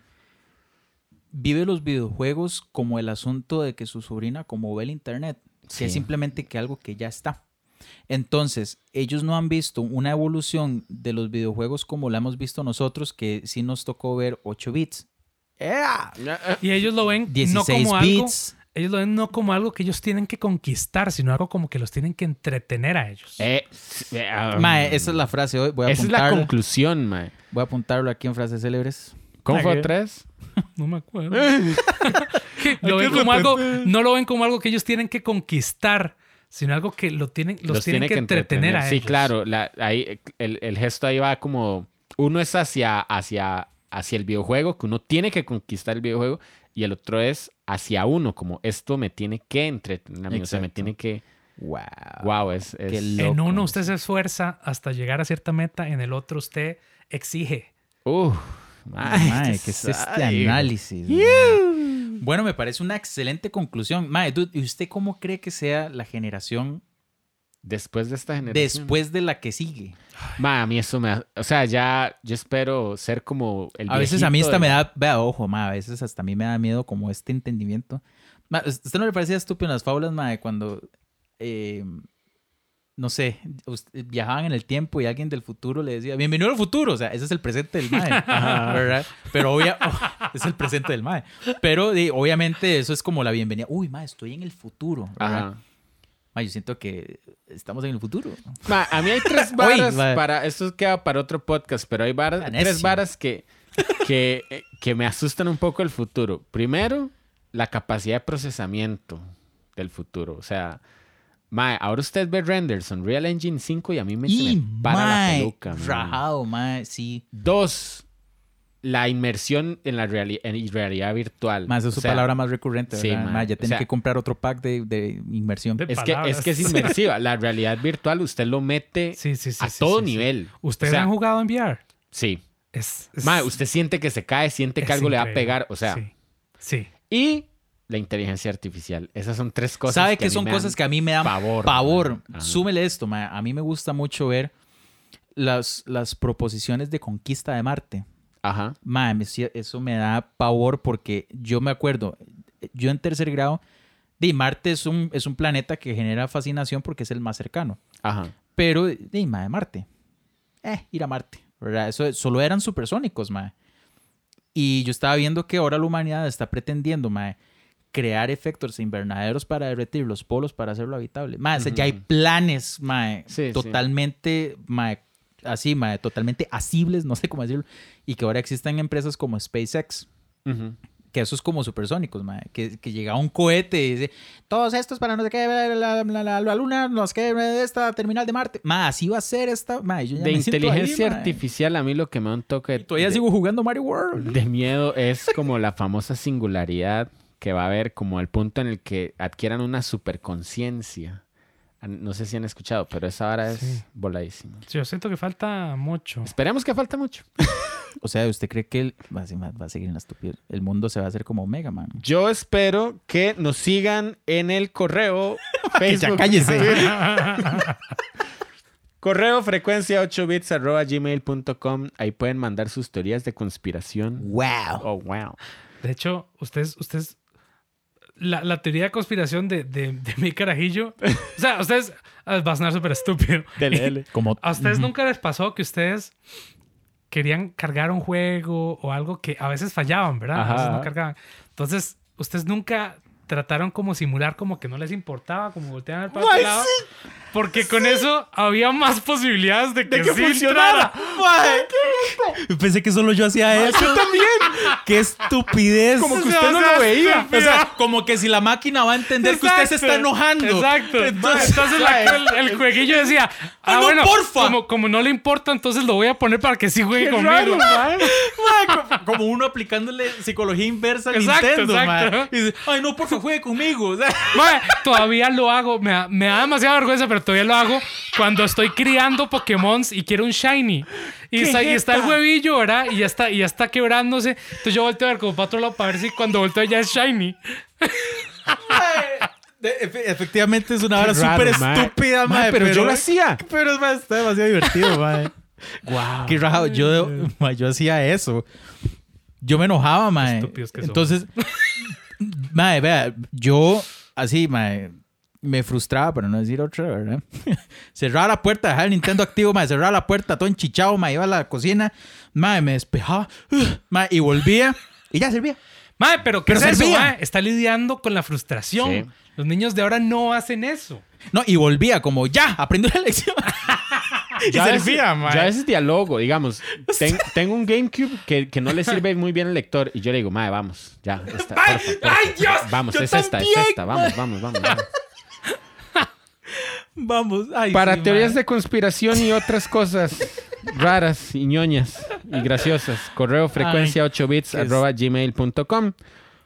A: vive los videojuegos como el asunto de que su sobrina como ve el internet, que es
B: Sí.
A: simplemente que algo que ya está. Entonces, ellos no han visto una evolución de los videojuegos como la hemos visto nosotros, que sí nos tocó ver 8 bits,
B: Eh,
C: Y ellos lo ven
A: 16
C: no como algo,
A: bits.
C: ellos lo ven no como algo que ellos tienen que conquistar, sino algo como que los tienen que entretener a ellos.
B: Eh, s- eh, ah,
A: Mae, esa es la frase hoy. Voy a,
B: esa es la
A: apuntarlo,
B: conclusión, mae.
A: voy a apuntarlo aquí en frases célebres.
B: ¿Cómo
C: Mae,
B: fue
C: qué-
B: otra vez?
C: No me acuerdo.
B: Eh.
C: Que lo ven como algo, no lo ven como algo que ellos tienen que conquistar, sino algo que lo tienen, los, tienen
B: tiene
C: que, entretener, a
B: Sí,
C: ellos.
B: claro. la- ahí, el, el gesto ahí va como... Uno es hacia, hacia, hacia el videojuego, que uno tiene que conquistar el videojuego, y el otro es hacia uno, como esto me tiene que entretener, a mí, o sea, me
A: Exacto.
B: tiene que...
A: Wow.
B: Wow, es... es-
A: Qué
C: En
A: loco.
C: uno usted se esfuerza hasta llegar a cierta meta, en el otro usted exige.
B: Uf, mae,
A: Mae,
B: qué
A: ¿qué es este
B: sabe.
A: análisis? mae? Bueno, me parece una excelente conclusión. Mae, dude, ¿y usted cómo cree que sea la generación
B: Después de esta generación.
A: después de la que sigue?
B: Mae, a mí eso me... ha- O sea, ya yo espero ser como el
A: A veces a mí
B: viejito
A: hasta
B: de-
A: me da, vea, ojo, mae, a veces hasta a mí me da miedo como este entendimiento. Mae, ¿Usted no le parecía estúpido en las fábulas, mae, cuando, eh, no sé, us- viajaban en el tiempo y alguien del futuro le decía, bienvenido al futuro? O sea, ese es el presente del mae, ¿verdad? Pero obvia, oh, es el presente del mae. Pero di, obviamente eso es como la bienvenida. Uy, mae, estoy en el futuro. ¿verdad?
B: Ajá.
A: Mae, yo siento que estamos en el futuro.
B: Ma, a mí hay tres
A: Oye,
B: varas
A: ma.
B: para. Esto queda para otro podcast, pero hay varas,
A: Tan
B: tres
A: necio.
B: varas que, que, eh, que me asustan un poco el futuro. Primero, la capacidad de procesamiento del futuro. O sea, ma, ahora usted ve renders on Real Engine 5 y a mí me, se me
A: y,
B: para la
A: mae,
B: peluca. man.
A: rajado, mae, sí.
B: Dos, la inmersión en la reali- en realidad virtual.
A: Más es
B: O
A: su
B: sea,
A: palabra más recurrente,
B: sí,
A: ¿verdad?
B: ma.
A: Ma, ya
B: O
A: tenía
B: sea-
A: que comprar otro pack de, de inmersión.
C: De-
B: Es que, es
C: Palabras.
B: que es inmersiva. La realidad virtual usted lo mete
C: Sí, sí, sí.
B: a
C: sí,
B: todo
C: sí, sí.
B: nivel. O
C: ¿Ustedes
B: sea,
C: han jugado en VR?
B: Sí.
C: Es, es-
B: Mae, usted siente que se cae, siente que
C: es
B: algo le va a
C: increíble.
B: pegar, o sea,
C: Sí. sí.
B: y la inteligencia artificial. Esas son tres cosas.
A: ¿Sabe que, son cosas que a mí me dan
B: pavor,
A: pavor?
B: man. Ajá.
A: Súmele esto, ma. A mí me gusta mucho ver las, las proposiciones de conquista de Marte.
B: Ajá.
A: Ma, me sie- eso me da pavor porque yo me acuerdo, yo en tercer grado, di, Marte es un, es un planeta que genera fascinación porque es el más cercano.
B: Ajá.
A: Pero, de mae, Marte. Eh, ir a Marte. ¿verdad? Eso solo eran supersónicos, mae. Y yo estaba viendo que ahora la humanidad está pretendiendo, mae, crear efectos invernaderos para derretir los polos para hacerlo habitable. Mae, o sea, ya hay
B: Ujú.
A: planes, mae,
B: Sí, sí.
A: totalmente, mae, así, mae, totalmente asibles, no sé cómo decirlo. Y que ahora existen empresas como SpaceX,
B: Ujú.
A: que eso es como supersónicos, mae, que, que llega un cohete y dice, todos estos para no sé qué, la, la, la, la- la luna, nos que esta terminal de Marte. Mae, así va a ser esta, mae, yo ya
B: De
A: me siento ahí,
B: inteligencia
A: mae.
B: artificial, a mí lo que me da un toque de,
A: Todavía sigo jugando Mario World.
B: de miedo es como la famosa singularidad que va a haber, como el punto en el que adquieran una superconciencia. Ah, No sé si han escuchado, pero esa hora es
C: Sí.
B: voladísima.
C: Yo siento que falta mucho.
B: Esperemos que falta mucho.
A: O sea, ¿usted cree que el- va, a ser- va a seguir en la estupidez? El mundo se va a hacer como Mega Man.
B: Yo espero que nos sigan en el correo
A: Que
B: Facebook.
A: ya cállese.
B: Correo frecuencia 8 bits arroba gmail.com. Ahí pueden mandar sus teorías de conspiración.
A: wow.
B: Oh, wow.
C: De hecho, ustedes, ustedes, la, la teoría de conspiración de, de, de mi carajillo, o sea, ustedes, ah, va a sonar súper estúpido.
B: Dele, dele.
A: Como
C: ¿A ustedes nunca les pasó que ustedes querían cargar un juego o algo que a veces fallaban, ¿verdad? A veces
B: Ajá.
C: no cargaban. Entonces, ustedes nunca trataron como simular como que no les importaba, como volteaban al para otro lado. Porque con eso había más posibilidades de que,
B: que
C: sí
B: funcionara.
C: entrara.
A: Pensé que solo yo hacía eso. Yo también. ¡Qué estupidez!
B: Como que
C: O sea,
B: usted no
C: o sea,
B: lo veía.
A: O sea, como que si la máquina va a entender que usted se
C: Exacto,
A: está enojando.
C: Exacto. Entonces,
A: Entonces, Pues
C: la- el, el jueguillo decía,
A: No,
C: ah,
A: no,
C: bueno,
A: porfa.
C: Como, como no le importa, entonces lo voy a poner para que sí juegue conmigo.
B: raro, mae.
A: como- como uno aplicándole psicología inversa al
C: Exacto,
A: Nintendo,
C: exacto.
A: mae. Y dice, ay, no, por favor, juegue conmigo. O sea,
C: Mae, todavía lo hago. Me da, me da demasiada vergüenza, pero pero todavía lo hago cuando estoy criando Pokémon y quiero un Shiny. Y está, y está el huevillo, ¿verdad? Y ya está, y ya está quebrándose. Entonces yo volteo a ver como para otro lado para ver si cuando volteo ya es Shiny.
A: De- efe- Efectivamente es una vara
B: Qué raro,
A: súper
B: mae.
A: estúpida, eh,
B: Mae,
A: mae.
B: pero yo lo hacía.
A: Pero mae, está demasiado divertido, mae.
B: Wow.
A: Qué rajado. Yo, mae, yo hacía eso. Yo me enojaba, mae.
C: Estúpidos que son.
A: Entonces, mae, vea, yo así, mae, me frustraba, para no decir otra, ¿verdad? cerraba la puerta, dejaba el Nintendo activo, mae, cerraba la puerta, todo enchichado, mae, iba a la cocina, mae, me despejaba, mae, y volvía y ya servía.
C: Mae, pero ¿qué
A: Pero
C: es eso,
A: servía.
C: mae? Está lidiando con la frustración.
B: Sí.
C: Los niños de ahora no hacen eso.
A: No, y volvía como, ya, aprendí la lección.
C: Y
B: Ya a veces-
C: servía, mae.
B: Yo a veces dialogo, digamos. Ten- tengo un GameCube que, que no le sirve muy bien al lector. Y yo le digo, mae, vamos. Ya, esta.
C: Mae,
B: porfa, porfa.
C: ¡Ay, Dios!
B: Vamos,
C: Yo
B: es esta, es
C: también.
B: esta. Vamos, vamos, vamos. vamos.
A: Vamos. ay,
B: Para
A: sí, mae.
B: teorías de conspiración y otras cosas raras y ñoñas y graciosas, correo frecuencia 8 bits
A: qué es-
B: arroba gmail.com,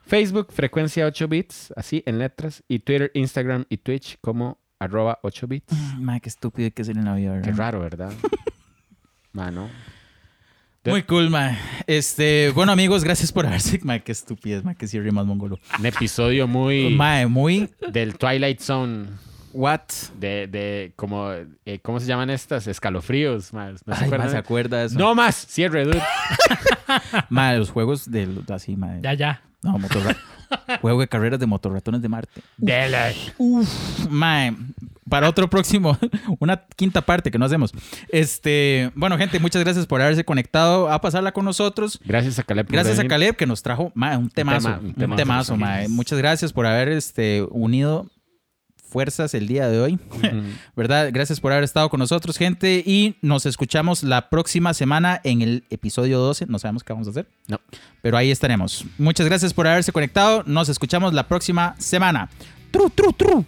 B: Facebook frecuencia 8 bits, así en letras, y Twitter, Instagram y Twitch como arroba 8 bits.
A: Madre, qué estúpido que es en la vida,
B: Qué
A: ¿verdad?
B: raro, ¿verdad? Mano.
A: Muy cool, ma. Este, bueno, amigos, gracias por haberse. Ma, qué estupidez, ma, que sí rimas mongolo.
B: Un episodio muy
A: Ma, muy
B: del Twilight Zone,
A: what.
B: de, de como, eh, ¿cómo se llaman estas? Escalofríos, más. ¿No se
A: Ay, ma,
B: acuerdan?
A: se acuerda de eso.
B: No más, cierre, dude.
A: Ma, los juegos de los- así, ma.
C: Ya, ya.
A: No, motorra- Juego de carreras de motorratones de Marte.
B: Dele.
A: Mae, para otro próximo, una quinta parte que no hacemos. Este, bueno, gente, muchas gracias por haberse conectado a pasarla con nosotros.
B: Gracias a Caleb por
A: Gracias a
B: venir.
A: Caleb que nos trajo mae, un temazo.
B: tema- un
A: un temazo,
B: temazo, sí.
A: mae. Muchas gracias por haber este, unido fuerzas el día de hoy.
B: Ujú.
A: ¿Verdad? Gracias por haber estado con nosotros, gente. Y nos escuchamos la próxima semana en el episodio 12. No sabemos qué vamos a hacer.
B: No.
A: Pero ahí estaremos. Muchas gracias por haberse conectado. Nos escuchamos la próxima semana. Tru, tru, tru.